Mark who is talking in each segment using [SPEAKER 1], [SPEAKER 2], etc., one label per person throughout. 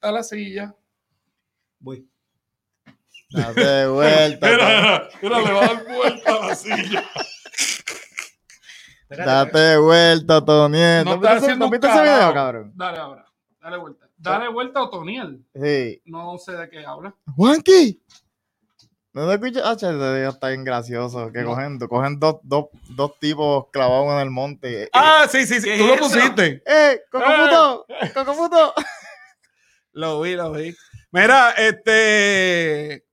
[SPEAKER 1] a la silla.
[SPEAKER 2] Voy.
[SPEAKER 3] Date vuelta. pa-
[SPEAKER 1] Mira, mira, mira, le va a dar vuelta a la silla.
[SPEAKER 2] Espérate,
[SPEAKER 3] Date vuelta, Toniel.
[SPEAKER 1] No está
[SPEAKER 3] ¿No, viste ese-
[SPEAKER 1] haciendo
[SPEAKER 3] no
[SPEAKER 1] un
[SPEAKER 3] viste ese
[SPEAKER 1] carajo.
[SPEAKER 3] video, cabrón?
[SPEAKER 1] Dale ahora, dale vuelta. Dale vuelta a Otoniel.
[SPEAKER 3] Sí.
[SPEAKER 1] No sé de qué habla.
[SPEAKER 3] ¡Juanqui! ¿No te escuchas? Ah, che, te digo, está bien gracioso. Que
[SPEAKER 1] No.
[SPEAKER 3] cogen, cogen dos, dos, dos tipos clavados en el monte.
[SPEAKER 4] Ah, sí, sí, sí.
[SPEAKER 2] ¿Qué
[SPEAKER 4] Tú
[SPEAKER 2] es
[SPEAKER 4] lo
[SPEAKER 2] eso?
[SPEAKER 4] pusiste.
[SPEAKER 3] ¡Eh! ¡Cocoputo! ¡Cocoputo!
[SPEAKER 4] Lo vi, lo vi. Mira, este.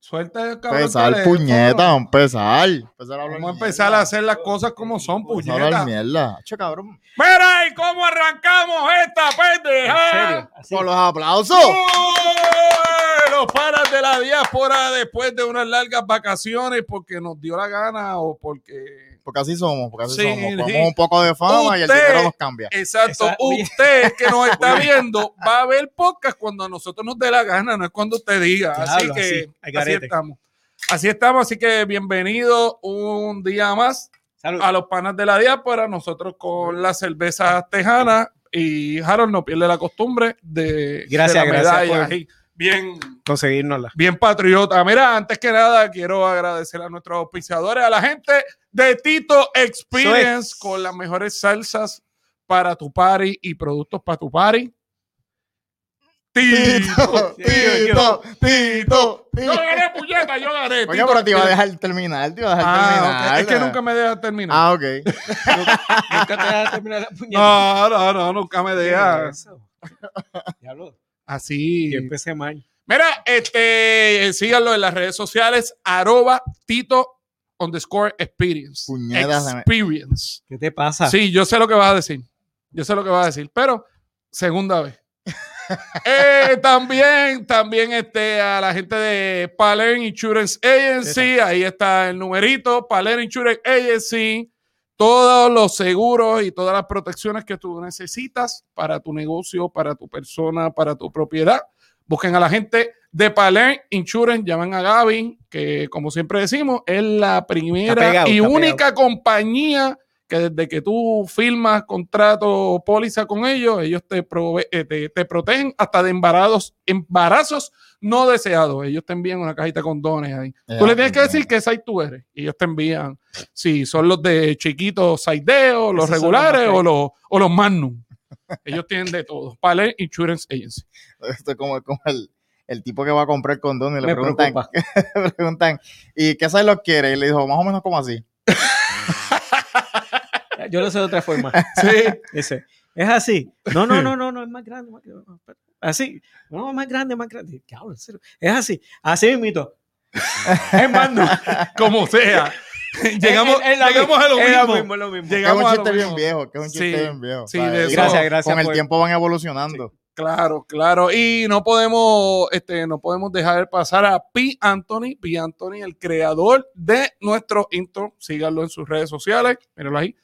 [SPEAKER 4] Suelta el cabrón.
[SPEAKER 3] Pesar,
[SPEAKER 4] teléfono.
[SPEAKER 3] Pues, puñeta, vamos a empezar. Empezar a hablar
[SPEAKER 4] Vamos a empezar a hacer las cosas como son,
[SPEAKER 3] mierda. Vamos a hablar
[SPEAKER 4] puñeta.
[SPEAKER 3] mierda. Che, cabrón.
[SPEAKER 4] Mira, ¿y cómo arrancamos esta
[SPEAKER 2] en
[SPEAKER 4] pendeja?
[SPEAKER 2] serio, Ah. así.
[SPEAKER 3] Por los aplausos.
[SPEAKER 4] ¡Uy! Los paras de la diáspora después de unas largas vacaciones porque nos dio la gana o porque.
[SPEAKER 3] Porque así somos, porque así
[SPEAKER 4] Sí,
[SPEAKER 3] somos. Ponemos
[SPEAKER 4] sí.
[SPEAKER 3] un poco de fama y el
[SPEAKER 4] Usted-
[SPEAKER 3] dinero nos cambia.
[SPEAKER 4] Exacto.
[SPEAKER 2] Esa- oye.
[SPEAKER 4] usted que nos está viendo va a ver podcast cuando a nosotros nos dé la gana, no es cuando usted diga. así
[SPEAKER 2] Diablo, así,
[SPEAKER 4] que
[SPEAKER 2] al
[SPEAKER 4] así,
[SPEAKER 2] garete.
[SPEAKER 4] estamos. Así estamos, así que bienvenido un día más
[SPEAKER 2] Salud.
[SPEAKER 4] a los panas de la diáspora, nosotros con las cervezas tejanas y Harold no pierde la costumbre de,
[SPEAKER 2] Gracias,
[SPEAKER 4] de la
[SPEAKER 2] gracias
[SPEAKER 4] medalla,
[SPEAKER 2] por-
[SPEAKER 4] ahí. Bien,
[SPEAKER 2] Conseguirnosla.
[SPEAKER 4] bien patriota. Mira, antes que nada quiero agradecer a nuestros auspiciadores, a la gente de Tito Experience con las mejores salsas para tu party y productos para tu party. Tito.
[SPEAKER 3] Tito, Tito, Tito,
[SPEAKER 4] Yo
[SPEAKER 3] Tito.
[SPEAKER 4] gané, puñeta, yo gané.
[SPEAKER 3] Coño,
[SPEAKER 4] Tito
[SPEAKER 3] pero te iba a
[SPEAKER 4] Experience.
[SPEAKER 3] dejar terminar, te iba a dejar
[SPEAKER 4] Ah,
[SPEAKER 3] terminar.
[SPEAKER 4] ok. Es que nunca me dejas terminar.
[SPEAKER 3] Ah, ok.
[SPEAKER 2] Nunca te vas a terminar la puñeta.
[SPEAKER 4] no, no, no, nunca me dejas.
[SPEAKER 2] Eso. Diablo,
[SPEAKER 4] Así.
[SPEAKER 2] Yo empecé mal.
[SPEAKER 4] Mira, este, síganlo en las redes sociales, arroba Tito underscore experience.
[SPEAKER 3] Puñeta, se me-
[SPEAKER 4] experience.
[SPEAKER 2] ¿Qué te pasa?
[SPEAKER 4] Sí, yo sé lo que vas a decir. Yo sé lo que vas a decir, pero segunda vez. Eh, también, también este, a la gente de Paler Insurance Agency, ahí está el numerito, Paler Insurance Agency, todos los seguros y todas las protecciones que tú necesitas para tu negocio, para tu persona, para tu propiedad. Busquen a la gente de Paler Insurance, llaman a Gaby, que como siempre decimos, es la primera
[SPEAKER 2] pegado,
[SPEAKER 4] y
[SPEAKER 2] está
[SPEAKER 4] única compañía que desde que tú firmas contrato o póliza con ellos, ellos te, prove- eh, te, te protegen hasta de embarazos, embarazos no deseados. Ellos te envían una cajita con dones ahí.
[SPEAKER 2] Eh,
[SPEAKER 4] Tú Pues le tienes que decir que size tú eres. Y ellos te envían, si son los de chiquitos saideo, los
[SPEAKER 2] Esos son
[SPEAKER 4] regulares
[SPEAKER 2] los más
[SPEAKER 4] o, los, o los magnum. Ellos tienen de todo. Paler Insurance Agency.
[SPEAKER 3] Esto es como, como el, el tipo que va a comprar condón y le
[SPEAKER 2] Me
[SPEAKER 3] preguntan,
[SPEAKER 2] preocupa.
[SPEAKER 3] le preguntan, ¿y qué size los quiere? Y le dijo, más o menos como así.
[SPEAKER 2] Yo lo sé de otra forma.
[SPEAKER 4] Sí.
[SPEAKER 2] Ese. Es así. No, no, no, no, no, es más grande. Más grande. Así. No, más grande, más grande. Diablo, en serio. Es así. Así mismito.
[SPEAKER 4] Es magnum. Como sea. llegamos,
[SPEAKER 2] Es- es la-
[SPEAKER 4] llegamos a lo
[SPEAKER 2] es
[SPEAKER 4] mismo.
[SPEAKER 2] es lo mismo.
[SPEAKER 3] Que es un
[SPEAKER 4] Llegamos a lo
[SPEAKER 3] chiste bien
[SPEAKER 4] mismo.
[SPEAKER 3] viejo, que es un chiste
[SPEAKER 4] Sí,
[SPEAKER 3] bien viejo.
[SPEAKER 4] sí, de eso-
[SPEAKER 2] Gracias, gracias
[SPEAKER 3] Con el
[SPEAKER 2] por-
[SPEAKER 3] tiempo van evolucionando.
[SPEAKER 4] Claro, claro. Y no podemos, este, no podemos dejar pasar a P. Anthony, P. Anthony, el creador de nuestro intro. Síganlo en sus redes sociales. Mírenlo ahí.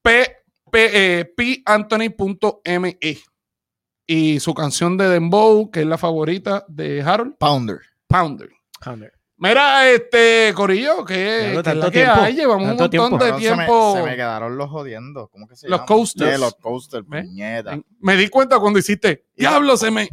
[SPEAKER 4] P, P, eh, panthony.me. E. Y su canción de Dembow, que es la favorita de Harold,
[SPEAKER 3] Pounder.
[SPEAKER 4] Pounder.
[SPEAKER 2] Pounder.
[SPEAKER 4] Mira, este Corillo, que,
[SPEAKER 2] Claro,
[SPEAKER 4] que es la
[SPEAKER 2] tanto
[SPEAKER 4] que
[SPEAKER 2] tiempo,
[SPEAKER 4] hay, llevamos un
[SPEAKER 2] tanto
[SPEAKER 4] montón
[SPEAKER 2] tiempo.
[SPEAKER 4] de
[SPEAKER 3] Cabrón, se me-
[SPEAKER 4] tiempo.
[SPEAKER 3] Se me, quedaron los jodiendo. ¿Cómo que se
[SPEAKER 4] Los
[SPEAKER 3] llaman?
[SPEAKER 4] coasters. ¿Eh?
[SPEAKER 3] Sí, los coasters,
[SPEAKER 4] ¿Ves?
[SPEAKER 3] puñeta.
[SPEAKER 4] Me di cuenta cuando hiciste, diablo, se me.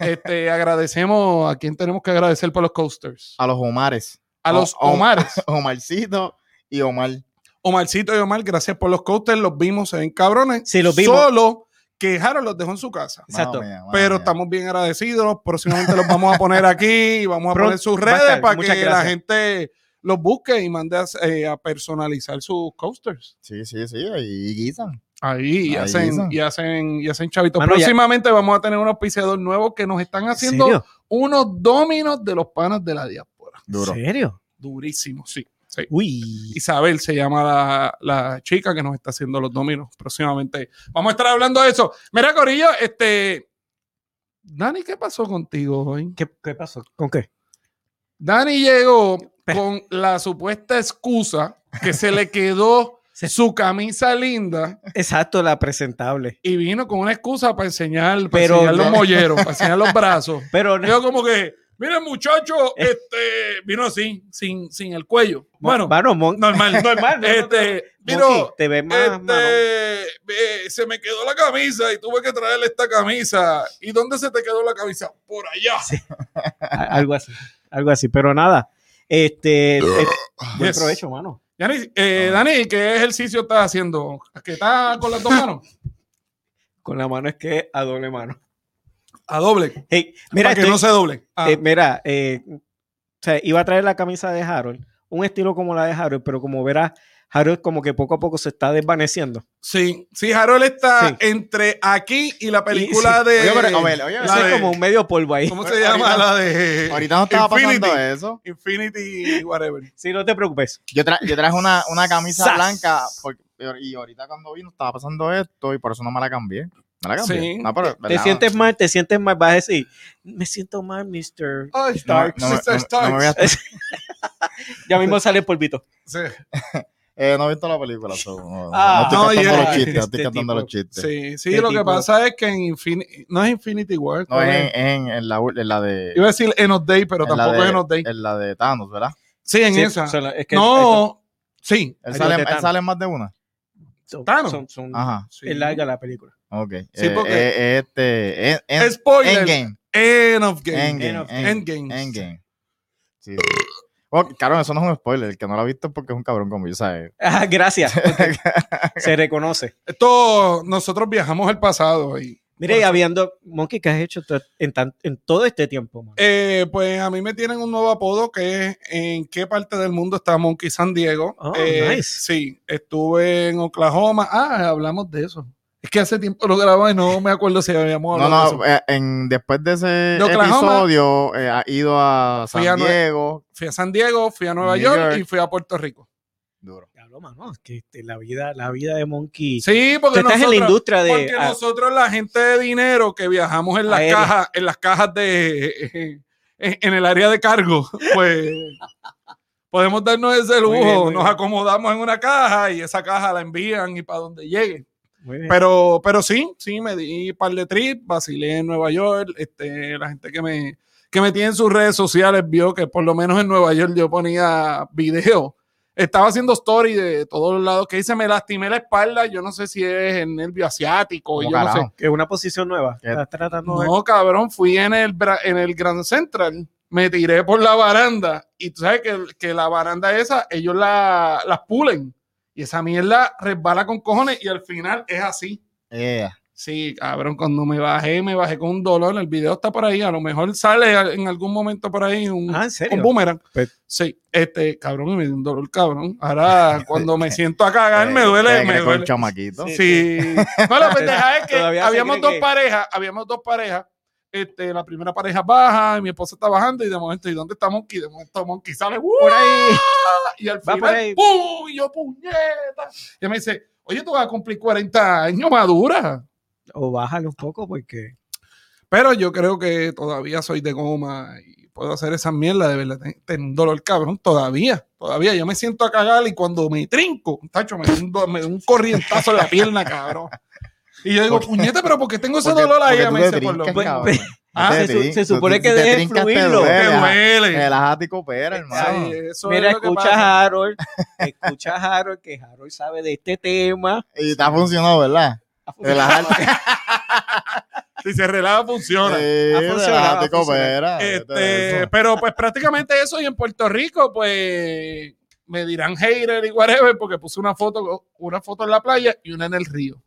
[SPEAKER 4] Este, agradecemos a quien tenemos que agradecer por los coasters.
[SPEAKER 3] A los Omares.
[SPEAKER 4] A los
[SPEAKER 3] O- o-
[SPEAKER 4] Omares.
[SPEAKER 3] Omarcito y Omar.
[SPEAKER 4] Omarcito y Omar, gracias por los coasters. Los vimos, se ven cabrones.
[SPEAKER 2] Sí, los vimos.
[SPEAKER 4] Solo que Harold los dejó en su casa.
[SPEAKER 3] Mano
[SPEAKER 2] Exacto.
[SPEAKER 3] mía, mano
[SPEAKER 4] Pero
[SPEAKER 3] mía.
[SPEAKER 4] estamos bien agradecidos. Próximamente los vamos a poner aquí y vamos a
[SPEAKER 2] Pronto,
[SPEAKER 4] poner sus
[SPEAKER 2] va a
[SPEAKER 4] redes
[SPEAKER 2] estar.
[SPEAKER 4] para
[SPEAKER 2] Muchas
[SPEAKER 4] que la
[SPEAKER 2] gracias.
[SPEAKER 4] gente los busque y mande a, eh, a personalizar sus coasters.
[SPEAKER 3] Sí, sí, sí, ahí guisan.
[SPEAKER 4] Ahí, y
[SPEAKER 3] Ahí
[SPEAKER 4] hacen,
[SPEAKER 3] está.
[SPEAKER 4] y hacen, y hacen chavitos.
[SPEAKER 2] Mano, ya-
[SPEAKER 4] Próximamente vamos a tener un auspiciador nuevo que nos están haciendo unos dominos de los panas de la diáspora.
[SPEAKER 3] Duro.
[SPEAKER 2] ¿En serio?
[SPEAKER 4] Durísimo, sí. sí.
[SPEAKER 2] Uy.
[SPEAKER 4] Isabel se llama la, la chica que nos está haciendo los dominos próximamente. Vamos a estar hablando de eso. Mira, Corillo, este. Dani, ¿qué pasó contigo hoy?
[SPEAKER 2] ¿Qué, qué pasó? ¿Con qué?
[SPEAKER 4] Dani llegó
[SPEAKER 2] Pe-
[SPEAKER 4] con la supuesta excusa que se le quedó
[SPEAKER 2] Se-
[SPEAKER 4] su camisa linda
[SPEAKER 2] Exacto, la presentable.
[SPEAKER 4] y vino con una excusa para enseñar, para
[SPEAKER 2] Pero
[SPEAKER 4] enseñar los
[SPEAKER 2] no.
[SPEAKER 4] molleros, para enseñar los brazos.
[SPEAKER 2] Pero no,
[SPEAKER 4] Yo como que, Miren, muchacho, este vino así, sin, sin el cuello. Bueno,
[SPEAKER 2] Mano, Mon-
[SPEAKER 4] normal, normal.
[SPEAKER 2] no, no,
[SPEAKER 4] este,
[SPEAKER 2] Monty,
[SPEAKER 4] vino,
[SPEAKER 2] te ves más mano.
[SPEAKER 4] este, eh, se me quedó la camisa y tuve que traerle esta camisa. ¿Y dónde se te quedó la camisa? Por allá.
[SPEAKER 2] A- Algo así, algo así. Pero nada, este, este, buen
[SPEAKER 4] Yes.
[SPEAKER 2] provecho, mano.
[SPEAKER 4] Yanis, eh, Dani, ¿qué ejercicio estás haciendo? ¿Que estás con las dos manos?
[SPEAKER 2] Con la mano es que a doble mano.
[SPEAKER 4] A doble.
[SPEAKER 2] Hey, mira,
[SPEAKER 4] para que
[SPEAKER 2] estoy-
[SPEAKER 4] no se doble. Ah,
[SPEAKER 2] eh, mira, eh, o sea, iba a traer la camisa de Harold, un estilo como la de Harold, pero como verás, Harold como que poco a poco se está desvaneciendo.
[SPEAKER 4] sí, sí, Harold está
[SPEAKER 2] sí.
[SPEAKER 4] entre aquí y la película
[SPEAKER 2] sí.
[SPEAKER 4] de.
[SPEAKER 3] Oye, pero, a ver, oye,
[SPEAKER 4] Eh, La
[SPEAKER 2] Eso es
[SPEAKER 4] de-
[SPEAKER 2] como un medio polvo ahí.
[SPEAKER 4] ¿Cómo se
[SPEAKER 3] Pero
[SPEAKER 4] llama
[SPEAKER 3] ahorita-
[SPEAKER 4] la de.
[SPEAKER 3] Ahorita no estaba pasando
[SPEAKER 4] Eh, Infinity.
[SPEAKER 3] eso.
[SPEAKER 4] Infinity, whatever.
[SPEAKER 2] Sí, no te preocupes.
[SPEAKER 3] Yo, tra- yo traje una, una camisa
[SPEAKER 2] ¡Sas!
[SPEAKER 3] blanca porque- y ahorita cuando vino estaba pasando esto y por eso no me la cambié. No la cambié.
[SPEAKER 4] Sí.
[SPEAKER 3] No, pero,
[SPEAKER 2] Te
[SPEAKER 3] ¿verdad?
[SPEAKER 2] sientes mal, te sientes mal, vas a decir, me siento mal, mister.
[SPEAKER 4] Ay,
[SPEAKER 3] No,
[SPEAKER 4] Oh, Stark,
[SPEAKER 3] no me-
[SPEAKER 4] Sister
[SPEAKER 3] no me- no me
[SPEAKER 4] Stark.
[SPEAKER 3] voy a-
[SPEAKER 2] Ya mismo sale el polvito.
[SPEAKER 4] Sí,
[SPEAKER 3] eh, no he visto la película. so, no,
[SPEAKER 2] Ah.
[SPEAKER 3] no estoy
[SPEAKER 4] No, yeah.
[SPEAKER 3] cantando los chistes. no
[SPEAKER 2] Este
[SPEAKER 3] estoy cantando
[SPEAKER 2] tipo-
[SPEAKER 3] los chistes.
[SPEAKER 4] sí, sí,
[SPEAKER 2] ¿Qué
[SPEAKER 4] lo que
[SPEAKER 2] tipo?
[SPEAKER 4] pasa es que en Infinity. No es Infinity War.
[SPEAKER 3] No,
[SPEAKER 4] ¿cuál
[SPEAKER 3] es
[SPEAKER 4] es?
[SPEAKER 3] en, en, en la, en la de.
[SPEAKER 4] Iba a decir End of Day, pero
[SPEAKER 3] en la
[SPEAKER 4] tampoco
[SPEAKER 3] de- eh,
[SPEAKER 4] es End of Day.
[SPEAKER 3] En la de Thanos, ¿verdad?
[SPEAKER 4] Sí, en
[SPEAKER 2] Sí,
[SPEAKER 4] esa.
[SPEAKER 2] son la- es que-
[SPEAKER 4] No, sí.
[SPEAKER 3] Él
[SPEAKER 2] Ahí
[SPEAKER 3] sale,
[SPEAKER 2] de
[SPEAKER 3] él
[SPEAKER 2] Thanos.
[SPEAKER 3] sale en más de una.
[SPEAKER 2] son-
[SPEAKER 4] Thanos.
[SPEAKER 2] son- son-
[SPEAKER 3] Ajá.
[SPEAKER 4] sí.
[SPEAKER 2] Es larga la película.
[SPEAKER 3] Ok. Eh,
[SPEAKER 4] Sí, porque-
[SPEAKER 3] eh, este. En, en,
[SPEAKER 4] Spoiler.
[SPEAKER 3] Endgame.
[SPEAKER 4] End of Game.
[SPEAKER 3] Endgame.
[SPEAKER 2] End of
[SPEAKER 3] End-
[SPEAKER 4] Endgame.
[SPEAKER 3] Endgame. Sí. Oh, claro, eso no es un spoiler. El que no lo ha visto es porque es un cabrón como yo, eh, ¿sabes?
[SPEAKER 2] Ah, gracias. ok. Se reconoce.
[SPEAKER 4] Esto, nosotros viajamos al pasado y
[SPEAKER 2] Mire, y habiendo, Monkey, ¿qué has hecho to- en, tan- en todo este tiempo? mano?
[SPEAKER 4] eh, pues a mí me tienen un nuevo apodo que es en qué parte del mundo está Monkey San Diego.
[SPEAKER 2] Oh,
[SPEAKER 4] Eh,
[SPEAKER 2] nice.
[SPEAKER 4] Sí, estuve en Oklahoma. Ah, hablamos de eso. Es que hace tiempo lo grababa y no me acuerdo si habíamos
[SPEAKER 3] No,
[SPEAKER 4] hablado de
[SPEAKER 3] no,
[SPEAKER 4] eso.
[SPEAKER 3] eh, en, después de ese
[SPEAKER 4] Oklahoma.
[SPEAKER 3] episodio eh, ha ido a
[SPEAKER 4] Fui a
[SPEAKER 3] San
[SPEAKER 4] Nue-
[SPEAKER 3] Diego.
[SPEAKER 4] Fui a San Diego, fui a Nueva
[SPEAKER 3] New
[SPEAKER 4] York,
[SPEAKER 3] York.
[SPEAKER 4] y fui a Puerto Rico.
[SPEAKER 3] Duro.
[SPEAKER 2] Diablo, mano, es que este, la vida, la vida de Monkey.
[SPEAKER 4] Sí,
[SPEAKER 2] Tú
[SPEAKER 4] porque
[SPEAKER 2] estás en la
[SPEAKER 4] nosotros-
[SPEAKER 2] industria de.
[SPEAKER 4] Porque
[SPEAKER 2] ah,
[SPEAKER 4] nosotros, la gente de dinero que viajamos en las
[SPEAKER 2] Aéreo.
[SPEAKER 4] cajas, en las cajas de en, en el área de cargo, pues podemos darnos ese lujo.
[SPEAKER 2] Muy bien, muy
[SPEAKER 4] Nos
[SPEAKER 2] bien.
[SPEAKER 4] acomodamos en una caja y esa caja la envían y para donde llegue.
[SPEAKER 2] muy bien.
[SPEAKER 4] Pero, pero sí, sí, me di un par de trips, vacilé en Nueva York. Este, la gente que me, que me tiene en sus redes sociales vio que por lo menos en Nueva York yo ponía video. Estaba haciendo story de todos los lados que hice, me lastimé la espalda, yo no sé si es el nervio asiático,
[SPEAKER 3] Como
[SPEAKER 4] Oh, yo no sé.
[SPEAKER 3] carajo.
[SPEAKER 2] que es una posición nueva.
[SPEAKER 3] ¿Qué?
[SPEAKER 2] Estás tratando de- Ah,
[SPEAKER 4] No, cabrón, fui en el, bra- en el Grand Central, me tiré por la baranda y tú sabes que, que la baranda esa, ellos la, las pulen y esa mierda resbala con cojones y al final es así.
[SPEAKER 3] Eh,
[SPEAKER 4] Sí, cabrón, cuando me bajé, me bajé con un dolor. El video está por ahí. A lo mejor sale a- en algún momento por ahí un,
[SPEAKER 2] Ah, en
[SPEAKER 4] un
[SPEAKER 2] serio.
[SPEAKER 4] boomerang.
[SPEAKER 2] Pe-
[SPEAKER 4] Sí, este, cabrón, y me dio un dolor, cabrón. Ahora, cuando me siento a cagar, me
[SPEAKER 3] eh,
[SPEAKER 4] duele,
[SPEAKER 3] eh,
[SPEAKER 4] me
[SPEAKER 3] Greco,
[SPEAKER 4] duele.
[SPEAKER 3] el chamaquito.
[SPEAKER 2] Sí.
[SPEAKER 4] Sí. No, la pendeja es que
[SPEAKER 2] Todavía se
[SPEAKER 4] habíamos
[SPEAKER 2] cree
[SPEAKER 4] dos
[SPEAKER 2] que-
[SPEAKER 4] parejas, habíamos dos parejas. Este, la primera pareja baja, y mi esposa está bajando y de momento, ¿y dónde está Monkey? De momento Monkey sale, ¡uh!
[SPEAKER 2] Por ahí.
[SPEAKER 4] y al
[SPEAKER 2] Va por
[SPEAKER 4] final,
[SPEAKER 2] ahí.
[SPEAKER 4] ¡pum! Y yo, puñeta. Y me dice, oye, tú vas a cumplir 40 años madura.
[SPEAKER 2] O bájale un poco porque.
[SPEAKER 4] Pero yo creo que todavía soy de goma y puedo hacer esa mierda de verdad. Ten- Tengo un dolor cabrón todavía. Todavía yo me siento a cagar y cuando me trinco, tacho, me da un, do- me da un corrientazo en la pierna, cabrón. Y yo digo, puñeta, pero ¿por qué tengo ese
[SPEAKER 3] Porque-
[SPEAKER 4] dolor ahí?
[SPEAKER 3] porque
[SPEAKER 4] Ella
[SPEAKER 3] tú
[SPEAKER 4] me
[SPEAKER 3] te
[SPEAKER 4] dice, por lo
[SPEAKER 3] trincas,
[SPEAKER 4] menos.
[SPEAKER 3] cabrón.
[SPEAKER 4] Ah,
[SPEAKER 3] Te
[SPEAKER 2] se su-
[SPEAKER 3] trin-
[SPEAKER 2] se
[SPEAKER 3] tú-
[SPEAKER 2] supone
[SPEAKER 3] si
[SPEAKER 2] que
[SPEAKER 3] te
[SPEAKER 2] dejes
[SPEAKER 3] trincas, te
[SPEAKER 2] fluirlo.
[SPEAKER 3] duele,
[SPEAKER 4] Me
[SPEAKER 3] ajá. Eh,
[SPEAKER 4] duele.
[SPEAKER 3] El ajático pera, hermano.
[SPEAKER 4] Sí, eso
[SPEAKER 2] Mira,
[SPEAKER 4] es lo que
[SPEAKER 2] escuchas
[SPEAKER 4] pasa.
[SPEAKER 2] a Harold. Escuchas a Harold, que Harold sabe de este tema. Ah,
[SPEAKER 3] Y está funcionando, ¿verdad? El ajático,
[SPEAKER 4] Si se relaja, funciona.
[SPEAKER 3] sí, el
[SPEAKER 2] funcionado, ha
[SPEAKER 3] ajático pera.
[SPEAKER 2] funcionado.
[SPEAKER 4] Este, pero pues prácticamente eso y en Puerto Rico pues me dirán hater y whatever porque puse una foto una foto en la playa y una en el río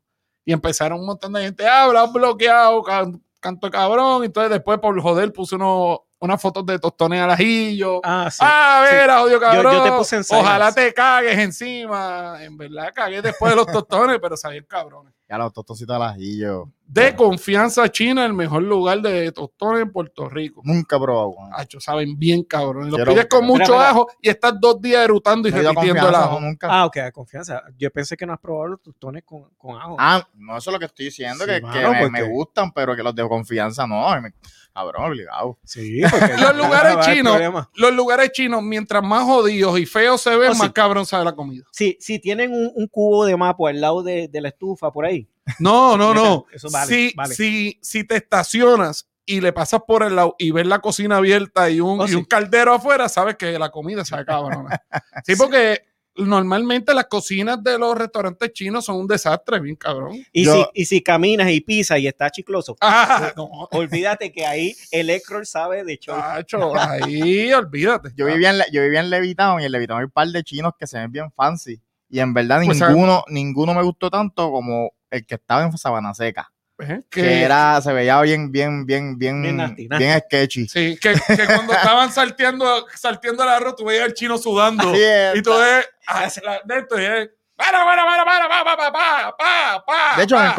[SPEAKER 4] y empezaron un montón de gente ah lo han bloqueado can- canto de cabrón entonces después por joder puse uno, unas fotos de tostones al ajillo
[SPEAKER 2] Ah, sí.
[SPEAKER 4] Ah,
[SPEAKER 2] sí.
[SPEAKER 4] mira, odio cabrón.
[SPEAKER 2] yo te puse en Silence.
[SPEAKER 4] Ojalá te cagues encima. En verdad, cagué después de los tostones, pero salí el cabrón.
[SPEAKER 3] Ya los tostositos al ajillo.
[SPEAKER 4] De confianza china, el mejor lugar de tostones en Puerto Rico.
[SPEAKER 3] Nunca he probado. Juan.
[SPEAKER 4] Acho, saben bien cabrón. Los
[SPEAKER 3] Quiero-
[SPEAKER 4] pides con mucho
[SPEAKER 2] Mira, mira.
[SPEAKER 4] ajo y estás dos días erutando y
[SPEAKER 3] Me dio
[SPEAKER 4] repitiendo el
[SPEAKER 3] confianza,
[SPEAKER 4] ajo.
[SPEAKER 3] no, nunca.
[SPEAKER 2] Ah, ok, a confianza. Yo pensé que no has probado los tostones con, con ajo.
[SPEAKER 3] Ah, no, eso es lo que estoy diciendo,
[SPEAKER 2] Sí,
[SPEAKER 3] que,
[SPEAKER 2] mano, pues
[SPEAKER 3] que me,
[SPEAKER 2] porque-
[SPEAKER 3] me gustan, pero que los de confianza no. y me- Cabrón, obligado.
[SPEAKER 2] Sí, porque
[SPEAKER 4] Los lugares
[SPEAKER 2] no va a haber
[SPEAKER 4] chinos.
[SPEAKER 2] problema.
[SPEAKER 4] Los lugares chinos, mientras más jodidos y feos se ven,
[SPEAKER 2] Oh, sí.
[SPEAKER 4] más cabrón sabe la comida.
[SPEAKER 2] Si, si tienen un, un cubo de mapo al lado de, de la estufa por ahí.
[SPEAKER 4] No, no, no.
[SPEAKER 2] Eso vale,
[SPEAKER 4] si,
[SPEAKER 2] vale.
[SPEAKER 4] Si, si te estacionas y le pasas por el lado y ves la cocina abierta y un,
[SPEAKER 2] Oh,
[SPEAKER 4] y
[SPEAKER 2] sí.
[SPEAKER 4] un caldero afuera, sabes que la comida se acaba. ¿no? Sí, porque normalmente las cocinas de los restaurantes chinos son un desastre, bien cabrón.
[SPEAKER 2] Y,
[SPEAKER 3] Yo-
[SPEAKER 2] si, y si caminas y pisas y está chicloso,
[SPEAKER 4] Ah, no,
[SPEAKER 2] olvídate que ahí el Electrol sabe de show.
[SPEAKER 4] chacho, ahí olvídate.
[SPEAKER 3] Yo vivía, en, Le- yo vivía en Levitown y en Levitown hay un par de chinos que se ven bien fancy. Y en verdad
[SPEAKER 4] Pues,
[SPEAKER 3] ninguno, ninguno me gustó tanto como el que estaba en Sabana Seca.
[SPEAKER 4] ¿Eh?
[SPEAKER 3] Que, era, se veía bien, bien, bien, bien,
[SPEAKER 2] Bien
[SPEAKER 3] bien,
[SPEAKER 2] nasty, nasty.
[SPEAKER 3] sketchy.
[SPEAKER 4] Sí, que, que cuando estaban salteando, salteando el arroz, tú veías al chino sudando.
[SPEAKER 3] Sí, eh, está-
[SPEAKER 4] y tú ves, ah, se la- de esto, y es, para, para, para, para, pa, pa, pa, pa, pa, pa,
[SPEAKER 3] de hecho, me
[SPEAKER 4] pa".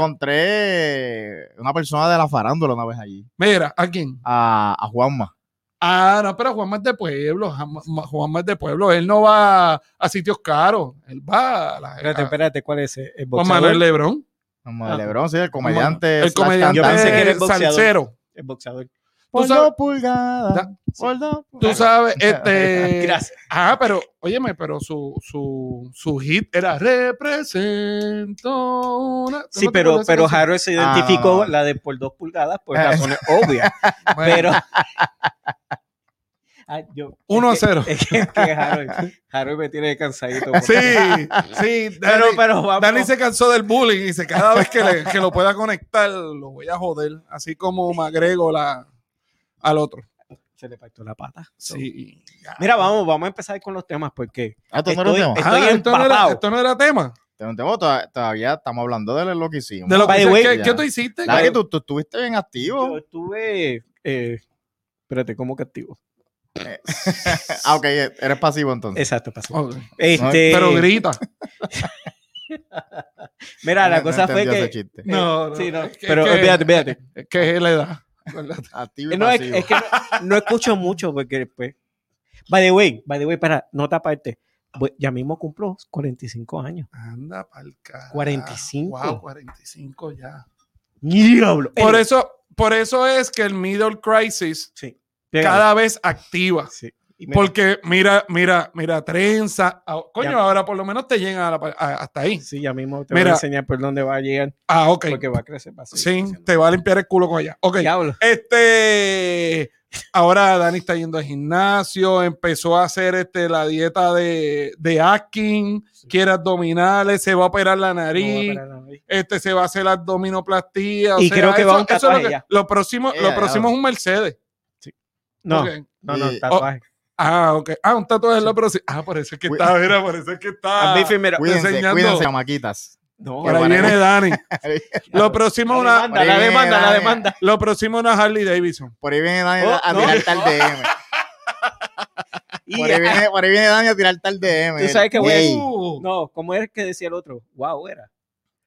[SPEAKER 3] encontré una persona de la farándula una vez allí,
[SPEAKER 4] Mira, ¿a quién?
[SPEAKER 3] a, a Juanma.
[SPEAKER 4] Ah, no, pero Juan más de pueblo, Juan- Juan más de pueblo, él no va a sitios caros, él va a la...
[SPEAKER 2] Espérate,
[SPEAKER 4] a-
[SPEAKER 2] espérate, ¿cuál es ese? ¿El
[SPEAKER 4] ah. Juan
[SPEAKER 2] boxeador?
[SPEAKER 4] Manuel Lebrón,
[SPEAKER 3] Juanma
[SPEAKER 2] Ah.
[SPEAKER 3] de Lebrón, sí, el comediante.
[SPEAKER 4] el
[SPEAKER 3] slash
[SPEAKER 4] comediante
[SPEAKER 2] Yo pensé que era
[SPEAKER 3] cantante.
[SPEAKER 2] el boxeador.
[SPEAKER 4] salsero.
[SPEAKER 2] El boxeador.
[SPEAKER 3] Por
[SPEAKER 4] sabes-
[SPEAKER 3] dos pulgadas,
[SPEAKER 4] Da-
[SPEAKER 3] por dos
[SPEAKER 4] Tú
[SPEAKER 3] pulgadas.
[SPEAKER 4] sabes, este...
[SPEAKER 2] Eh, Gracias.
[SPEAKER 4] Ah, pero, óyeme, pero su, su, su hit era Represento una... ¿Tú
[SPEAKER 2] Sí,
[SPEAKER 4] no te
[SPEAKER 2] pero,
[SPEAKER 4] acuerdas de esa
[SPEAKER 2] pero
[SPEAKER 4] canción?
[SPEAKER 2] Harold se
[SPEAKER 3] Ah,
[SPEAKER 2] identificó
[SPEAKER 3] no, no.
[SPEAKER 2] la de por dos pulgadas pues por razones obvias. Pero. Ah, yo-
[SPEAKER 4] 1 a
[SPEAKER 2] es que-
[SPEAKER 4] 0.
[SPEAKER 2] Es que, es que Harold, Harold me tiene cansadito.
[SPEAKER 4] Sí,
[SPEAKER 2] porque-
[SPEAKER 4] sí. Dani,
[SPEAKER 2] Pero, pero vamos.
[SPEAKER 4] Dani se cansó del bullying y dice, cada vez que, le- que lo pueda conectar, lo voy a joder. Así como me agrego la, al otro.
[SPEAKER 2] se le pactó la pata.
[SPEAKER 4] Sí. ya.
[SPEAKER 2] Mira, vamos, vamos a empezar con los temas porque
[SPEAKER 3] Ah, esto no era un tema.
[SPEAKER 2] Estoy-
[SPEAKER 4] Ah, esto, no era,
[SPEAKER 2] empapado.
[SPEAKER 4] esto no era tema.
[SPEAKER 3] Esto no era un tema, to- Todavía estamos hablando de lo que hicimos.
[SPEAKER 4] De lo
[SPEAKER 2] By
[SPEAKER 4] que,
[SPEAKER 2] the way,
[SPEAKER 4] ¿qué,
[SPEAKER 3] ya.
[SPEAKER 4] qué tú hiciste?
[SPEAKER 3] Dani,
[SPEAKER 4] cabrón?
[SPEAKER 3] tú, tú estuviste bien activo.
[SPEAKER 2] yo estuve. eh, espérate, ¿cómo que activo?
[SPEAKER 3] Ah, ok, eres pasivo entonces.
[SPEAKER 2] Exacto, pasó.
[SPEAKER 4] Ok.
[SPEAKER 2] Este,
[SPEAKER 4] Pero grita.
[SPEAKER 2] mira, la
[SPEAKER 3] No- no
[SPEAKER 2] cosa fue
[SPEAKER 3] entendió ese
[SPEAKER 2] que. eh,
[SPEAKER 3] chiste.
[SPEAKER 4] No, no,
[SPEAKER 2] sí, no,
[SPEAKER 4] es que-
[SPEAKER 2] pero
[SPEAKER 4] es que-
[SPEAKER 2] fíjate, fíjate.
[SPEAKER 4] Es que es la edad.
[SPEAKER 3] Activo y
[SPEAKER 2] No, es,
[SPEAKER 3] pasivo.
[SPEAKER 2] es que no, no escucho mucho porque después. By the way, by the way, para, nota aparte. voy- Ya mismo cumplo 45 años.
[SPEAKER 4] Anda pa'l carajo.
[SPEAKER 2] 45.
[SPEAKER 4] Wow, 45 ya.
[SPEAKER 2] ¡Diablo!
[SPEAKER 4] Por
[SPEAKER 2] Eh,
[SPEAKER 4] eso, por eso es que el middle crisis
[SPEAKER 2] pégalo.
[SPEAKER 4] cada vez activa.
[SPEAKER 2] Sí. Y mira,
[SPEAKER 4] Porque mira, mira, mira, trenza. Ah, Coño,
[SPEAKER 2] Ya.
[SPEAKER 4] ahora por lo menos te llegan a la pa- a- hasta ahí.
[SPEAKER 2] Sí, ya mismo te voy
[SPEAKER 4] Mira.
[SPEAKER 2] a enseñar por dónde va a llegar
[SPEAKER 4] Ah, ok.
[SPEAKER 2] porque va a crecer. va a seguir
[SPEAKER 4] Sí,
[SPEAKER 2] creciendo.
[SPEAKER 4] te va a limpiar el culo con ella. Ok.
[SPEAKER 2] Diablo.
[SPEAKER 4] Este, ahora Dani está yendo al gimnasio, empezó a hacer este, la dieta de, de Atkins, quiere abdominales, se va a operar la nariz.
[SPEAKER 2] No va a parar la nariz.
[SPEAKER 4] este se va a hacer la abdominoplastía. o
[SPEAKER 2] Y
[SPEAKER 4] sea,
[SPEAKER 2] creo que va
[SPEAKER 4] eso-
[SPEAKER 2] un
[SPEAKER 4] eso es
[SPEAKER 2] tatuaje
[SPEAKER 4] lo, que-
[SPEAKER 2] ya.
[SPEAKER 4] lo próximo,
[SPEAKER 3] Eh,
[SPEAKER 4] lo próximo
[SPEAKER 3] ya.
[SPEAKER 4] es un Mercedes.
[SPEAKER 2] No,
[SPEAKER 4] Ok.
[SPEAKER 2] no, no,
[SPEAKER 3] Eh,
[SPEAKER 2] tatuaje.
[SPEAKER 4] Ah, ok. Ah, un tatuaje es lo próximo. Ah, por eso es que
[SPEAKER 3] Uy.
[SPEAKER 4] está, mira, por eso es que está.
[SPEAKER 2] A mí, mira,
[SPEAKER 3] Cuídense,
[SPEAKER 4] enseñando.
[SPEAKER 3] cuídense, chamaquitas.
[SPEAKER 2] no,
[SPEAKER 4] Por ahí
[SPEAKER 3] Qué
[SPEAKER 4] viene Dani. Lo
[SPEAKER 2] Diablo.
[SPEAKER 4] próximo es
[SPEAKER 2] la
[SPEAKER 4] una,
[SPEAKER 2] demanda, la
[SPEAKER 3] Viene,
[SPEAKER 2] demanda, la
[SPEAKER 3] Dani.
[SPEAKER 2] demanda.
[SPEAKER 4] lo próximo es una Harley Davidson.
[SPEAKER 3] Por ahí viene Dani a- a
[SPEAKER 2] Oh, no.
[SPEAKER 3] tirarte al DM.
[SPEAKER 2] Y,
[SPEAKER 3] Por ahí,
[SPEAKER 2] ah,
[SPEAKER 3] viene, por ahí viene Dani a tirarte al DM.
[SPEAKER 2] Tú sabes que voy a-
[SPEAKER 3] Ey,
[SPEAKER 4] Uh,
[SPEAKER 2] no, ¿cómo es que decía el otro? Wow, era.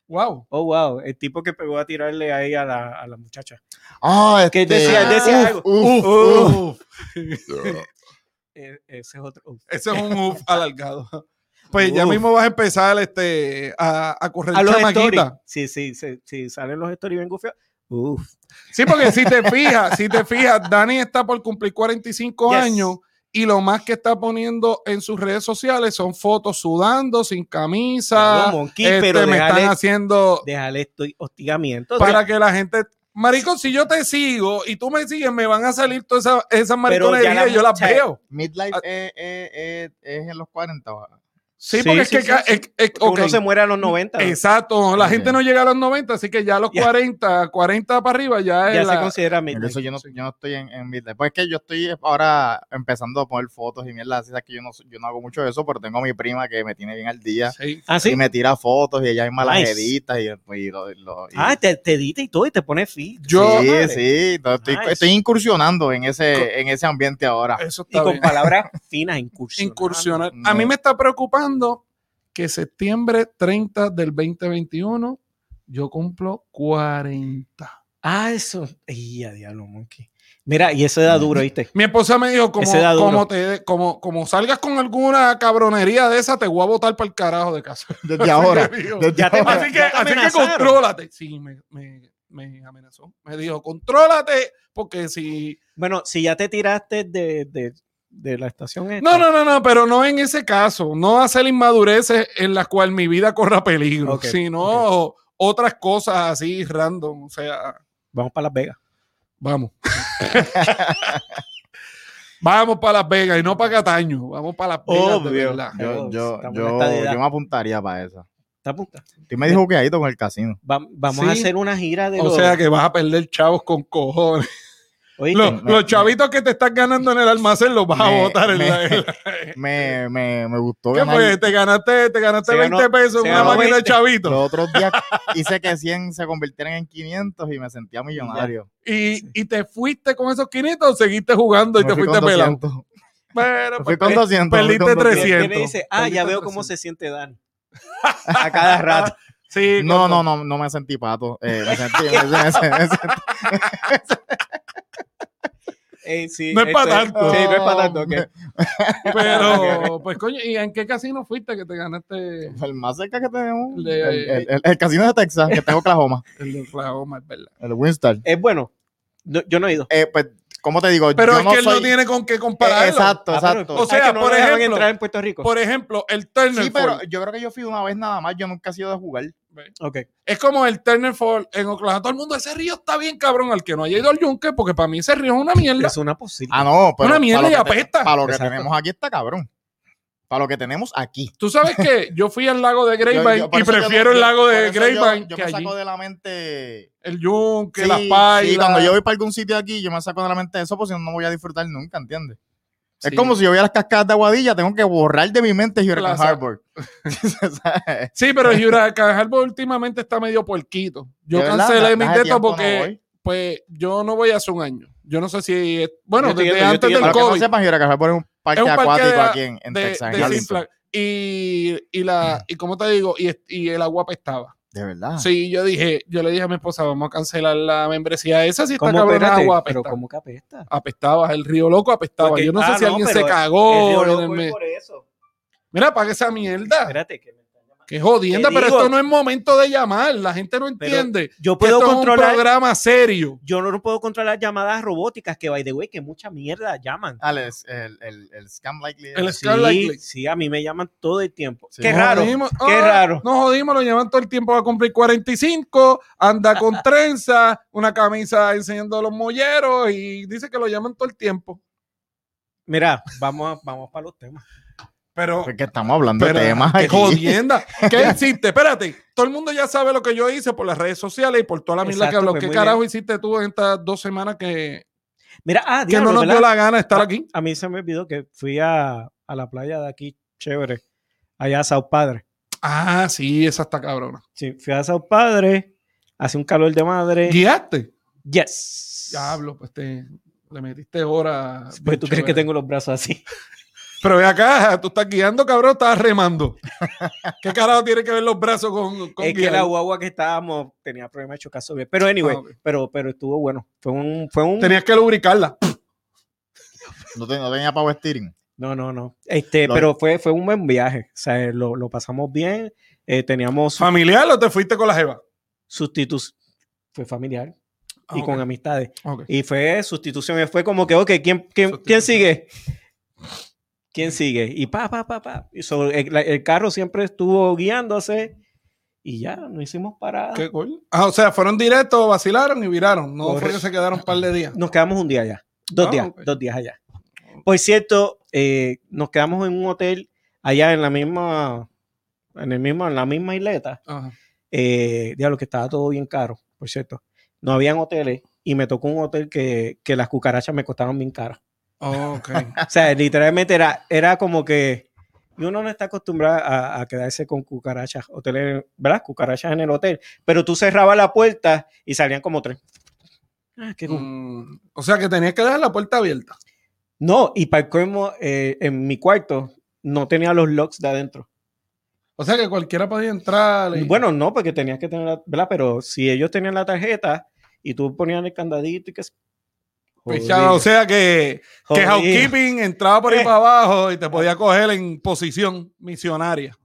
[SPEAKER 4] Wow.
[SPEAKER 2] Oh, wow. El tipo que pegó a tirarle ahí a la, a la muchacha.
[SPEAKER 3] Ah, este-
[SPEAKER 2] Que decía, decía
[SPEAKER 3] uf,
[SPEAKER 2] algo.
[SPEAKER 3] uf,
[SPEAKER 4] Uf.
[SPEAKER 3] uf.
[SPEAKER 2] Eh, ese es otro.
[SPEAKER 4] Ese es un uf alargado. Pues ya
[SPEAKER 2] Uf.
[SPEAKER 4] mismo vas a empezar este, a, a correr
[SPEAKER 2] A los stories.
[SPEAKER 4] chamaquita.
[SPEAKER 2] Sí, sí, sí, sí, salen los stories bien gufiados. Uf.
[SPEAKER 4] Sí, porque si te fijas, si te fijas, Dani está por cumplir 45
[SPEAKER 2] Yes.
[SPEAKER 4] años y lo más que está poniendo en sus redes sociales son fotos sudando, sin camisa.
[SPEAKER 2] no, Monqui,
[SPEAKER 4] Este,
[SPEAKER 2] pero
[SPEAKER 4] me están
[SPEAKER 2] déjale,
[SPEAKER 4] haciendo
[SPEAKER 2] déjale esto hostigamiento.
[SPEAKER 4] para que la gente. Maricón, si yo te sigo y tú me sigues, me van a salir todas esas, esas mariconerías
[SPEAKER 2] la
[SPEAKER 4] y yo las
[SPEAKER 2] mucha-
[SPEAKER 4] veo.
[SPEAKER 3] Midlife
[SPEAKER 4] Ah.
[SPEAKER 3] eh, eh, eh, es en los 40. va.
[SPEAKER 4] Sí,
[SPEAKER 2] Sí,
[SPEAKER 4] porque es
[SPEAKER 2] sí,
[SPEAKER 4] que
[SPEAKER 2] sí,
[SPEAKER 4] ca-
[SPEAKER 2] sí.
[SPEAKER 4] es- es-
[SPEAKER 2] Porque
[SPEAKER 4] ok.
[SPEAKER 2] Uno se muere a los 90. ¿no?
[SPEAKER 4] Exacto, la
[SPEAKER 3] Ok.
[SPEAKER 4] gente no llega a los 90, así que ya a los
[SPEAKER 2] Ya.
[SPEAKER 4] 40, 40 para arriba ya es
[SPEAKER 2] ya se
[SPEAKER 4] la-
[SPEAKER 2] considera
[SPEAKER 3] Por
[SPEAKER 2] midlife.
[SPEAKER 3] eso yo no, yo no estoy en, en midlife. Pues es que yo estoy ahora empezando a poner fotos y mierda. Así es que yo no, yo no hago mucho de eso, pero tengo a mi prima que me tiene bien al día.
[SPEAKER 4] Sí.
[SPEAKER 2] Ah,
[SPEAKER 3] Y
[SPEAKER 2] sí.
[SPEAKER 3] me tira fotos y ella misma las
[SPEAKER 2] Nice.
[SPEAKER 3] edita y, y lo- lo- y-
[SPEAKER 2] Ah, te, te edita y todo y te pone fit.
[SPEAKER 4] Yo-
[SPEAKER 3] sí,
[SPEAKER 2] Madre.
[SPEAKER 3] sí, no, estoy,
[SPEAKER 2] Nice.
[SPEAKER 3] estoy incursionando en ese, en ese ambiente ahora.
[SPEAKER 4] Eso
[SPEAKER 2] Y
[SPEAKER 4] está
[SPEAKER 2] con
[SPEAKER 4] bien.
[SPEAKER 2] palabras finas, incursión.
[SPEAKER 4] incursionar.
[SPEAKER 3] No.
[SPEAKER 4] A mí me está preocupando que septiembre 30 del 2021 yo cumplo 40.
[SPEAKER 2] Ah, eso. Ay, a diablo, monkey. Mira, y eso da duro, ¿viste?
[SPEAKER 4] Mi esposa me dijo, como,
[SPEAKER 2] Ese da duro.
[SPEAKER 4] como, te, como, como salgas con alguna cabronería de esa, te voy a botar para el carajo de casa.
[SPEAKER 3] Desde ahora.
[SPEAKER 4] Así que,
[SPEAKER 3] desde
[SPEAKER 2] Ya te
[SPEAKER 3] ahora.
[SPEAKER 4] así que,
[SPEAKER 2] ya te
[SPEAKER 4] así que
[SPEAKER 2] amenazaron.
[SPEAKER 4] contrólate. Sí, me, me- me amenazó. Me dijo, contrólate, porque si...
[SPEAKER 2] Bueno, si ya te tiraste de, de, de la estación esta.
[SPEAKER 4] No, no, no, no, pero no en ese caso. No hacer inmadureces en las cuales mi vida corra peligro,
[SPEAKER 2] Ok,
[SPEAKER 4] sino otras cosas así random. O sea...
[SPEAKER 2] Vamos para Las Vegas.
[SPEAKER 4] Vamos. Vamos para Las Vegas y no para Cataño. Vamos para Las Vegas. de
[SPEAKER 3] Obvio.
[SPEAKER 4] verdad.
[SPEAKER 3] Yo,
[SPEAKER 2] Estamos
[SPEAKER 3] yo,
[SPEAKER 2] en
[SPEAKER 3] yo,
[SPEAKER 2] estadidad.
[SPEAKER 3] yo me apuntaría para esa.
[SPEAKER 2] Está puta.
[SPEAKER 3] Tú
[SPEAKER 4] Eh,
[SPEAKER 3] me dijo que ahí con el casino.
[SPEAKER 2] Va- vamos
[SPEAKER 4] Sí.
[SPEAKER 2] a hacer una gira de
[SPEAKER 4] O
[SPEAKER 2] los-
[SPEAKER 4] sea que vas a perder chavos con cojones.
[SPEAKER 2] Oíste,
[SPEAKER 4] Los,
[SPEAKER 3] me-
[SPEAKER 4] los chavitos que te están ganando en el almacén los vas a
[SPEAKER 3] me-
[SPEAKER 4] botar en
[SPEAKER 3] me-
[SPEAKER 4] la. en la-
[SPEAKER 3] Me, me, me gustó
[SPEAKER 4] eh, ¿Qué
[SPEAKER 3] ganar.
[SPEAKER 4] fue? Te ganaste, te ganaste
[SPEAKER 2] Se
[SPEAKER 4] 20
[SPEAKER 2] ganó-
[SPEAKER 4] pesos
[SPEAKER 2] se
[SPEAKER 4] en una
[SPEAKER 2] ganó
[SPEAKER 4] máquina de
[SPEAKER 2] 20.
[SPEAKER 4] chavitos.
[SPEAKER 3] Los otros días hice que 100 se convirtieran en 500 y me sentía millonario.
[SPEAKER 4] Y, y te fuiste con esos 500 o seguiste jugando y
[SPEAKER 3] Me
[SPEAKER 4] te
[SPEAKER 3] fui
[SPEAKER 4] fuiste
[SPEAKER 3] con
[SPEAKER 4] pelado.
[SPEAKER 3] 200.
[SPEAKER 4] Pero,
[SPEAKER 3] Fui
[SPEAKER 4] pues,
[SPEAKER 3] con 200. fui
[SPEAKER 4] perdiste
[SPEAKER 3] con 200.
[SPEAKER 2] ¿qué-
[SPEAKER 4] 300.
[SPEAKER 2] qué me
[SPEAKER 4] siento.
[SPEAKER 2] dice, ah, ya
[SPEAKER 4] Maldita
[SPEAKER 2] veo cómo
[SPEAKER 4] presión.
[SPEAKER 2] se siente Dan. a cada rato.
[SPEAKER 4] sí,
[SPEAKER 3] No,
[SPEAKER 4] con-
[SPEAKER 3] no, no, no me sentí pato. Eh, me sentí, me- me- me- me sentí-
[SPEAKER 2] Eh, sí,
[SPEAKER 4] No es pa'
[SPEAKER 2] esto
[SPEAKER 4] tanto.
[SPEAKER 2] Sí, no es para tanto. ok.
[SPEAKER 4] Pero, pues coño, ¿y en qué casino fuiste que te ganaste
[SPEAKER 3] el más cerca que tenemos. El,
[SPEAKER 4] Le-
[SPEAKER 3] el- el- el casino de Texas, que tengo Oklahoma,
[SPEAKER 4] el de Oklahoma, es verdad?
[SPEAKER 3] el Winstar.
[SPEAKER 2] Es bueno. no- yo no he ido. Ah,
[SPEAKER 3] Eh, pues, ¿cómo te digo?
[SPEAKER 4] Pero
[SPEAKER 3] yo
[SPEAKER 4] es que él no
[SPEAKER 3] soy-
[SPEAKER 4] tiene con qué
[SPEAKER 3] Eh,
[SPEAKER 4] compararlo.
[SPEAKER 3] exacto,
[SPEAKER 2] Ah, pero-
[SPEAKER 3] exacto.
[SPEAKER 4] O
[SPEAKER 2] O sea,
[SPEAKER 4] sea,
[SPEAKER 2] que no
[SPEAKER 4] por
[SPEAKER 2] por ejemplo,
[SPEAKER 4] ejemplo-
[SPEAKER 2] entrar en Puerto Rico.
[SPEAKER 4] Por ejemplo, el Turner
[SPEAKER 3] sí, pero
[SPEAKER 4] Ford.
[SPEAKER 3] yo creo que yo fui una vez nada más. Yo nunca he sido de jugar.
[SPEAKER 2] Ok.
[SPEAKER 4] Es como el Turner Ford en Oklahoma. Todo el mundo, ese río está bien cabrón. Al que no haya ido al yunque, porque para mí ese río es una mierda.
[SPEAKER 2] Es una posible.
[SPEAKER 3] Ah, no, pero.
[SPEAKER 4] Una mierda
[SPEAKER 3] para lo
[SPEAKER 4] y
[SPEAKER 3] que te-
[SPEAKER 4] apesta.
[SPEAKER 3] Para lo que
[SPEAKER 2] Exacto.
[SPEAKER 3] tenemos aquí está cabrón. Para lo que tenemos aquí.
[SPEAKER 4] Tú sabes que yo fui al lago de
[SPEAKER 3] Yo- yo-
[SPEAKER 4] Grapevine
[SPEAKER 3] por
[SPEAKER 4] y
[SPEAKER 3] eso yo no-
[SPEAKER 4] prefiero el
[SPEAKER 3] yo-
[SPEAKER 4] lago
[SPEAKER 3] por
[SPEAKER 4] de
[SPEAKER 3] eso yo-
[SPEAKER 4] Grapevine
[SPEAKER 3] Yo
[SPEAKER 4] que
[SPEAKER 3] me
[SPEAKER 4] allí.
[SPEAKER 3] saco de la mente.
[SPEAKER 4] El yunque,
[SPEAKER 3] Sí,
[SPEAKER 4] las
[SPEAKER 3] sí,
[SPEAKER 4] pailas.
[SPEAKER 3] cuando yo voy para algún sitio aquí, yo me saco de la mente eso, porque si no, no voy a disfrutar nunca, ¿entiendes?
[SPEAKER 4] Sí.
[SPEAKER 3] Es como si yo voy a las cascadas de Aguadilla, tengo que borrar de mi mente Hurricane
[SPEAKER 4] Plaza.
[SPEAKER 3] Harbor.
[SPEAKER 4] Sí, pero Huracán Harbor últimamente está medio puerquito. Yo cancelé mis
[SPEAKER 3] detos
[SPEAKER 4] detos porque pues yo no voy hace un año. Yo no sé si es- bueno,
[SPEAKER 2] Yo estoy
[SPEAKER 4] desde
[SPEAKER 2] yendo, yo
[SPEAKER 4] antes
[SPEAKER 2] estoy
[SPEAKER 4] del
[SPEAKER 2] yendo.
[SPEAKER 3] Para que no
[SPEAKER 4] COVID
[SPEAKER 3] sepan, Hurricane Harbor es un parque,
[SPEAKER 4] Es un parque
[SPEAKER 3] acuático
[SPEAKER 4] de-
[SPEAKER 3] aquí en, en
[SPEAKER 4] de,
[SPEAKER 3] Texas. en
[SPEAKER 4] de Six
[SPEAKER 3] Arlington.
[SPEAKER 4] Flags. y, y la y como te digo, y, y el agua pestaba.
[SPEAKER 3] de verdad.
[SPEAKER 4] Sí, yo dije, yo le dije a mi esposa, vamos a cancelar la membresía. Esa sí está
[SPEAKER 2] ¿Cómo
[SPEAKER 4] cabrón, el
[SPEAKER 2] espérate?
[SPEAKER 4] agua
[SPEAKER 2] Pero
[SPEAKER 4] apesta.
[SPEAKER 2] ¿cómo que apesta?
[SPEAKER 4] apestaba, el río loco apestaba.
[SPEAKER 2] Porque-
[SPEAKER 4] yo no sé
[SPEAKER 2] ah,
[SPEAKER 4] si
[SPEAKER 2] no,
[SPEAKER 4] alguien se
[SPEAKER 2] pero
[SPEAKER 4] cagó.
[SPEAKER 2] Es de
[SPEAKER 4] en el
[SPEAKER 2] Orozco y
[SPEAKER 4] me-
[SPEAKER 2] por eso.
[SPEAKER 4] Mira, apaga esa mierda.
[SPEAKER 2] Espérate que me están llamando.
[SPEAKER 4] Qué jodienda,
[SPEAKER 2] Te
[SPEAKER 4] pero
[SPEAKER 2] digo.
[SPEAKER 4] esto no es momento de llamar. La gente no
[SPEAKER 2] Pero
[SPEAKER 4] entiende.
[SPEAKER 2] Yo
[SPEAKER 4] que
[SPEAKER 2] puedo
[SPEAKER 4] esto es un
[SPEAKER 2] controlar
[SPEAKER 4] programa serio.
[SPEAKER 2] yo no puedo controlar llamadas robóticas que by the way que mucha mierda llaman.
[SPEAKER 3] Alex, el, el, el scam likely.
[SPEAKER 4] Ah, El-
[SPEAKER 2] Sí,
[SPEAKER 4] Skylight.
[SPEAKER 2] sí, a mí me llaman todo el tiempo.
[SPEAKER 3] Sí.
[SPEAKER 2] Qué
[SPEAKER 3] No,
[SPEAKER 4] Nos
[SPEAKER 2] raro.
[SPEAKER 4] jodimos.
[SPEAKER 2] qué
[SPEAKER 4] Ah,
[SPEAKER 2] raro.
[SPEAKER 4] Nos jodimos, lo llevan todo el tiempo a cumplir 45, anda con trenza, una camisa enseñando los molleros y dice que lo llaman todo el tiempo.
[SPEAKER 2] Mira, vamos a- vamos para los temas.
[SPEAKER 4] Pero,
[SPEAKER 3] porque estamos hablando
[SPEAKER 4] pero,
[SPEAKER 3] de temas
[SPEAKER 4] qué
[SPEAKER 3] aquí.
[SPEAKER 4] jodienda. ¿Qué hiciste? Espérate, todo el mundo ya sabe lo que yo hice por las redes sociales y por toda la mierda que
[SPEAKER 2] Exacto,
[SPEAKER 4] hablo.
[SPEAKER 2] pues,
[SPEAKER 4] ¿Qué
[SPEAKER 2] muy
[SPEAKER 4] carajo hiciste tú en estas dos semanas que,
[SPEAKER 2] Mira, ah,
[SPEAKER 4] que no
[SPEAKER 2] diablo,
[SPEAKER 4] nos
[SPEAKER 2] ¿verdad? Ah.
[SPEAKER 4] dio la gana de estar aquí?
[SPEAKER 2] A mí se me olvidó que fui a, a la playa de aquí, chévere, allá a Sao Padre.
[SPEAKER 4] Ah, sí, esa está cabrona.
[SPEAKER 2] Sí, fui a Sao Padre, hace un calor de madre.
[SPEAKER 4] ¿Guiaste?
[SPEAKER 2] Yes.
[SPEAKER 4] Diablo, pues te, le metiste horas.
[SPEAKER 2] Pues
[SPEAKER 4] bien
[SPEAKER 2] tú crees que
[SPEAKER 4] chéveres.
[SPEAKER 2] tengo los brazos así.
[SPEAKER 4] Pero ve acá, tú estás guiando, cabrón, estás remando. ¿Qué carajo tiene que ver los brazos con, con
[SPEAKER 2] es que
[SPEAKER 4] guiar?
[SPEAKER 2] la guagua que estábamos tenía problemas de chocar sobre. Pero anyway,
[SPEAKER 4] Ah, ok.
[SPEAKER 2] pero, pero estuvo bueno. Fue un, fue un.
[SPEAKER 4] Tenías que lubricarla.
[SPEAKER 3] No, te- no tenía power steering.
[SPEAKER 2] No, no, no. Este,
[SPEAKER 3] Lo-
[SPEAKER 2] pero fue, fue un buen viaje. O sea, lo, lo pasamos bien. eh, teníamos su-
[SPEAKER 4] ¿Familiar o te fuiste con la jeva?
[SPEAKER 2] sustitu- Fue familiar
[SPEAKER 4] Ah,
[SPEAKER 2] y
[SPEAKER 4] ok,
[SPEAKER 2] con amistades.
[SPEAKER 4] ok.
[SPEAKER 2] Y fue sustitución. y Fue como que, ok, ¿quién, quién,
[SPEAKER 4] Sustitución.
[SPEAKER 2] quién sigue? ¿Quién sigue? Y pa, pa, pa, pa. Y so, el, la- el carro siempre estuvo guiándose y ya, no hicimos parada.
[SPEAKER 4] ¿Qué coño? Ah, o sea, fueron directos, vacilaron y viraron. No fue
[SPEAKER 2] Correcto.
[SPEAKER 4] que se quedaron un par de días.
[SPEAKER 2] Nos quedamos un día allá. Dos
[SPEAKER 4] Ah,
[SPEAKER 2] días,
[SPEAKER 4] ok.
[SPEAKER 2] dos días allá. Por cierto, eh, nos quedamos en un hotel allá en la misma, en el mismo, en la misma isleta.
[SPEAKER 4] Ajá.
[SPEAKER 2] Eh, diablo, que estaba todo bien caro, por cierto. No habían hoteles y me tocó un hotel que, que las cucarachas me costaron bien caras.
[SPEAKER 4] Oh, Ok.
[SPEAKER 2] O sea, literalmente era, era como que y uno no está acostumbrado a, a quedarse con cucarachas, hoteles, ¿verdad? Cucarachas en el hotel. Pero tú cerrabas la puerta y salían como tres. Ah, qué cu-
[SPEAKER 4] Mm, o sea, que tenías que dejar la puerta abierta.
[SPEAKER 2] No, y para el colmo, eh, en mi cuarto no tenía los locks de adentro.
[SPEAKER 4] O sea, que cualquiera podía entrar. y-
[SPEAKER 2] Bueno, no, porque tenías que tener, la- ¿verdad? Pero si ellos tenían la tarjeta y tú ponías el candadito y que... se-
[SPEAKER 4] Pues, chao, o
[SPEAKER 2] Jodido,
[SPEAKER 4] sea, que, que
[SPEAKER 2] jodido.
[SPEAKER 4] housekeeping entraba por ahí
[SPEAKER 2] Eh.
[SPEAKER 4] para abajo y te podía coger en posición misionaria.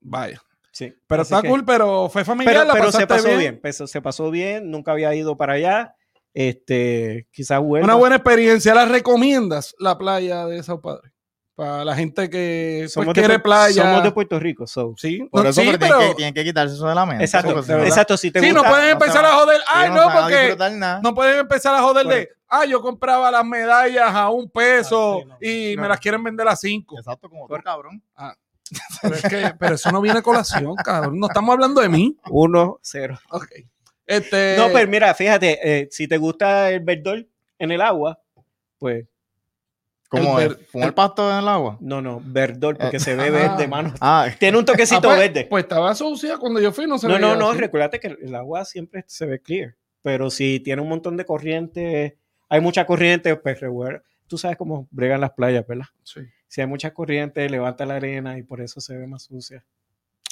[SPEAKER 4] Vaya.
[SPEAKER 2] Sí,
[SPEAKER 4] Pero
[SPEAKER 2] así
[SPEAKER 4] está
[SPEAKER 2] que-
[SPEAKER 4] cool, pero fue familiar,
[SPEAKER 2] pero,
[SPEAKER 4] la
[SPEAKER 2] pero
[SPEAKER 4] pasaste
[SPEAKER 2] se pasó bien, pues, se pasó bien, nunca había ido para allá. Este, quizás vuelva.
[SPEAKER 4] Una buena experiencia. ¿La recomiendas la playa de Sao Padre? Para la gente que pues,
[SPEAKER 2] Somos, de,
[SPEAKER 4] quiere
[SPEAKER 2] Pu-
[SPEAKER 4] playa.
[SPEAKER 2] somos de Puerto Rico, so.
[SPEAKER 4] Sí,
[SPEAKER 3] Por
[SPEAKER 4] no,
[SPEAKER 3] eso
[SPEAKER 4] sí,
[SPEAKER 3] pero
[SPEAKER 4] pero-
[SPEAKER 3] tienen, que, tienen que quitarse eso de la mente.
[SPEAKER 2] Exacto,
[SPEAKER 3] porque si no-
[SPEAKER 2] exacto. Si te
[SPEAKER 4] sí, no
[SPEAKER 2] gusta,
[SPEAKER 4] pueden
[SPEAKER 3] no se
[SPEAKER 4] empezar
[SPEAKER 3] va-
[SPEAKER 4] a joder.
[SPEAKER 3] si
[SPEAKER 4] Ay,
[SPEAKER 3] se
[SPEAKER 4] Ah, no,
[SPEAKER 3] van a
[SPEAKER 4] porque
[SPEAKER 3] disfrutar nada.
[SPEAKER 4] no pueden empezar a joder de.
[SPEAKER 2] Correcto.
[SPEAKER 4] Ah, yo compraba las medallas a un peso
[SPEAKER 2] Pues Ah, sí, no,
[SPEAKER 4] y me
[SPEAKER 2] no.
[SPEAKER 4] las quieren vender a cinco.
[SPEAKER 3] Exacto, como tú,
[SPEAKER 2] Correcto.
[SPEAKER 3] cabrón.
[SPEAKER 4] Pero, es que- pero eso no viene a colación, cabrón. No estamos hablando de mí.
[SPEAKER 2] Uno, cero.
[SPEAKER 4] Ok. Este,
[SPEAKER 2] No, pero mira, fíjate, eh, si te gusta el verdor en el agua, pues
[SPEAKER 3] Como
[SPEAKER 4] El
[SPEAKER 3] el,
[SPEAKER 4] ver-
[SPEAKER 3] fumar
[SPEAKER 4] el-
[SPEAKER 3] pasto en el agua.
[SPEAKER 2] no, no, verdor, porque
[SPEAKER 3] Eh,
[SPEAKER 2] se ve verde,
[SPEAKER 4] ajá.
[SPEAKER 2] mano.
[SPEAKER 3] Ah,
[SPEAKER 2] Tiene un
[SPEAKER 4] ah,
[SPEAKER 2] toquecito
[SPEAKER 4] pues,
[SPEAKER 2] verde.
[SPEAKER 4] Pues estaba sucia cuando yo fui, no se
[SPEAKER 2] no, no,
[SPEAKER 4] veía
[SPEAKER 2] no,
[SPEAKER 4] así.
[SPEAKER 2] recuérdate que el agua siempre se ve clear, pero si tiene un montón de corriente, hay mucha corriente, pues revuelve. Tú sabes cómo bregan las playas, ¿verdad?
[SPEAKER 4] Sí.
[SPEAKER 2] Si hay mucha corriente, levanta la arena y por eso se ve más sucia.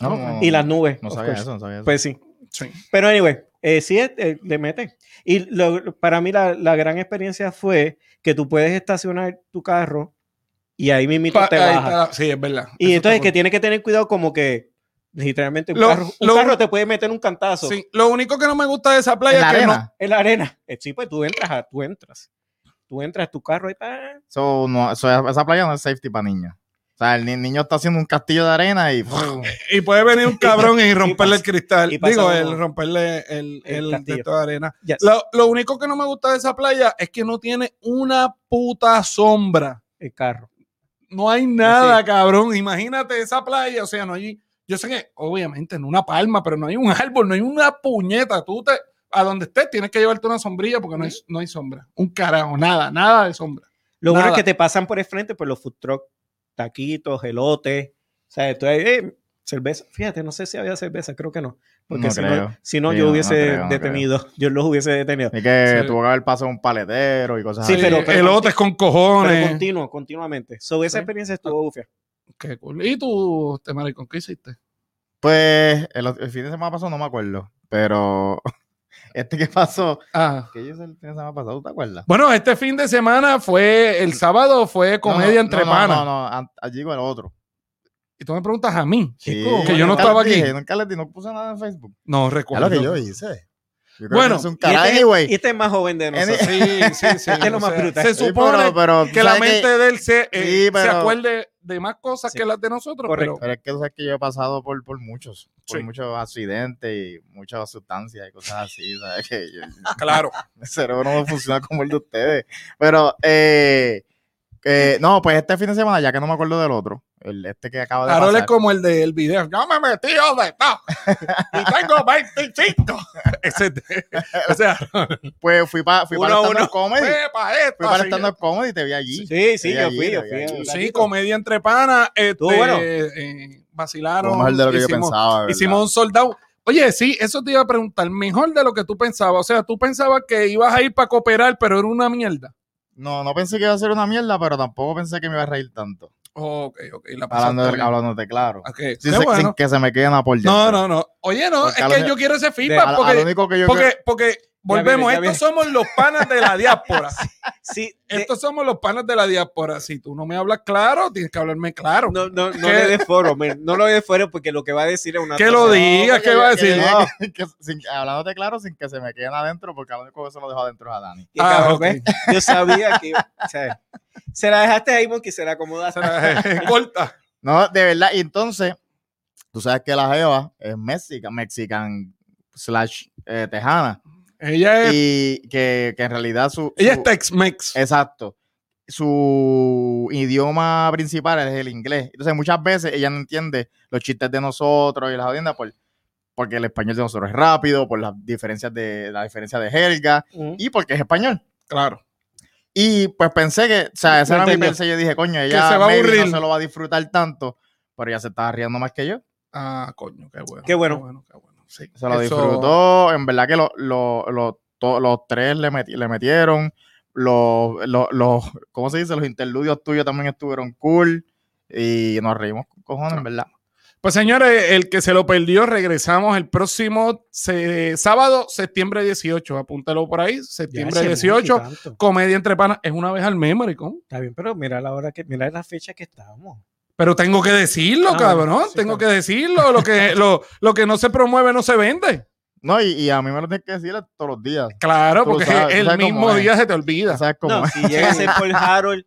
[SPEAKER 3] Ah, no,
[SPEAKER 4] pues,
[SPEAKER 2] y las nubes.
[SPEAKER 3] No
[SPEAKER 2] of
[SPEAKER 3] sabía
[SPEAKER 2] course.
[SPEAKER 3] eso, no sabía eso.
[SPEAKER 2] Pues sí.
[SPEAKER 4] Sí.
[SPEAKER 2] Pero anyway, eh, sí, eh, le mete. Y lo- para mí la, la gran experiencia fue que tú puedes estacionar tu carro y ahí mismito
[SPEAKER 4] Pa-
[SPEAKER 2] te
[SPEAKER 4] ahí
[SPEAKER 2] bajas.
[SPEAKER 4] está, sí, es verdad.
[SPEAKER 2] Y
[SPEAKER 4] Eso
[SPEAKER 2] entonces
[SPEAKER 4] está
[SPEAKER 2] que tienes que tener cuidado como que literalmente un,
[SPEAKER 4] Lo-
[SPEAKER 2] carro, un
[SPEAKER 4] lo-
[SPEAKER 2] carro te puede meter un cantazo
[SPEAKER 4] Sí, lo único que no me gusta de esa playa
[SPEAKER 3] en la
[SPEAKER 4] es que no-
[SPEAKER 3] arena.
[SPEAKER 2] en la arena. Eh, Sí, pues tú entras, ah, tú entras. Tú entras tu carro y pa.
[SPEAKER 3] So, no, so, esa playa no es safety para niños. O sea, el ni- niño está haciendo un castillo de arena y
[SPEAKER 4] y puede venir un cabrón y romperle el
[SPEAKER 2] pasa-
[SPEAKER 4] cristal.
[SPEAKER 2] y pasa
[SPEAKER 4] Digo,
[SPEAKER 2] uno-
[SPEAKER 4] el romperle el,
[SPEAKER 2] el
[SPEAKER 4] el,
[SPEAKER 2] castillo.
[SPEAKER 4] de toda arena.
[SPEAKER 2] Yes.
[SPEAKER 4] Lo, lo único que no me gusta de esa playa es que no tiene una puta sombra.
[SPEAKER 2] El carro.
[SPEAKER 4] No hay nada, cabrón. Imagínate esa playa. O sea, no hay. Yo sé que, obviamente, en una palma, pero no hay un árbol, no hay una puñeta. Tú te. A donde estés tienes que llevarte una sombrilla porque no hay, no hay sombra. Un carajo, nada, nada de sombra.
[SPEAKER 2] Lo bueno
[SPEAKER 4] Nada.
[SPEAKER 2] es que te pasan por el frente por los food trucks, taquitos, elotes, o sea, tú ahí, eh, cerveza. Fíjate, no sé si había cerveza, creo que no. Porque
[SPEAKER 3] No
[SPEAKER 2] si,
[SPEAKER 3] creo.
[SPEAKER 2] No, si no,
[SPEAKER 3] Sí,
[SPEAKER 2] yo
[SPEAKER 3] no, no
[SPEAKER 2] hubiese
[SPEAKER 3] creo, no
[SPEAKER 2] detenido, yo los hubiese detenido.
[SPEAKER 3] y que
[SPEAKER 4] Sí.
[SPEAKER 3] tuvo que haber pasado un paletero y cosas
[SPEAKER 2] Sí,
[SPEAKER 3] así.
[SPEAKER 2] pero-
[SPEAKER 4] eh,
[SPEAKER 2] pero-
[SPEAKER 4] Elotes con
[SPEAKER 2] Pero
[SPEAKER 4] cojones.
[SPEAKER 2] continuo, continuamente. Sobre esa
[SPEAKER 4] Sí.
[SPEAKER 2] experiencia estuvo bufia.
[SPEAKER 4] Qué cool. ¿Y tú, este maricón, qué hiciste?
[SPEAKER 3] Pues el, el fin de semana pasado no me acuerdo, pero este que pasó,
[SPEAKER 4] Ah.
[SPEAKER 3] que yo hice el fin de semana pasado, ¿tú te acuerdas?
[SPEAKER 4] Bueno, este fin de semana fue, el sábado fue comedia
[SPEAKER 3] No, no,
[SPEAKER 4] entre
[SPEAKER 3] no,
[SPEAKER 4] panas.
[SPEAKER 3] No, no, no, an- allí con el otro.
[SPEAKER 4] Y tú me preguntas a mí.
[SPEAKER 3] Sí,
[SPEAKER 4] chico, que yo no
[SPEAKER 3] nunca
[SPEAKER 4] estaba
[SPEAKER 3] les
[SPEAKER 4] aquí.
[SPEAKER 3] dije, nunca les di, no puse nada en Facebook.
[SPEAKER 4] No
[SPEAKER 3] Ya
[SPEAKER 4] recuerdo.
[SPEAKER 3] lo que yo hice. Yo creo que
[SPEAKER 4] Bueno,
[SPEAKER 3] hice un
[SPEAKER 2] Y
[SPEAKER 3] carajo,
[SPEAKER 2] este,
[SPEAKER 3] anyway.
[SPEAKER 2] y este es más joven de nosotros.
[SPEAKER 4] Sí,
[SPEAKER 3] Any-
[SPEAKER 4] sí, sí.
[SPEAKER 2] Es lo
[SPEAKER 4] o
[SPEAKER 2] más
[SPEAKER 4] sea,
[SPEAKER 2] brutal.
[SPEAKER 4] Se
[SPEAKER 3] Sí,
[SPEAKER 4] supone
[SPEAKER 3] pero- pero tú
[SPEAKER 4] que la
[SPEAKER 3] sabes
[SPEAKER 4] mente de él se, eh,
[SPEAKER 3] Sí,
[SPEAKER 4] se
[SPEAKER 3] pero-
[SPEAKER 4] acuerde de más cosas
[SPEAKER 2] Sí.
[SPEAKER 4] que las de nosotros.
[SPEAKER 2] Correcto.
[SPEAKER 4] Pero,
[SPEAKER 3] Pero es que tú sabes que yo he pasado por, por muchos, por
[SPEAKER 4] Sí.
[SPEAKER 3] muchos accidentes y muchas sustancias y cosas así, ¿sabes? Que yo-
[SPEAKER 4] claro.
[SPEAKER 3] mi cerebro no funciona como el de ustedes. Pero, eh, eh, no, pues este fin de semana, ya que no me acuerdo del otro, el este que acaba de
[SPEAKER 4] Carol es
[SPEAKER 3] pasar.
[SPEAKER 4] como el del video. Yo me metí de todo. Y tengo 25. Ese de- o sea,
[SPEAKER 3] Pues fui, pa- fui
[SPEAKER 2] Uno
[SPEAKER 3] para
[SPEAKER 2] a
[SPEAKER 3] stand-up
[SPEAKER 2] uno.
[SPEAKER 3] comedy.
[SPEAKER 4] fue para esto.
[SPEAKER 3] Fui para
[SPEAKER 4] sí.
[SPEAKER 3] stand-up comedy y te vi allí.
[SPEAKER 2] Sí, sí,
[SPEAKER 3] Sí,
[SPEAKER 2] yo
[SPEAKER 3] allí,
[SPEAKER 2] fui, yo
[SPEAKER 3] allí,
[SPEAKER 2] fui.
[SPEAKER 3] allí.
[SPEAKER 2] un
[SPEAKER 4] Sí,
[SPEAKER 2] ratito.
[SPEAKER 4] comédia entre panas. Este,
[SPEAKER 2] Estuvo bueno.
[SPEAKER 4] eh, vacilaron.
[SPEAKER 3] Fue mejor de lo que yo
[SPEAKER 4] hicimos-
[SPEAKER 3] pensaba. de verdad.
[SPEAKER 4] Hicimos un soldado. Oye, sí, eso te iba a preguntar. Mejor de lo que tú pensabas. O sea, tú pensabas que ibas a ir para cooperar, pero era una mierda.
[SPEAKER 3] No, no pensé que iba a ser una mierda, pero tampoco pensé que me iba a reír tanto.
[SPEAKER 4] Ok, ok. La
[SPEAKER 3] Hablando
[SPEAKER 4] pasaste
[SPEAKER 3] de-
[SPEAKER 4] bien.
[SPEAKER 3] hablándote claro.
[SPEAKER 4] Ok, qué
[SPEAKER 3] Sin, se-
[SPEAKER 4] bueno.
[SPEAKER 3] sin que se me queden a por
[SPEAKER 4] No, no,
[SPEAKER 3] dentro.
[SPEAKER 4] no. Oye, no,
[SPEAKER 3] Porque
[SPEAKER 4] es
[SPEAKER 3] a
[SPEAKER 4] que
[SPEAKER 3] lo-
[SPEAKER 4] yo quiero ese
[SPEAKER 3] A,
[SPEAKER 4] feedback
[SPEAKER 3] lo- a lo
[SPEAKER 4] porque,
[SPEAKER 3] único que yo
[SPEAKER 4] porque, porque volvemos.
[SPEAKER 2] viene, ya
[SPEAKER 4] Estos somos los panas de la diáspora.
[SPEAKER 2] Sí, de-
[SPEAKER 4] Estos somos los panas de la diáspora. Si tú no me hablas claro, tienes que hablarme claro.
[SPEAKER 2] no, no, no
[SPEAKER 4] ¿Qué?
[SPEAKER 2] le des foro, men, no lo des foro porque lo que va a decir es una.
[SPEAKER 4] Que lo
[SPEAKER 2] atrocidad.
[SPEAKER 4] digas,
[SPEAKER 3] porque
[SPEAKER 4] ¿qué
[SPEAKER 3] yo-
[SPEAKER 4] va a
[SPEAKER 3] que
[SPEAKER 4] decir?
[SPEAKER 3] yo- que- sin- hablándote claro, sin que se me queden adentro, porque a lo único que se lo dejo adentro es a Dani.
[SPEAKER 2] Qué
[SPEAKER 4] Ah,
[SPEAKER 2] cabrón,
[SPEAKER 4] ok.
[SPEAKER 2] ¿ves? Yo sabía que. o sea, se la dejaste ahí, Monkey, se la acomodaste.
[SPEAKER 4] Corta.
[SPEAKER 3] No, de verdad. Y entonces, tú sabes que la Jeva es mexican, mexican slash eh, tejana.
[SPEAKER 4] Ella es,
[SPEAKER 3] Y que, que en realidad su,
[SPEAKER 4] Eh. ella
[SPEAKER 3] su-
[SPEAKER 4] es Tex-Mex.
[SPEAKER 2] Eh.
[SPEAKER 3] Exacto. Su idioma principal es el inglés. Entonces, muchas veces ella no entiende los chistes de nosotros y las audiencias por, porque el español de nosotros es rápido, por las diferencias de la diferencia de jerga
[SPEAKER 2] Mm.
[SPEAKER 3] y porque es español.
[SPEAKER 4] Claro.
[SPEAKER 3] Y pues pensé que, o sea, esa
[SPEAKER 2] No
[SPEAKER 3] era mi
[SPEAKER 2] entendió.
[SPEAKER 3] pensé. Yo dije, coño, ella
[SPEAKER 4] pues, se va a
[SPEAKER 3] maybe
[SPEAKER 4] aburrir.
[SPEAKER 3] no se lo va a disfrutar tanto, pero ella se estaba riendo más que yo.
[SPEAKER 4] Ah, coño, qué bueno.
[SPEAKER 2] Qué bueno.
[SPEAKER 4] Qué bueno, qué bueno. Sí.
[SPEAKER 3] Se lo
[SPEAKER 4] Eso-
[SPEAKER 3] disfrutó. En verdad que lo- lo- lo- to- los tres le, meti- le metieron. Los, los, los- ¿cómo se dice? Los interludios tuyos también estuvieron cool. Y nos reímos con cojones, en verdad.
[SPEAKER 4] Pues señores, el que se lo perdió, regresamos el próximo se- sábado, septiembre 18. Apúntalo por ahí,
[SPEAKER 2] Ya,
[SPEAKER 4] septiembre
[SPEAKER 2] ese
[SPEAKER 4] 18.
[SPEAKER 2] Monkey, tanto.
[SPEAKER 4] Comedia entre panas. Es una vez al mes, maricón.
[SPEAKER 2] Está bien, pero mira la hora que, mira la fecha que estamos.
[SPEAKER 4] Pero tengo que decirlo,
[SPEAKER 2] Ah,
[SPEAKER 4] cabrón.
[SPEAKER 2] bueno, sí,
[SPEAKER 4] tengo
[SPEAKER 2] claro.
[SPEAKER 4] que decirlo. Lo que, lo, lo que no se promueve no se vende.
[SPEAKER 3] No, y, y a mí me lo tienes que decir todos los días.
[SPEAKER 4] Claro,
[SPEAKER 3] Tú
[SPEAKER 4] porque
[SPEAKER 3] sabes, tú
[SPEAKER 4] el
[SPEAKER 3] sabes cómo
[SPEAKER 4] mismo
[SPEAKER 3] es.
[SPEAKER 4] día se te olvida.
[SPEAKER 3] ¿Sabes cómo
[SPEAKER 2] No,
[SPEAKER 3] es?
[SPEAKER 2] si llega a ser por Harold,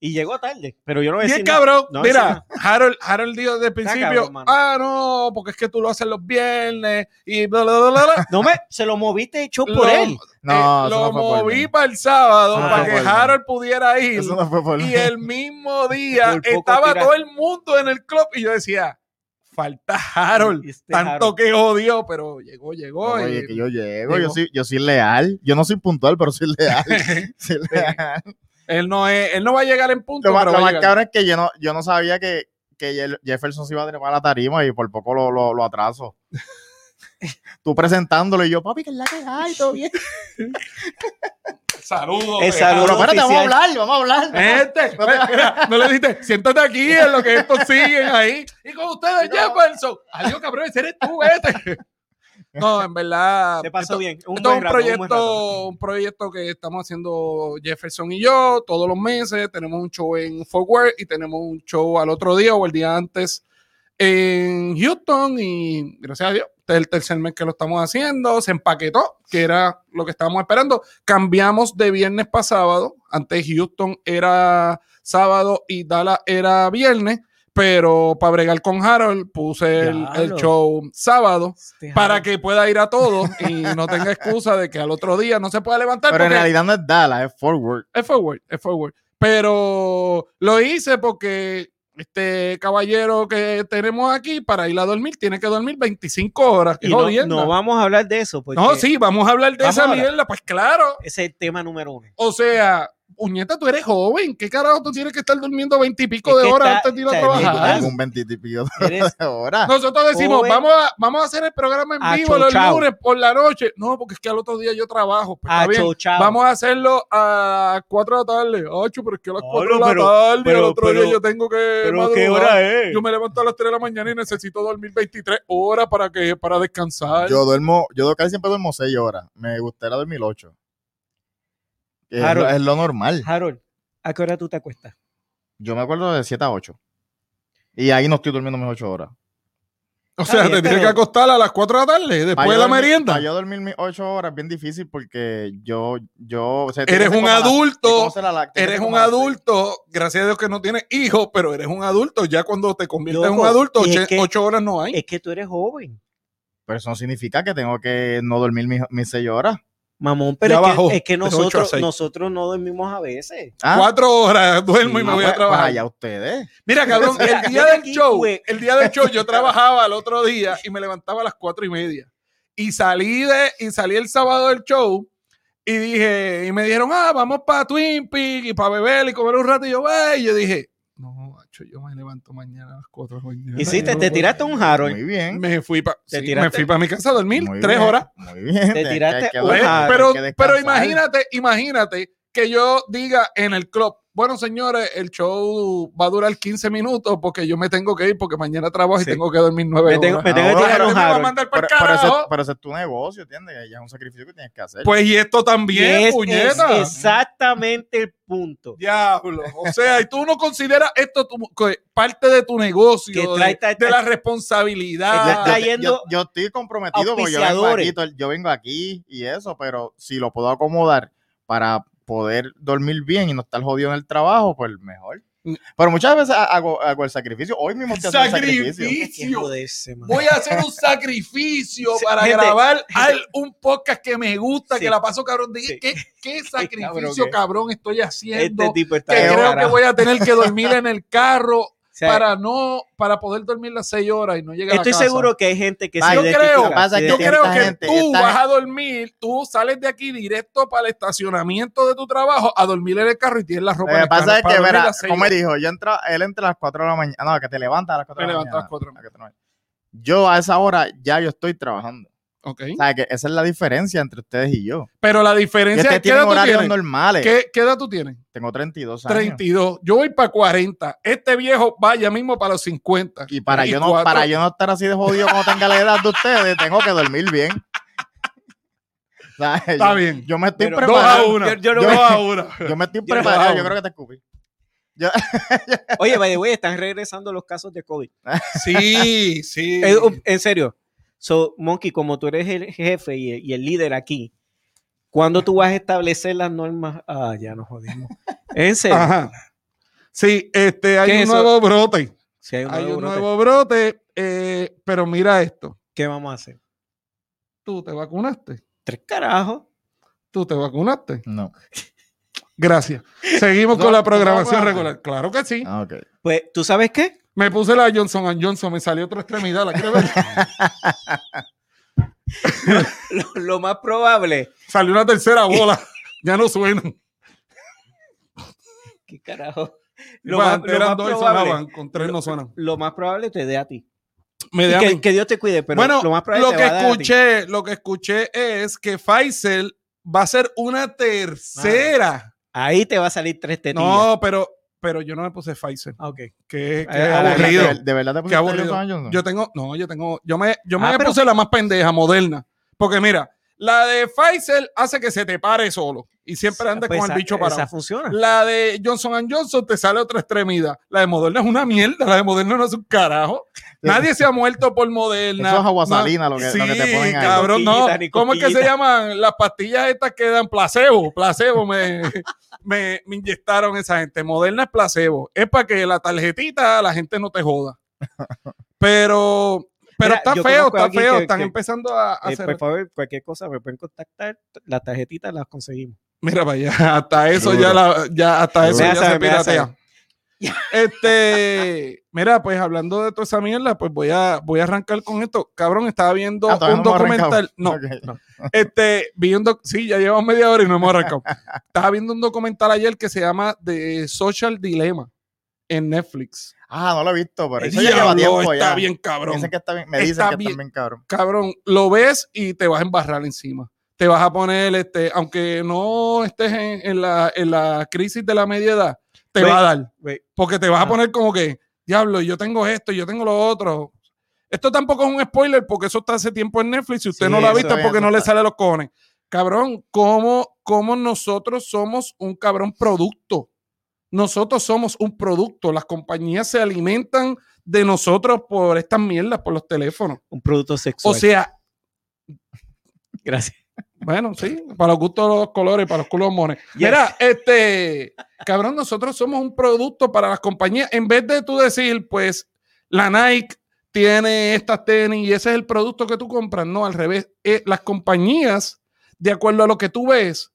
[SPEAKER 2] Y llegó tarde, pero yo no voy a
[SPEAKER 4] Bien
[SPEAKER 2] decir nada.
[SPEAKER 4] cabrón.
[SPEAKER 2] No,
[SPEAKER 4] Mira, Harold, Harold dijo desde el principio,
[SPEAKER 2] cabrón, mano.
[SPEAKER 4] ah, no, porque es que tú lo haces los viernes y bla, bla, bla, bla, bla.
[SPEAKER 2] No me, se lo moviste hecho
[SPEAKER 4] Lo-
[SPEAKER 2] por él.
[SPEAKER 3] No,
[SPEAKER 4] Eh,
[SPEAKER 3] eso
[SPEAKER 4] lo
[SPEAKER 3] no fue por
[SPEAKER 4] moví
[SPEAKER 3] mí.
[SPEAKER 4] para el sábado
[SPEAKER 2] Eso no
[SPEAKER 4] para
[SPEAKER 3] fue
[SPEAKER 4] que
[SPEAKER 3] por mí.
[SPEAKER 4] Harold pudiera ir.
[SPEAKER 3] Eso no fue por mí.
[SPEAKER 4] Y el mismo día
[SPEAKER 2] Por poco
[SPEAKER 4] estaba
[SPEAKER 2] tira-
[SPEAKER 4] todo el mundo en el club y yo decía, falta Harold.
[SPEAKER 2] Y este
[SPEAKER 4] Tanto
[SPEAKER 2] Harold.
[SPEAKER 4] que odió, pero llegó, llegó.
[SPEAKER 3] Oye,
[SPEAKER 4] y-
[SPEAKER 3] que yo llego,
[SPEAKER 4] llegó.
[SPEAKER 3] Yo, soy, yo soy leal. Yo no soy puntual, pero soy leal. Soy leal.
[SPEAKER 4] él, no es, él no va a llegar en punto.
[SPEAKER 3] Lo más,
[SPEAKER 4] pero va
[SPEAKER 3] lo
[SPEAKER 4] a
[SPEAKER 3] más
[SPEAKER 4] llegar.
[SPEAKER 3] cabrón es que yo no, yo no sabía que, que Jel- Jefferson se iba a trepar a la tarima y por poco lo, lo, lo atraso. Tú presentándolo y yo, papi, que es la que hay, todo bien.
[SPEAKER 1] Saludos.
[SPEAKER 2] Es
[SPEAKER 4] eh,
[SPEAKER 1] de
[SPEAKER 2] saludo.
[SPEAKER 3] Pero
[SPEAKER 1] Harold.
[SPEAKER 3] espérate, vamos a
[SPEAKER 2] oficial.
[SPEAKER 3] hablar, vamos a hablar.
[SPEAKER 4] Este,
[SPEAKER 3] No
[SPEAKER 4] mira, mira, no le dijiste, siéntate aquí en lo que estos siguen ahí. Y con ustedes,
[SPEAKER 3] No.
[SPEAKER 4] Jefferson. Adiós, cabrón, ese eres tú, este. No, en verdad.
[SPEAKER 2] Se pasó
[SPEAKER 4] esto-
[SPEAKER 2] bien.
[SPEAKER 4] Esto
[SPEAKER 2] Un
[SPEAKER 4] es
[SPEAKER 2] buen
[SPEAKER 4] un
[SPEAKER 2] rato, un buen rato.
[SPEAKER 4] proyecto, un proyecto que estamos haciendo Jefferson y yo todos los meses. Tenemos un show en Fort Worth y tenemos un show al otro día o el día antes en Houston. Y gracias a Dios, este es el tercer mes que lo estamos haciendo. Se empaquetó, que era lo que estábamos esperando. Cambiamos de viernes para sábado. Antes Houston era sábado y Dallas era viernes. Pero para bregar con Harold puse el- el
[SPEAKER 2] Diablo.
[SPEAKER 4] show sábado
[SPEAKER 2] Este
[SPEAKER 4] para
[SPEAKER 2] Harold.
[SPEAKER 4] que pueda ir a todos y no tenga excusa de que al otro día no se pueda levantar
[SPEAKER 3] Pero en
[SPEAKER 4] porque
[SPEAKER 3] realidad no es Dallas, es Forward.
[SPEAKER 4] es forward, es forward. Pero lo hice porque este caballero que tenemos aquí para ir a dormir tiene que dormir 25 horas.
[SPEAKER 2] Y
[SPEAKER 4] qué
[SPEAKER 2] no-
[SPEAKER 4] jodienda.
[SPEAKER 2] no, vamos a hablar de eso. Porque
[SPEAKER 4] No, sí, vamos a hablar de
[SPEAKER 2] Vamos
[SPEAKER 4] esa
[SPEAKER 2] ahora.
[SPEAKER 4] mierda, pues claro.
[SPEAKER 2] Ese es el tema número uno.
[SPEAKER 4] O sea, puñeta, tú eres joven, ¿qué carajo tú tienes que estar durmiendo 20 y pico
[SPEAKER 2] Es
[SPEAKER 4] de
[SPEAKER 2] que
[SPEAKER 4] horas
[SPEAKER 2] está-
[SPEAKER 4] antes de ir a
[SPEAKER 2] está-
[SPEAKER 4] trabajar?
[SPEAKER 2] está-
[SPEAKER 3] Un 20 y pico
[SPEAKER 2] Eres
[SPEAKER 3] de horas.
[SPEAKER 4] Nosotros decimos,
[SPEAKER 2] Joven. Ah,
[SPEAKER 4] vamos a, vamos a hacer el programa en vivo los
[SPEAKER 2] Achochao.
[SPEAKER 4] lunes por la noche. No, porque es que al otro día yo trabajo. Pues,
[SPEAKER 2] Ah,
[SPEAKER 4] está bien.
[SPEAKER 2] achochao.
[SPEAKER 4] Vamos a hacerlo a 4 de la tarde. 8, pero es que a las
[SPEAKER 2] Hola,
[SPEAKER 4] 4 de la
[SPEAKER 2] pero-
[SPEAKER 4] tarde, al
[SPEAKER 2] pero-
[SPEAKER 4] otro día
[SPEAKER 2] pero-
[SPEAKER 4] yo tengo que.
[SPEAKER 2] Pero qué
[SPEAKER 4] madrugar.
[SPEAKER 2] hora es.
[SPEAKER 4] Yo me levanto a las 3 de la mañana y necesito dormir 23 horas para, que, para descansar.
[SPEAKER 3] Yo duermo, yo casi siempre duermo 6 horas. Me gustaría dormir 8. Es,
[SPEAKER 2] Claro.
[SPEAKER 3] lo- es lo normal.
[SPEAKER 2] Harold, ¿a qué hora tú te acuestas?
[SPEAKER 3] Yo me acuerdo de 7 a 8. Y ahí no estoy durmiendo mis 8 horas.
[SPEAKER 4] o
[SPEAKER 2] está
[SPEAKER 4] sea,
[SPEAKER 2] bien,
[SPEAKER 4] te tienes
[SPEAKER 2] pero-
[SPEAKER 4] que acostar a las 4 de la tarde,
[SPEAKER 3] Pa'
[SPEAKER 4] después
[SPEAKER 3] yo
[SPEAKER 4] de la
[SPEAKER 3] dormir-
[SPEAKER 4] merienda.
[SPEAKER 3] pa' yo dormir mis 8 horas es bien difícil porque yo, yo, o sea, tiene
[SPEAKER 4] Eres
[SPEAKER 3] que ser
[SPEAKER 4] un
[SPEAKER 3] como la-
[SPEAKER 4] adulto.
[SPEAKER 3] ¿cómo se la la- tiene que
[SPEAKER 4] Eres
[SPEAKER 3] ser
[SPEAKER 4] un
[SPEAKER 3] como la-
[SPEAKER 4] adulto, gracias a Dios que no tienes hijos, pero eres un adulto. Ya cuando te conviertes en un
[SPEAKER 2] Loco,
[SPEAKER 4] adulto,
[SPEAKER 2] y es
[SPEAKER 4] 8
[SPEAKER 2] que-
[SPEAKER 4] horas no hay.
[SPEAKER 2] Es que tú eres joven.
[SPEAKER 3] Pero eso no significa que tengo que no dormir mis, mis 6 horas.
[SPEAKER 2] Mamón, pero
[SPEAKER 4] Ya
[SPEAKER 2] es,
[SPEAKER 4] bajó,
[SPEAKER 2] que, es que
[SPEAKER 4] de ocho a
[SPEAKER 2] nosotros,
[SPEAKER 4] seis.
[SPEAKER 2] nosotros no dormimos a veces.
[SPEAKER 3] Ah,
[SPEAKER 4] 4 horas duermo y me
[SPEAKER 3] ah,
[SPEAKER 4] voy a
[SPEAKER 3] pues- pues
[SPEAKER 4] trabajar.
[SPEAKER 3] allá ustedes.
[SPEAKER 4] Mira, cabrón,
[SPEAKER 2] Mira,
[SPEAKER 4] el
[SPEAKER 2] yo
[SPEAKER 4] día del
[SPEAKER 2] aquí,
[SPEAKER 4] show,
[SPEAKER 2] güey.
[SPEAKER 4] el día del show yo trabajaba al otro día y me levantaba a las cuatro y media. Y salí de, y salí el sábado del show y dije, y me dijeron, ah, vamos para Twin Peaks y para beber y comer un rato. Y yo, güey, y yo dije, no, macho, yo me levanto mañana a las cuatro de la mañana.
[SPEAKER 2] Hiciste,
[SPEAKER 4] Yo
[SPEAKER 2] te
[SPEAKER 4] no
[SPEAKER 2] tiraste un Harold.
[SPEAKER 3] Muy bien.
[SPEAKER 4] me fui para
[SPEAKER 2] Te
[SPEAKER 4] me
[SPEAKER 2] tiraste-
[SPEAKER 4] fui para mi casa a dormir
[SPEAKER 3] muy
[SPEAKER 4] tres
[SPEAKER 3] bien,
[SPEAKER 4] horas.
[SPEAKER 3] Muy bien.
[SPEAKER 2] Te
[SPEAKER 3] Hay que-
[SPEAKER 2] tiraste
[SPEAKER 3] hay que
[SPEAKER 2] un
[SPEAKER 4] Pues,
[SPEAKER 3] dormir,
[SPEAKER 2] Ajá,
[SPEAKER 3] hay
[SPEAKER 4] pero,
[SPEAKER 3] que descansar.
[SPEAKER 4] pero imagínate, imagínate que yo diga en el club, bueno señores, el show va a durar 15 minutos porque yo me tengo que ir porque mañana trabajo
[SPEAKER 2] Sí.
[SPEAKER 4] y tengo que dormir 9
[SPEAKER 2] Me
[SPEAKER 4] horas.
[SPEAKER 2] tengo, me tengo que
[SPEAKER 3] Ahora,
[SPEAKER 2] tirar
[SPEAKER 4] Pero
[SPEAKER 2] un
[SPEAKER 4] me va a
[SPEAKER 2] Harold.
[SPEAKER 4] mandar para
[SPEAKER 3] Pero, pero ese,
[SPEAKER 4] pues, carajo.
[SPEAKER 3] pero ese es tu negocio, ¿entiendes? Ya es un sacrificio que tienes que hacer.
[SPEAKER 4] Pues y esto
[SPEAKER 2] Y
[SPEAKER 4] también,
[SPEAKER 2] es,
[SPEAKER 4] puñeta.
[SPEAKER 2] es exactamente el punto.
[SPEAKER 4] Diablo. O sea, y tú no consideras esto tu- que parte de tu negocio,
[SPEAKER 2] Que
[SPEAKER 4] de-
[SPEAKER 2] trae- trae-
[SPEAKER 4] de la
[SPEAKER 3] Yo-
[SPEAKER 4] responsabilidad.
[SPEAKER 2] Está
[SPEAKER 3] yo-
[SPEAKER 2] trayendo
[SPEAKER 3] yo, yo estoy comprometido porque yo vengo,
[SPEAKER 2] auspiciadores.
[SPEAKER 3] aquí, to- yo vengo aquí y eso, pero si lo puedo acomodar para poder dormir bien y no estar jodido en el trabaho, pues mejor.
[SPEAKER 4] Mm.
[SPEAKER 3] Pero muchas veces hago, hago el sacrificio. Hoy mismo estoy haciendo el sacrificio.
[SPEAKER 2] Hay que joderse, man.
[SPEAKER 4] Voy a hacer un sacrificio
[SPEAKER 2] Sí,
[SPEAKER 4] para
[SPEAKER 2] gente,
[SPEAKER 4] grabar al- un podcast que me gusta,
[SPEAKER 2] Sí.
[SPEAKER 4] que la paso cabrón. Dije,
[SPEAKER 2] Sí.
[SPEAKER 4] ¿qué, qué sacrificio
[SPEAKER 2] cabrón,
[SPEAKER 4] cabrón,
[SPEAKER 2] ¿qué?
[SPEAKER 4] estoy haciendo?
[SPEAKER 2] Este tipo está
[SPEAKER 4] que
[SPEAKER 2] de
[SPEAKER 4] creo
[SPEAKER 2] carajo.
[SPEAKER 4] que voy a tener que dormir en el carro
[SPEAKER 2] O sea,
[SPEAKER 4] para no para poder dormir las seis horas y no llegar
[SPEAKER 2] Estoy
[SPEAKER 4] a la casa.
[SPEAKER 2] seguro que hay gente que
[SPEAKER 3] Ay,
[SPEAKER 2] se
[SPEAKER 3] yo
[SPEAKER 2] identifica,
[SPEAKER 4] creo-
[SPEAKER 2] se
[SPEAKER 3] pasa
[SPEAKER 4] Yo
[SPEAKER 3] que
[SPEAKER 2] identifica.
[SPEAKER 4] creo
[SPEAKER 3] esta
[SPEAKER 4] que
[SPEAKER 3] gente,
[SPEAKER 4] tú
[SPEAKER 3] esta
[SPEAKER 4] vas
[SPEAKER 3] gen-
[SPEAKER 4] a dormir, tú sales de aquí directo para el estacionamiento de tu trabajo a dormir en el carro y tienes la
[SPEAKER 3] Lo
[SPEAKER 4] ropa en
[SPEAKER 3] que
[SPEAKER 4] el
[SPEAKER 3] pasa
[SPEAKER 4] carro
[SPEAKER 3] es
[SPEAKER 4] para
[SPEAKER 3] que,
[SPEAKER 4] dormir
[SPEAKER 3] verá,
[SPEAKER 4] las seis
[SPEAKER 3] como él
[SPEAKER 4] horas.
[SPEAKER 3] dijo, yo entra, él entra a las 4 de la mañana. No, que te levanta a las 4
[SPEAKER 4] Me
[SPEAKER 3] de la
[SPEAKER 4] levanto a las
[SPEAKER 3] mañana.
[SPEAKER 4] cuatro.
[SPEAKER 3] A que te- Yo a esa hora ya yo estoy trabajando.
[SPEAKER 4] Ok.
[SPEAKER 3] O sea, que esa es la diferencia entre ustedes y yo.
[SPEAKER 4] Pero la
[SPEAKER 3] Y
[SPEAKER 4] diferencia
[SPEAKER 3] ustedes
[SPEAKER 4] es que
[SPEAKER 3] tienen
[SPEAKER 4] edad tú
[SPEAKER 3] horarios
[SPEAKER 4] tienes.
[SPEAKER 3] normales.
[SPEAKER 4] ¿Qué, ¿Qué edad tú tienes?
[SPEAKER 3] Tengo 32 años.
[SPEAKER 4] 32. Yo voy para 40. Este viejo vaya mismo para los 50.
[SPEAKER 3] Y para, yo no,
[SPEAKER 4] 34.
[SPEAKER 3] para yo no estar así de jodido cuando tenga la edad de ustedes, tengo que dormir bien. O sea,
[SPEAKER 4] Está
[SPEAKER 3] yo,
[SPEAKER 4] bien.
[SPEAKER 3] yo me estoy
[SPEAKER 2] Pero-
[SPEAKER 4] Dos a
[SPEAKER 3] preparando.
[SPEAKER 4] una.
[SPEAKER 2] Yo- yo no
[SPEAKER 4] Dos
[SPEAKER 3] voy-
[SPEAKER 4] a una.
[SPEAKER 3] Yo me estoy
[SPEAKER 2] Yo no
[SPEAKER 3] preparando.
[SPEAKER 2] hago.
[SPEAKER 3] Yo creo que te escupí.
[SPEAKER 2] Oye, by the way, están regresando los casos de COVID.
[SPEAKER 4] Sí, sí.
[SPEAKER 2] Eh, um, en serio. So, Monkey, como tú eres el jefe y el, y el líder aquí, ¿cuándo tú vas a establecer las normas? Ah, ya nos jodimos. En serio.
[SPEAKER 4] Ajá. Sí, este, hay
[SPEAKER 2] ¿Qué
[SPEAKER 4] un
[SPEAKER 2] es eso?
[SPEAKER 4] nuevo brote.
[SPEAKER 2] Si hay un
[SPEAKER 4] Hay
[SPEAKER 2] nuevo
[SPEAKER 4] un
[SPEAKER 2] brote,
[SPEAKER 4] nuevo brote, eh, pero mira esto.
[SPEAKER 2] ¿Qué vamos a hacer?
[SPEAKER 4] Tú te vacunaste.
[SPEAKER 2] Tres carajos.
[SPEAKER 4] Tú te vacunaste.
[SPEAKER 3] No.
[SPEAKER 4] Gracias. Seguimos
[SPEAKER 3] No,
[SPEAKER 4] con la
[SPEAKER 3] no,
[SPEAKER 4] programación
[SPEAKER 3] no, no.
[SPEAKER 4] regular. Claro que sí.
[SPEAKER 3] Ah, ok.
[SPEAKER 2] Pues, ¿tú sabes qué?
[SPEAKER 4] Me puse la Johnson Johnson, me salió otra extremidad. ¿La quieres ver?
[SPEAKER 2] Lo, lo más probable.
[SPEAKER 4] salió una tercera bola. Ya no suena.
[SPEAKER 2] ¿Qué carajo?
[SPEAKER 4] Lo
[SPEAKER 2] Lo más,
[SPEAKER 4] antes
[SPEAKER 2] lo
[SPEAKER 4] eran
[SPEAKER 2] más
[SPEAKER 4] dos y
[SPEAKER 2] probable.
[SPEAKER 4] sonaban, con tres no suenan.
[SPEAKER 2] Lo más probable te dé a ti.
[SPEAKER 4] Me
[SPEAKER 2] Y
[SPEAKER 4] da a mí.
[SPEAKER 2] que, que Dios te cuide, pero
[SPEAKER 4] bueno,
[SPEAKER 2] lo
[SPEAKER 4] lo,
[SPEAKER 2] más probable te
[SPEAKER 4] que
[SPEAKER 2] va a dar a ti.
[SPEAKER 4] escuché, lo que escuché es que Pfizer va a ser una tercera.
[SPEAKER 2] Ahí te va a salir tres tetillas.
[SPEAKER 4] no, pero, pero yo no me puse Pfizer,
[SPEAKER 2] Ah, ok.
[SPEAKER 4] que, que
[SPEAKER 2] Eh,
[SPEAKER 4] es
[SPEAKER 2] a la
[SPEAKER 4] aburrido.
[SPEAKER 3] ¿De, de verdad te pusiste
[SPEAKER 4] aburrido.
[SPEAKER 3] Johnson Johnson?
[SPEAKER 4] Yo tengo, no, yo tengo, yo me, yo
[SPEAKER 2] Ah,
[SPEAKER 4] me
[SPEAKER 2] pero-
[SPEAKER 4] puse la más pendeja, moderna. Porque mira, la de Pfizer hace que se te pare solo y siempre andes
[SPEAKER 2] Pues
[SPEAKER 4] con
[SPEAKER 2] esa-
[SPEAKER 4] el bicho parado.
[SPEAKER 2] Esa funciona.
[SPEAKER 4] La de Johnson Johnson te sale otra extremidad. La de Moderna es una mierda. La de Moderna no es un carajo. Nadie se ha muerto por Moderna.
[SPEAKER 3] Eso es aguasalina lo que,
[SPEAKER 4] Sí,
[SPEAKER 3] lo que te ponen ahí.
[SPEAKER 4] cabrón, no.
[SPEAKER 2] Cosquillitas, ni
[SPEAKER 4] ¿Cómo es que se
[SPEAKER 2] cosquillitas.
[SPEAKER 4] llaman? Las pastillas estas que dan placebo. Placebo me, me, me inyectaron esa gente. Moderna es placebo. Es para que la tarjetita la gente no te joda. Pero, pero
[SPEAKER 2] Mira,
[SPEAKER 4] está
[SPEAKER 2] yo
[SPEAKER 4] feo,
[SPEAKER 2] conozco
[SPEAKER 4] está
[SPEAKER 2] a alguien
[SPEAKER 4] feo.
[SPEAKER 2] que-
[SPEAKER 4] Están
[SPEAKER 2] que-
[SPEAKER 4] empezando a, a
[SPEAKER 2] Eh,
[SPEAKER 4] hacer.
[SPEAKER 2] por favor, cualquier cosa me pueden contactar. Las tarjetitas las conseguimos.
[SPEAKER 4] Mira para allá, hasta eso
[SPEAKER 3] Duro.
[SPEAKER 4] ya, la, ya hasta eso
[SPEAKER 2] Me
[SPEAKER 4] ya
[SPEAKER 2] la sabe,
[SPEAKER 4] se
[SPEAKER 2] me la
[SPEAKER 4] piratea. Este, mira, pues hablando de toda esa mierda, pues voy a voy a arrancar con esto. Cabrón, estaba viendo
[SPEAKER 3] Ah, todavía
[SPEAKER 4] un
[SPEAKER 3] no hemos
[SPEAKER 4] documental.
[SPEAKER 3] arrancado.
[SPEAKER 4] No,
[SPEAKER 3] Ok.
[SPEAKER 4] este, vi un doc- sí, ya llevamos media hora y no hemos arrancado. estaba viendo un documental ayer que se llama The Social Dilemma en Netflix.
[SPEAKER 3] Ah, no lo he visto, pero eso ya lleva
[SPEAKER 4] Diablo,
[SPEAKER 3] tiempo
[SPEAKER 4] está
[SPEAKER 3] ya.
[SPEAKER 4] bien cabrón.
[SPEAKER 3] Dicen que está bien, me
[SPEAKER 4] Está
[SPEAKER 3] dicen que
[SPEAKER 4] bien.
[SPEAKER 3] está bien cabrón.
[SPEAKER 4] cabrón, lo ves y te vas a embarrar encima. Te vas a poner, este, aunque no estés en, en la, en la crisis de la media edad, te
[SPEAKER 2] Ve-
[SPEAKER 4] va a dar.
[SPEAKER 2] ve-
[SPEAKER 4] Porque te vas
[SPEAKER 2] Ah.
[SPEAKER 4] a poner como que, diablo, yo tengo esto, yo tengo lo otro. Esto tampoco es un spoiler porque eso está hace tiempo en Netflix. Si usted
[SPEAKER 3] Sí,
[SPEAKER 4] no lo ha
[SPEAKER 3] eso
[SPEAKER 4] visto es
[SPEAKER 3] es,
[SPEAKER 4] porque
[SPEAKER 3] eso
[SPEAKER 4] no le
[SPEAKER 3] está.
[SPEAKER 4] sale los cojones. Cabrón, ¿cómo, ¿cómo nosotros somos un cabrón producto? Nosotros somos un producto. Las compañías se alimentan de nosotros por estas mierdas, por los teléfonos.
[SPEAKER 2] Un producto sexual.
[SPEAKER 4] O sea,
[SPEAKER 2] Gracias.
[SPEAKER 4] Bueno, sí, para los gustos de los colores, para los culos mones. Mira, este, cabrón, nosotros somos un producto para las compañías. En vez de tú decir, pues, la Nike tiene estas tenis y ese es el producto que tú compras. No, al revés. Eh, las compañías, de acuerdo a lo que tú ves,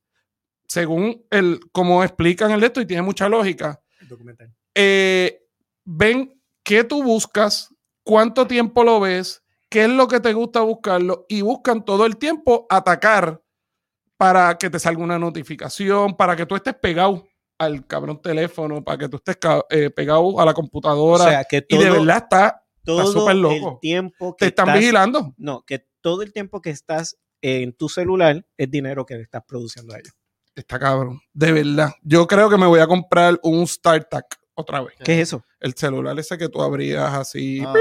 [SPEAKER 4] según el, como explican el de esto, y tiene mucha lógica,
[SPEAKER 2] Documental.
[SPEAKER 4] eh, ven qué tú buscas, cuánto tiempo lo ves, qué es lo que te gusta buscarlo y buscan todo el tiempo atacar para que te salga una notificación, para que tú estés pegado al cabrón teléfono, para que tú estés ca- eh, pegado a la
[SPEAKER 2] O
[SPEAKER 4] computadora.
[SPEAKER 2] sea, que todo,
[SPEAKER 4] y de verdad está,
[SPEAKER 2] todo
[SPEAKER 4] súper loco.
[SPEAKER 2] el tiempo que
[SPEAKER 4] te están
[SPEAKER 2] estás-
[SPEAKER 4] vigilando.
[SPEAKER 2] No, que todo el tiempo que estás en tu celular es dinero que le estás produciendo a ellos.
[SPEAKER 4] Está cabrón, de verdad. Yo creo que me voy a comprar un StarTAC otra vez.
[SPEAKER 2] ¿Qué es eso?
[SPEAKER 4] El celular ese que tú abrías así,
[SPEAKER 3] Ah.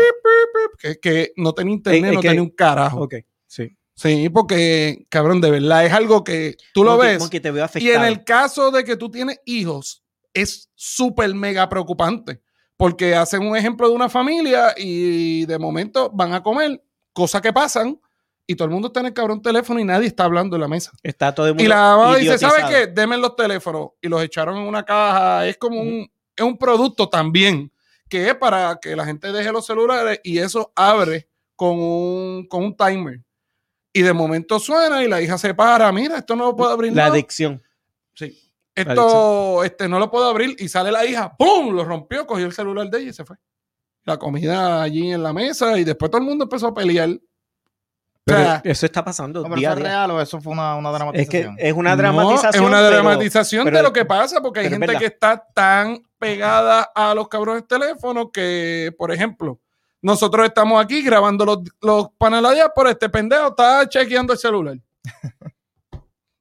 [SPEAKER 4] que, que no tenía internet,
[SPEAKER 2] es
[SPEAKER 4] no
[SPEAKER 2] que-
[SPEAKER 4] tenía un carajo.
[SPEAKER 2] Ok, sí.
[SPEAKER 4] Sí, porque, cabrón, de verdad, es algo que tú lo
[SPEAKER 2] Monkey-
[SPEAKER 4] ves.
[SPEAKER 2] Monkey, te veo
[SPEAKER 4] y en
[SPEAKER 2] afectado.
[SPEAKER 4] el caso de que tú tienes hijos, es súper mega preocupante. Porque hacen un ejemplo de una familia y de momento van a comer, cosas que pasan, y todo el mundo está en el cabrón teléfono y nadie está hablando en la mesa.
[SPEAKER 2] Está todo el mundo
[SPEAKER 4] Y la mamá dice, ¿sabe
[SPEAKER 2] idiotizado".
[SPEAKER 4] qué? Deme los teléfonos. Y los echaron en una caja. Es como un, es un producto también que es para que la gente deje los celulares y eso abre con un, con un timer. Y de momento suena y la hija se para. Mira, esto no lo puedo abrir.
[SPEAKER 2] La
[SPEAKER 4] no.
[SPEAKER 2] adicción.
[SPEAKER 4] Sí.
[SPEAKER 2] la
[SPEAKER 4] Esto este, no lo puedo abrir. Y sale la hija. ¡Pum! Lo rompió, cogió el celular de ella y se fue. La comida allí en la mesa y después todo el mundo empezó a pelear.
[SPEAKER 2] Pero
[SPEAKER 4] O sea,
[SPEAKER 2] eso está pasando
[SPEAKER 3] No, pero
[SPEAKER 2] día
[SPEAKER 3] ¿eso
[SPEAKER 2] a
[SPEAKER 3] es
[SPEAKER 2] día.
[SPEAKER 3] real o eso fue una, una
[SPEAKER 2] Es que
[SPEAKER 3] dramatización?
[SPEAKER 2] es una
[SPEAKER 4] No,
[SPEAKER 2] dramatización.
[SPEAKER 4] es una
[SPEAKER 2] pero-
[SPEAKER 4] dramatización
[SPEAKER 2] pero-
[SPEAKER 4] de lo que pasa, porque hay
[SPEAKER 2] pero es
[SPEAKER 4] gente
[SPEAKER 2] verdad.
[SPEAKER 4] que está tan pegada a los cabrones teléfonos que, por ejemplo, nosotros estamos aquí grabando los, los paneladías por este pendejo, está chequeando el celular.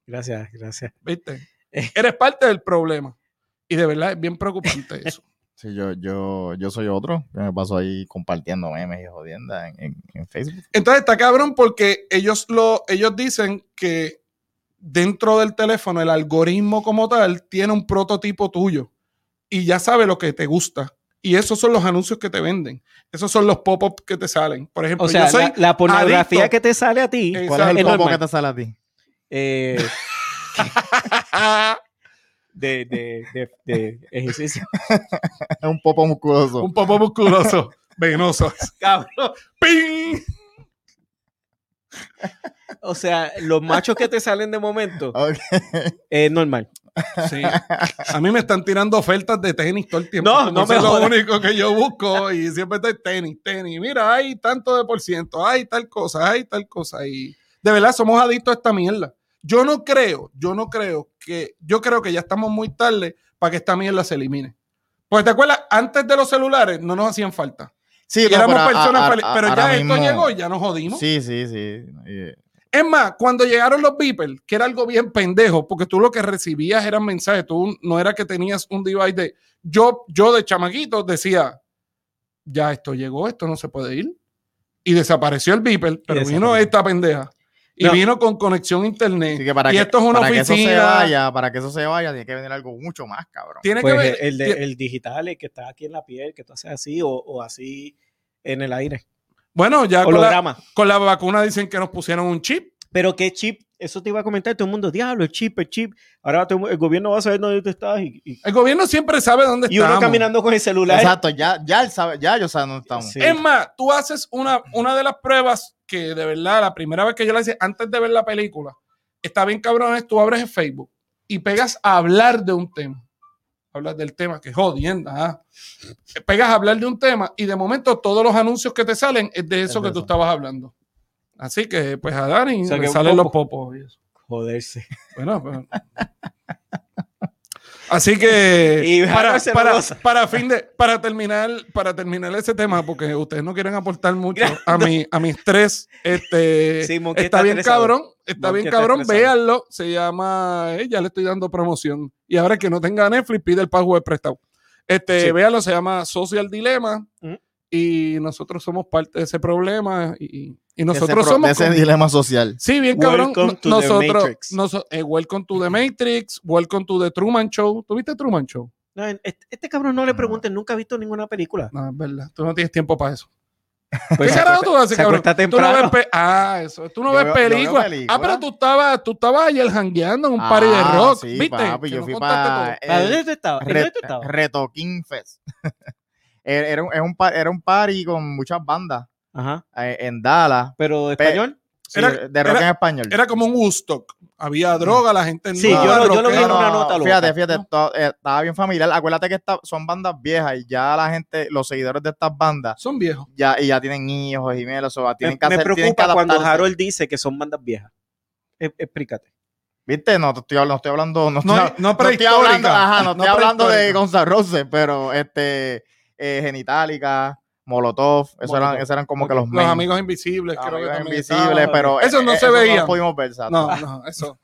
[SPEAKER 2] Gracias, gracias.
[SPEAKER 4] ¿Viste?
[SPEAKER 2] Eh.
[SPEAKER 4] Eres parte del problema. Y de verdad es bien preocupante eso.
[SPEAKER 3] Sí, yo, yo, yo soy otro que me paso ahí compartiendo memes y jodienda en, en- en Facebook.
[SPEAKER 4] Entonces está cabrón porque ellos, lo, ellos dicen que dentro del teléfono el algoritmo como tal tiene un prototipo tuyo y ya sabe lo que te gusta. Y esos son los anuncios que te venden. Esos son los pop-ups que te salen. Por ejemplo,
[SPEAKER 2] O sea,
[SPEAKER 4] yo soy...
[SPEAKER 2] la, la pornografía
[SPEAKER 4] adicto.
[SPEAKER 2] que te sale a ti. eh,
[SPEAKER 4] Eh,
[SPEAKER 3] ¿Cuál es
[SPEAKER 2] Es
[SPEAKER 3] el popo
[SPEAKER 2] normal.
[SPEAKER 3] que te sale a ti?
[SPEAKER 2] eh, de, de, de- de ejercicio.
[SPEAKER 3] Es un popo musculoso.
[SPEAKER 4] Un popo musculoso, venoso.
[SPEAKER 2] Cabrón.
[SPEAKER 4] ¡Ping!
[SPEAKER 2] O sea, los machos que te salen de momento
[SPEAKER 3] Ah, Ok.
[SPEAKER 2] es normal.
[SPEAKER 4] Sí. A mí me están tirando ofertas de tenis todo el tiempo.
[SPEAKER 2] No, no
[SPEAKER 4] Entonces
[SPEAKER 2] me
[SPEAKER 4] es lo
[SPEAKER 2] jodas.
[SPEAKER 4] único que yo busco y siempre está el tenis, tenis. Mira, hay tanto de por ciento, hay tal cosa, hay tal cosa. Y de verdad somos adictos a esta mierda. Yo no creo, yo no creo que, yo creo que ya estamos muy tarde para que esta mierda se elimine. Pues te acuerdas, antes de los celulares no nos hacían falta. Y
[SPEAKER 3] Sí, no,
[SPEAKER 4] éramos
[SPEAKER 3] pero a-
[SPEAKER 4] personas
[SPEAKER 3] a-
[SPEAKER 4] felices.
[SPEAKER 3] a-
[SPEAKER 4] Pero
[SPEAKER 3] ahora
[SPEAKER 4] ya esto
[SPEAKER 3] mismo-
[SPEAKER 4] llegó y ya nos jodimos.
[SPEAKER 3] Sí, sí, sí. Eh,
[SPEAKER 4] Es más, cuando llegaron los beepers, que era algo bien pendejo, porque tú lo que recibías eran mensajes, tú no era que tenías un device de... Yo, yo de chamaquito decía, ya esto llegó, esto no se puede ir. Y desapareció el beeper, pero vino
[SPEAKER 2] desapareció.
[SPEAKER 4] esta pendeja. Y
[SPEAKER 2] No.
[SPEAKER 4] vino con conexión a internet.
[SPEAKER 3] Así que para,
[SPEAKER 4] y
[SPEAKER 3] que,
[SPEAKER 4] esto es una
[SPEAKER 3] para que eso se
[SPEAKER 4] oficina.
[SPEAKER 3] vaya, para que eso se vaya, tiene que venir algo mucho más, cabrón.
[SPEAKER 4] Tiene que
[SPEAKER 2] Pues
[SPEAKER 4] ver...
[SPEAKER 2] el, de-
[SPEAKER 4] tie-
[SPEAKER 2] el digital, el que está aquí en la piel, que tú haces así o, o así en el aire.
[SPEAKER 4] Bueno, ya con la,
[SPEAKER 2] Holograma.
[SPEAKER 4] con la vacuna dicen que nos pusieron un chip.
[SPEAKER 2] Pero qué chip, eso te iba a comentar todo el mundo, diablo, el chip, el chip. Ahora todo el mu- el gobierno va a saber dónde tú estás y, y-
[SPEAKER 4] El gobierno siempre sabe dónde
[SPEAKER 2] y uno
[SPEAKER 4] estamos.
[SPEAKER 2] caminando con el celular.
[SPEAKER 3] Exacto, ya, ya él sabe, ya yo sabe dónde estamos.
[SPEAKER 2] Sí.
[SPEAKER 4] Es más, tú haces una, una de las pruebas que de verdad, la primera vez que yo la hice, antes de ver la película, está bien cabrón, es tú abres el Facebook y pegas a hablar de un tema. Hablas del tema, que jodienda. ah. Pegas a hablar de un tema y de momento todos los anuncios que te salen es de eso
[SPEAKER 3] Es de
[SPEAKER 4] que tú
[SPEAKER 3] eso.
[SPEAKER 4] estabas hablando. Así que pues a Dani
[SPEAKER 2] O sea,
[SPEAKER 4] le
[SPEAKER 2] que un
[SPEAKER 4] salen los
[SPEAKER 2] popo.
[SPEAKER 4] popos. y eso.
[SPEAKER 2] Joderse.
[SPEAKER 4] Bueno, pero- Así que
[SPEAKER 2] Y
[SPEAKER 4] para,
[SPEAKER 2] Harold se
[SPEAKER 4] para-
[SPEAKER 2] goza.
[SPEAKER 4] para fin de para terminar para terminar ese tema porque ustedes no quieren aportar mucho a mi a mi estrés este
[SPEAKER 2] Sí, Monkey
[SPEAKER 4] está,
[SPEAKER 2] está
[SPEAKER 4] bien
[SPEAKER 2] estresado.
[SPEAKER 4] cabrón está
[SPEAKER 2] Monkey
[SPEAKER 4] bien
[SPEAKER 2] está
[SPEAKER 4] cabrón
[SPEAKER 2] estresado.
[SPEAKER 4] véanlo se llama eh, ya le estoy dando promoción y ahora que no tenga Netflix pide el password prestado este
[SPEAKER 2] Sí. Mm.
[SPEAKER 4] véanlo se llama Social Dilema
[SPEAKER 2] Ujú.
[SPEAKER 4] y nosotros somos parte de ese problema y, y
[SPEAKER 3] De ese
[SPEAKER 4] nosotros
[SPEAKER 3] pro-
[SPEAKER 4] somos
[SPEAKER 3] de ese
[SPEAKER 4] con-
[SPEAKER 3] dilema social.
[SPEAKER 4] Sí, bien cabrón.
[SPEAKER 2] Welcome
[SPEAKER 4] No-
[SPEAKER 2] to the
[SPEAKER 4] nosotros,
[SPEAKER 2] Matrix.
[SPEAKER 4] noso- eh, welcome to the Matrix, welcome to the Truman Show. ¿Tuviste Truman Show?
[SPEAKER 2] No, en- este, este cabrón no le
[SPEAKER 3] No.
[SPEAKER 2] pregunten, nunca ha visto ninguna película.
[SPEAKER 4] No, es verdad. Tú no tienes tiempo para eso. ¿Qué
[SPEAKER 2] Pues se
[SPEAKER 4] carajo
[SPEAKER 2] acuesta-
[SPEAKER 4] tú haces,
[SPEAKER 2] se
[SPEAKER 4] cabrón?
[SPEAKER 2] acuesta
[SPEAKER 4] Tú no
[SPEAKER 2] temprano.
[SPEAKER 4] ves pe- ah, eso. Tú no
[SPEAKER 3] Yo
[SPEAKER 4] ves
[SPEAKER 3] veo- yo veo
[SPEAKER 4] películas.
[SPEAKER 3] películas.
[SPEAKER 4] Ah, pero tú estabas, tú estabas ayer jangueando en un
[SPEAKER 3] Ah,
[SPEAKER 4] party de rock.
[SPEAKER 3] sí,
[SPEAKER 4] ¿Viste?
[SPEAKER 3] papi,
[SPEAKER 4] Que
[SPEAKER 3] yo
[SPEAKER 4] no
[SPEAKER 3] fui
[SPEAKER 4] contaste
[SPEAKER 3] para
[SPEAKER 2] ¿A dónde tú estabas? ¿En dónde
[SPEAKER 3] Ret-
[SPEAKER 2] tú estabas?
[SPEAKER 3] Retoquín Fest. era, era un, era un par- era un party con muchas bandas
[SPEAKER 2] Ajá.
[SPEAKER 3] eh, en Dallas.
[SPEAKER 2] Pero español.
[SPEAKER 3] Sí,
[SPEAKER 4] Era-
[SPEAKER 3] de rock
[SPEAKER 4] era-
[SPEAKER 3] en español.
[SPEAKER 4] todo. Era como un Woodstock. Había
[SPEAKER 3] Mm.
[SPEAKER 4] droga, la gente
[SPEAKER 2] Sí,
[SPEAKER 4] no
[SPEAKER 2] yo
[SPEAKER 4] era
[SPEAKER 2] lo- yo lo vi en
[SPEAKER 4] rockera.
[SPEAKER 2] una nota loca,
[SPEAKER 3] Fíjate, fíjate,
[SPEAKER 4] ¿no?
[SPEAKER 3] to- eh, estaba bien familiar. Acuérdate que esta- son bandas viejas y ya la gente, los seguidores de estas bandas,
[SPEAKER 4] Son viejos.
[SPEAKER 3] ya, y ya tienen hijos o gemelos, o
[SPEAKER 2] Me,
[SPEAKER 3] tienen que
[SPEAKER 2] me
[SPEAKER 3] hacer- tienen que
[SPEAKER 2] preocupa cuando
[SPEAKER 3] adaptarse.
[SPEAKER 2] Harold dice que son bandas viejas. E- explícate.
[SPEAKER 3] Viste, no te estoy hablando, no estoy hablando, no,
[SPEAKER 4] No,
[SPEAKER 3] estoy-
[SPEAKER 4] no
[SPEAKER 3] no estoy
[SPEAKER 4] prehistórica.
[SPEAKER 3] hablando, ajá, no estoy hablando de
[SPEAKER 4] prehistórica.
[SPEAKER 3] Guns N' Roses, pero este eh, Genitalica, Molotov, eso eran,
[SPEAKER 4] Molotov.
[SPEAKER 3] esos eran como que los,
[SPEAKER 4] Los
[SPEAKER 3] main.
[SPEAKER 4] amigos invisibles, creo que
[SPEAKER 3] Amigos
[SPEAKER 4] también
[SPEAKER 3] invisibles,
[SPEAKER 4] estaban.
[SPEAKER 3] pero
[SPEAKER 4] Esos no
[SPEAKER 3] eh,
[SPEAKER 4] se
[SPEAKER 3] esos
[SPEAKER 4] veían.
[SPEAKER 3] No pudimos ver, exacto.
[SPEAKER 4] No, no, eso.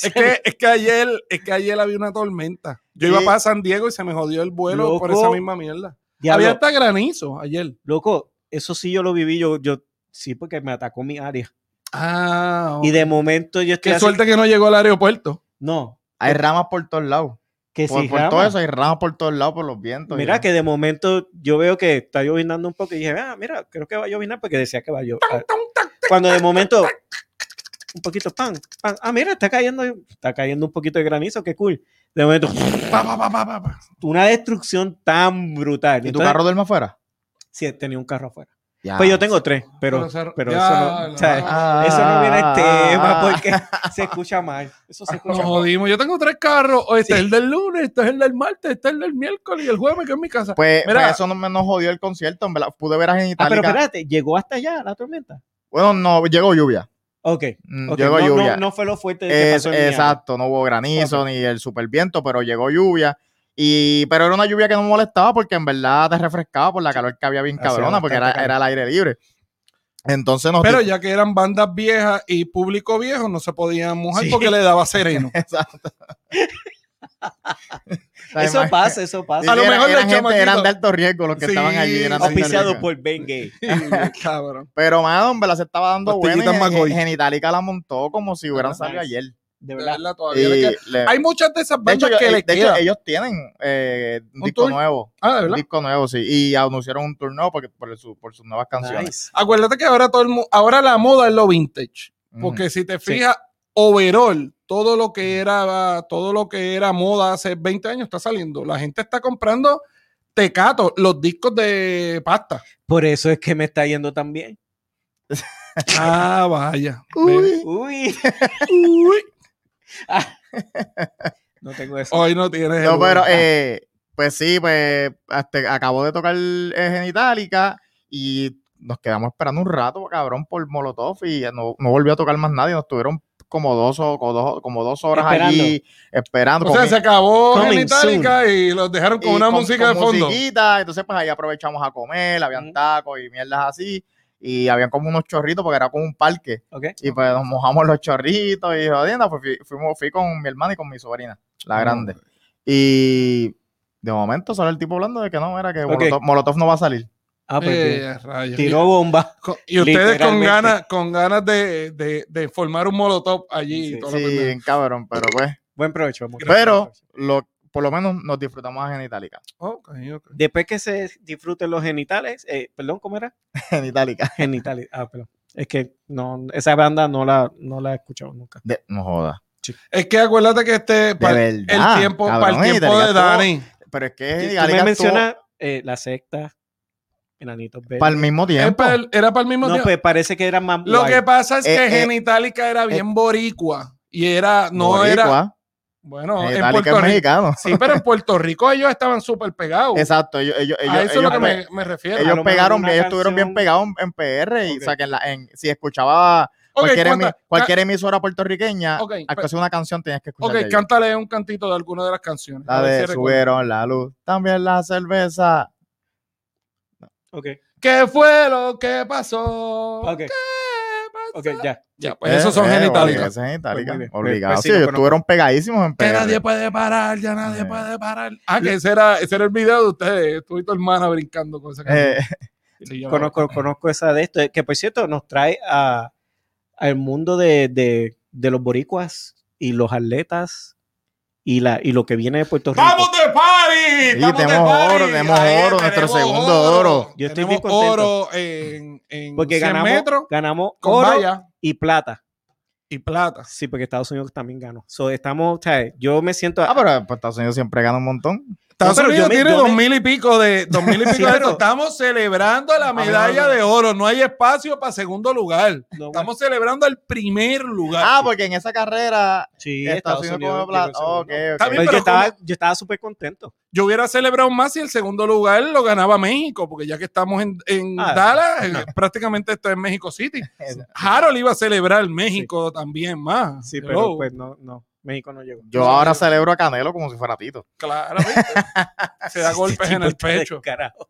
[SPEAKER 4] Es que, es que ayer, es que ayer había una tormenta. Yo
[SPEAKER 3] Sí.
[SPEAKER 4] iba para San Diego y se me jodió el vuelo por
[SPEAKER 2] Loco.
[SPEAKER 4] esa misma mierda.
[SPEAKER 2] Diablo,
[SPEAKER 4] Había hasta granizo ayer.
[SPEAKER 2] loco, eso sí yo lo viví, yo, yo sí, porque me atacó mi área.
[SPEAKER 4] Ah,
[SPEAKER 2] Y de momento yo estoy
[SPEAKER 4] qué
[SPEAKER 2] así-
[SPEAKER 4] suerte que no llegó al aeropuerto.
[SPEAKER 2] No,
[SPEAKER 3] Hay ramas por todos lados.
[SPEAKER 2] que
[SPEAKER 3] Por,
[SPEAKER 2] sí.
[SPEAKER 3] por
[SPEAKER 2] Rama.
[SPEAKER 3] todo eso hay ramas por todos lados, por los vientos.
[SPEAKER 2] Mira
[SPEAKER 3] y-
[SPEAKER 2] que de momento yo veo que está llovinando un poco y dije, ah, mira, creo que va a llovinar porque decía que va a llover. Cuando de momento, un poquito, pan, pan, ah, mira, está cayendo, está cayendo un poquito de granizo, qué cool. De momento,
[SPEAKER 4] Pa, pa, pa, pa, pa, pa.
[SPEAKER 2] una destrucción tan brutal.
[SPEAKER 3] ¿Y tu
[SPEAKER 2] Entonces,
[SPEAKER 3] carro duerme afuera?
[SPEAKER 2] Sí, tenía un carro afuera.
[SPEAKER 3] Ya.
[SPEAKER 2] Pues yo tengo tres, pero,
[SPEAKER 4] Pero se-
[SPEAKER 2] pero
[SPEAKER 4] ya,
[SPEAKER 2] eso no,
[SPEAKER 4] no.
[SPEAKER 2] ¿sabes?
[SPEAKER 3] Ah,
[SPEAKER 2] Eso no viene este,
[SPEAKER 3] ah,
[SPEAKER 2] al
[SPEAKER 3] ah,
[SPEAKER 2] tema porque se escucha mal. Eso se
[SPEAKER 4] Nos
[SPEAKER 2] escucha mal.
[SPEAKER 4] jodimos. Yo tengo tres carros. O Este
[SPEAKER 2] Sí.
[SPEAKER 4] es el del lunes, este es el del martes, este es el del miércoles y el jueves que es mi casa.
[SPEAKER 3] Pues,
[SPEAKER 4] Mira.
[SPEAKER 3] pues eso no me nos jodió el concierto, en verdad. Pude ver a
[SPEAKER 2] Ah, pero
[SPEAKER 3] Genitalica.
[SPEAKER 2] espérate, llegó hasta allá la tormenta.
[SPEAKER 3] bueno, no, llegó lluvia.
[SPEAKER 2] Ok.
[SPEAKER 3] Mm,
[SPEAKER 2] ok,
[SPEAKER 3] Llegó
[SPEAKER 2] no, no-
[SPEAKER 3] lluvia.
[SPEAKER 2] no fue lo fuerte que
[SPEAKER 3] Es-
[SPEAKER 2] pasó en Miami.
[SPEAKER 3] exacto, no hubo granizo ni el superviento, pero llegó lluvia. Y, pero era una lluvia que no molestaba porque en verdad te refrescaba por la calor que había bien
[SPEAKER 2] Hacía
[SPEAKER 3] cabrona, porque era,
[SPEAKER 2] bastante
[SPEAKER 3] era
[SPEAKER 2] calor.
[SPEAKER 3] el aire libre. Entonces nos
[SPEAKER 4] Pero ya que eran bandas viejas y público viejo, no se podían mojar
[SPEAKER 2] Sí.
[SPEAKER 4] porque le daba sereno.
[SPEAKER 3] Exacto.
[SPEAKER 2] Eso pasa, eso
[SPEAKER 3] Sí,
[SPEAKER 2] pasa.
[SPEAKER 4] A lo
[SPEAKER 3] era-
[SPEAKER 4] mejor los
[SPEAKER 3] era gente, eran
[SPEAKER 4] chamaquitos.
[SPEAKER 3] de alto riesgo los que
[SPEAKER 4] Sí,
[SPEAKER 3] estaban allí. eran de alto
[SPEAKER 2] Auspiciado
[SPEAKER 3] riesgo.
[SPEAKER 2] por Ben Gay.
[SPEAKER 4] Cabrón.
[SPEAKER 3] Pero, mano, en verdad se estaba dando buena.
[SPEAKER 4] Pastillitas
[SPEAKER 3] y
[SPEAKER 4] Macoy.
[SPEAKER 3] Gen- Genitalica la montó como si hubieran
[SPEAKER 2] Nice.
[SPEAKER 3] salido ayer.
[SPEAKER 2] De
[SPEAKER 4] De
[SPEAKER 2] verdad.
[SPEAKER 4] verdad,
[SPEAKER 3] Y
[SPEAKER 4] todavía le queda-
[SPEAKER 3] le-
[SPEAKER 4] Hay muchas de esas
[SPEAKER 3] de
[SPEAKER 4] bandas
[SPEAKER 3] hecho, yo- eh,
[SPEAKER 4] que le
[SPEAKER 3] de hecho,
[SPEAKER 4] quedan.
[SPEAKER 3] ellos tienen eh, un
[SPEAKER 4] ¿Un
[SPEAKER 3] disco
[SPEAKER 4] tour?
[SPEAKER 3] nuevo.
[SPEAKER 4] Ah, de
[SPEAKER 3] Un
[SPEAKER 4] verdad.
[SPEAKER 3] disco nuevo, sí. Y anunciaron un turno porque, por, su- por sus nuevas canciones.
[SPEAKER 2] Nice.
[SPEAKER 4] Acuérdate que ahora todo el mu- ahora la moda es lo vintage.
[SPEAKER 3] Ujú.
[SPEAKER 4] Porque si te
[SPEAKER 2] Sí.
[SPEAKER 4] fijas, overall, todo lo que era, todo lo que era moda hace 20 años está saliendo. La gente está comprando tecato, los discos de pasta.
[SPEAKER 2] Por eso es que me está yendo tan bien.
[SPEAKER 4] Ah, vaya. Ve-
[SPEAKER 3] Uy.
[SPEAKER 2] Uy,
[SPEAKER 4] uy.
[SPEAKER 2] no tengo eso.
[SPEAKER 4] Hoy no tienes. el
[SPEAKER 3] No, pero
[SPEAKER 4] lugar.
[SPEAKER 3] eh, pues sí, pues hasta- acabo de tocar eh, Genitalica y nos quedamos esperando un rato, cabrón, por Molotov y no, no volvió a tocar más nadie. Nos estuvieron como dos, o, como dos, como dos horas
[SPEAKER 2] Esperando.
[SPEAKER 3] allí esperando.
[SPEAKER 4] o sea,
[SPEAKER 3] comi-
[SPEAKER 4] se acabó
[SPEAKER 2] Coming
[SPEAKER 4] Genitalica y los dejaron con
[SPEAKER 3] y
[SPEAKER 4] una música
[SPEAKER 3] con
[SPEAKER 4] de fondo.
[SPEAKER 3] musiquita, entonces pues ahí aprovechamos a comer, habían
[SPEAKER 2] Mm.
[SPEAKER 3] tacos y mierdas así. Y habían como unos chorritos porque era como un parque.
[SPEAKER 2] Ok.
[SPEAKER 3] Y pues nos mojamos los chorritos y jodiendo. Pues fui, fuimos- fui con mi hermana y con mi sobrina, la
[SPEAKER 2] Ah.
[SPEAKER 3] grande. Y de momento sale el tipo hablando de que no, era que
[SPEAKER 2] Ok.
[SPEAKER 3] Molotov, Molotov no va a salir.
[SPEAKER 2] Ah, pues bien.
[SPEAKER 4] Eh, rayos.
[SPEAKER 2] tiró bomba.
[SPEAKER 4] Co- Y ustedes con
[SPEAKER 2] Literalmente.
[SPEAKER 4] ganas, con ganas de, de- de formar un molotov allí. y
[SPEAKER 2] Sí,
[SPEAKER 4] toda la
[SPEAKER 3] Sí,
[SPEAKER 4] pendeja.
[SPEAKER 3] bien cabrón, pero pues.
[SPEAKER 2] Buen provecho. amor.
[SPEAKER 3] Pero lo, por lo menos nos disfrutamos a Genitalica.
[SPEAKER 4] Ok, ok.
[SPEAKER 2] Después que se disfruten los genitales, eh, perdón, ¿cómo era?
[SPEAKER 3] Genitalica.
[SPEAKER 2] Genitales. Ah, perdón. Es que no, esa banda no la, no la he escuchado nunca.
[SPEAKER 3] De- no joda.
[SPEAKER 4] Es que acuérdate que este pa-
[SPEAKER 3] verdad,
[SPEAKER 4] el tiempo,
[SPEAKER 3] cabrón,
[SPEAKER 4] para el tiempo
[SPEAKER 3] Genitalica
[SPEAKER 4] de
[SPEAKER 3] estuvo-
[SPEAKER 4] Dani.
[SPEAKER 3] Pero es que
[SPEAKER 2] Tú
[SPEAKER 3] Genitalica
[SPEAKER 2] me
[SPEAKER 3] estuvo
[SPEAKER 2] mencionas eh, la secta, Enanitos
[SPEAKER 3] para
[SPEAKER 2] Verdes.
[SPEAKER 3] el mismo
[SPEAKER 4] Era
[SPEAKER 3] tiempo.
[SPEAKER 4] para el- era para el mismo
[SPEAKER 2] No,
[SPEAKER 4] tiempo.
[SPEAKER 2] pues parece que eran más.
[SPEAKER 4] Lo que pasa es
[SPEAKER 3] Eh,
[SPEAKER 4] que
[SPEAKER 3] eh,
[SPEAKER 4] Genitalica era bien boricua. Y era, no era.
[SPEAKER 3] Boricua.
[SPEAKER 4] Bueno, en
[SPEAKER 3] Genitalica
[SPEAKER 4] Puerto
[SPEAKER 3] es
[SPEAKER 4] Rico.
[SPEAKER 3] mexicano.
[SPEAKER 4] Sí, pero en Puerto Rico ellos estaban súper pegados.
[SPEAKER 3] Exacto, ellos, ellos,
[SPEAKER 4] a
[SPEAKER 3] ellos,
[SPEAKER 4] eso es lo
[SPEAKER 3] ellos
[SPEAKER 4] que
[SPEAKER 3] pe-
[SPEAKER 4] me, me refiero.
[SPEAKER 2] a
[SPEAKER 3] ellos
[SPEAKER 2] lo mejor
[SPEAKER 3] pegaron,
[SPEAKER 2] una
[SPEAKER 3] ellos estuvieron bien
[SPEAKER 2] canción-
[SPEAKER 3] pegados en, en PR y
[SPEAKER 2] Ok.
[SPEAKER 3] o sea, que en la- en- si escuchaba
[SPEAKER 4] Ok,
[SPEAKER 3] cualquier, emi-
[SPEAKER 4] cuenta-
[SPEAKER 3] cualquier emisora puertorriqueña,
[SPEAKER 4] Ok,
[SPEAKER 2] pues
[SPEAKER 3] al que
[SPEAKER 4] pe-
[SPEAKER 3] hacía una canción tenías que escuchar.
[SPEAKER 4] Ok, cántale un cantito de alguna de las canciones. a
[SPEAKER 3] la
[SPEAKER 4] ver si
[SPEAKER 3] de
[SPEAKER 4] recuerdo.
[SPEAKER 3] subieron la luz, también la cerveza.
[SPEAKER 2] Ok,
[SPEAKER 4] ¿Qué fue lo que pasó?
[SPEAKER 2] ok,
[SPEAKER 4] ¿Qué pasó?
[SPEAKER 2] ok, ya.
[SPEAKER 4] Ya, pues esos son
[SPEAKER 3] Eh, eh,
[SPEAKER 4] genitalica.
[SPEAKER 3] obligado, esa es genitalica,
[SPEAKER 2] Pues muy bien.
[SPEAKER 3] obligado.
[SPEAKER 2] Pues
[SPEAKER 3] sí,
[SPEAKER 2] sí, lo
[SPEAKER 3] ellos
[SPEAKER 2] conozco.
[SPEAKER 3] estuvieron pegadísimos en
[SPEAKER 4] Que
[SPEAKER 3] PR.
[SPEAKER 4] nadie puede parar, ya nadie
[SPEAKER 3] Eh.
[SPEAKER 4] puede parar. Ah, que ese era, ese era el video de ustedes. Tú y tu hermana brincando con esa canción.
[SPEAKER 3] Eh,
[SPEAKER 4] Sí, yo la-
[SPEAKER 2] Conozco, conozco esa de esto, que por cierto nos trae a, al mundo de, de- de los boricuas y los atletas y, la, y lo que viene de Puerto Rico.
[SPEAKER 4] ¡Vamos de party! ¡Estamos de
[SPEAKER 3] tenemos
[SPEAKER 4] party!
[SPEAKER 3] oro, tenemos
[SPEAKER 4] Ahí
[SPEAKER 3] oro, nuestro
[SPEAKER 4] tenemos
[SPEAKER 3] segundo oro.
[SPEAKER 2] Yo estoy
[SPEAKER 4] tenemos
[SPEAKER 2] bien contento.
[SPEAKER 4] oro en, en
[SPEAKER 2] Porque
[SPEAKER 4] 100
[SPEAKER 2] ganamos,
[SPEAKER 4] metros
[SPEAKER 2] ganamos
[SPEAKER 4] con
[SPEAKER 2] oro
[SPEAKER 4] valla
[SPEAKER 2] y plata.
[SPEAKER 4] y plata.
[SPEAKER 2] Sí, porque Estados Unidos también ganó. So, estamos, o sea, yo me siento.
[SPEAKER 3] ah, pero pues, Estados Unidos siempre gana un montón.
[SPEAKER 4] Estados
[SPEAKER 2] pero yo
[SPEAKER 4] Unidos
[SPEAKER 2] me-
[SPEAKER 4] tiene
[SPEAKER 2] yo
[SPEAKER 4] dos
[SPEAKER 2] me-
[SPEAKER 4] mil y pico de dos mil y pico de
[SPEAKER 2] pero-
[SPEAKER 4] esto. Estamos celebrando la
[SPEAKER 3] no,
[SPEAKER 4] medalla
[SPEAKER 3] no.
[SPEAKER 4] de oro. No hay espacio para segundo lugar.
[SPEAKER 2] no, bueno,
[SPEAKER 4] Estamos celebrando el primer lugar.
[SPEAKER 3] Ah, porque en esa carrera
[SPEAKER 2] sí,
[SPEAKER 3] Estados Unidos comió
[SPEAKER 2] llegó
[SPEAKER 3] plata.
[SPEAKER 2] segundo.
[SPEAKER 3] Ok, ok.
[SPEAKER 4] Está bien,
[SPEAKER 2] Pero yo
[SPEAKER 4] pero
[SPEAKER 2] estaba, yo estaba súper contento.
[SPEAKER 4] Yo hubiera celebrado más si el segundo lugar lo ganaba México, porque ya que estamos en, en
[SPEAKER 2] Ah,
[SPEAKER 4] Dallas, eh, prácticamente esto es México City.
[SPEAKER 2] pues.
[SPEAKER 3] Eh,
[SPEAKER 4] Harold iba a celebrar México también más.
[SPEAKER 2] Sí,
[SPEAKER 4] Hello.
[SPEAKER 2] pero pues no, no. México no llegó.
[SPEAKER 3] Yo ahora celebro a Canelo como si fuera Tito.
[SPEAKER 4] Claro. ¿viste? Se da golpes en el
[SPEAKER 2] Este Tipo, está
[SPEAKER 4] pecho.
[SPEAKER 2] descarado.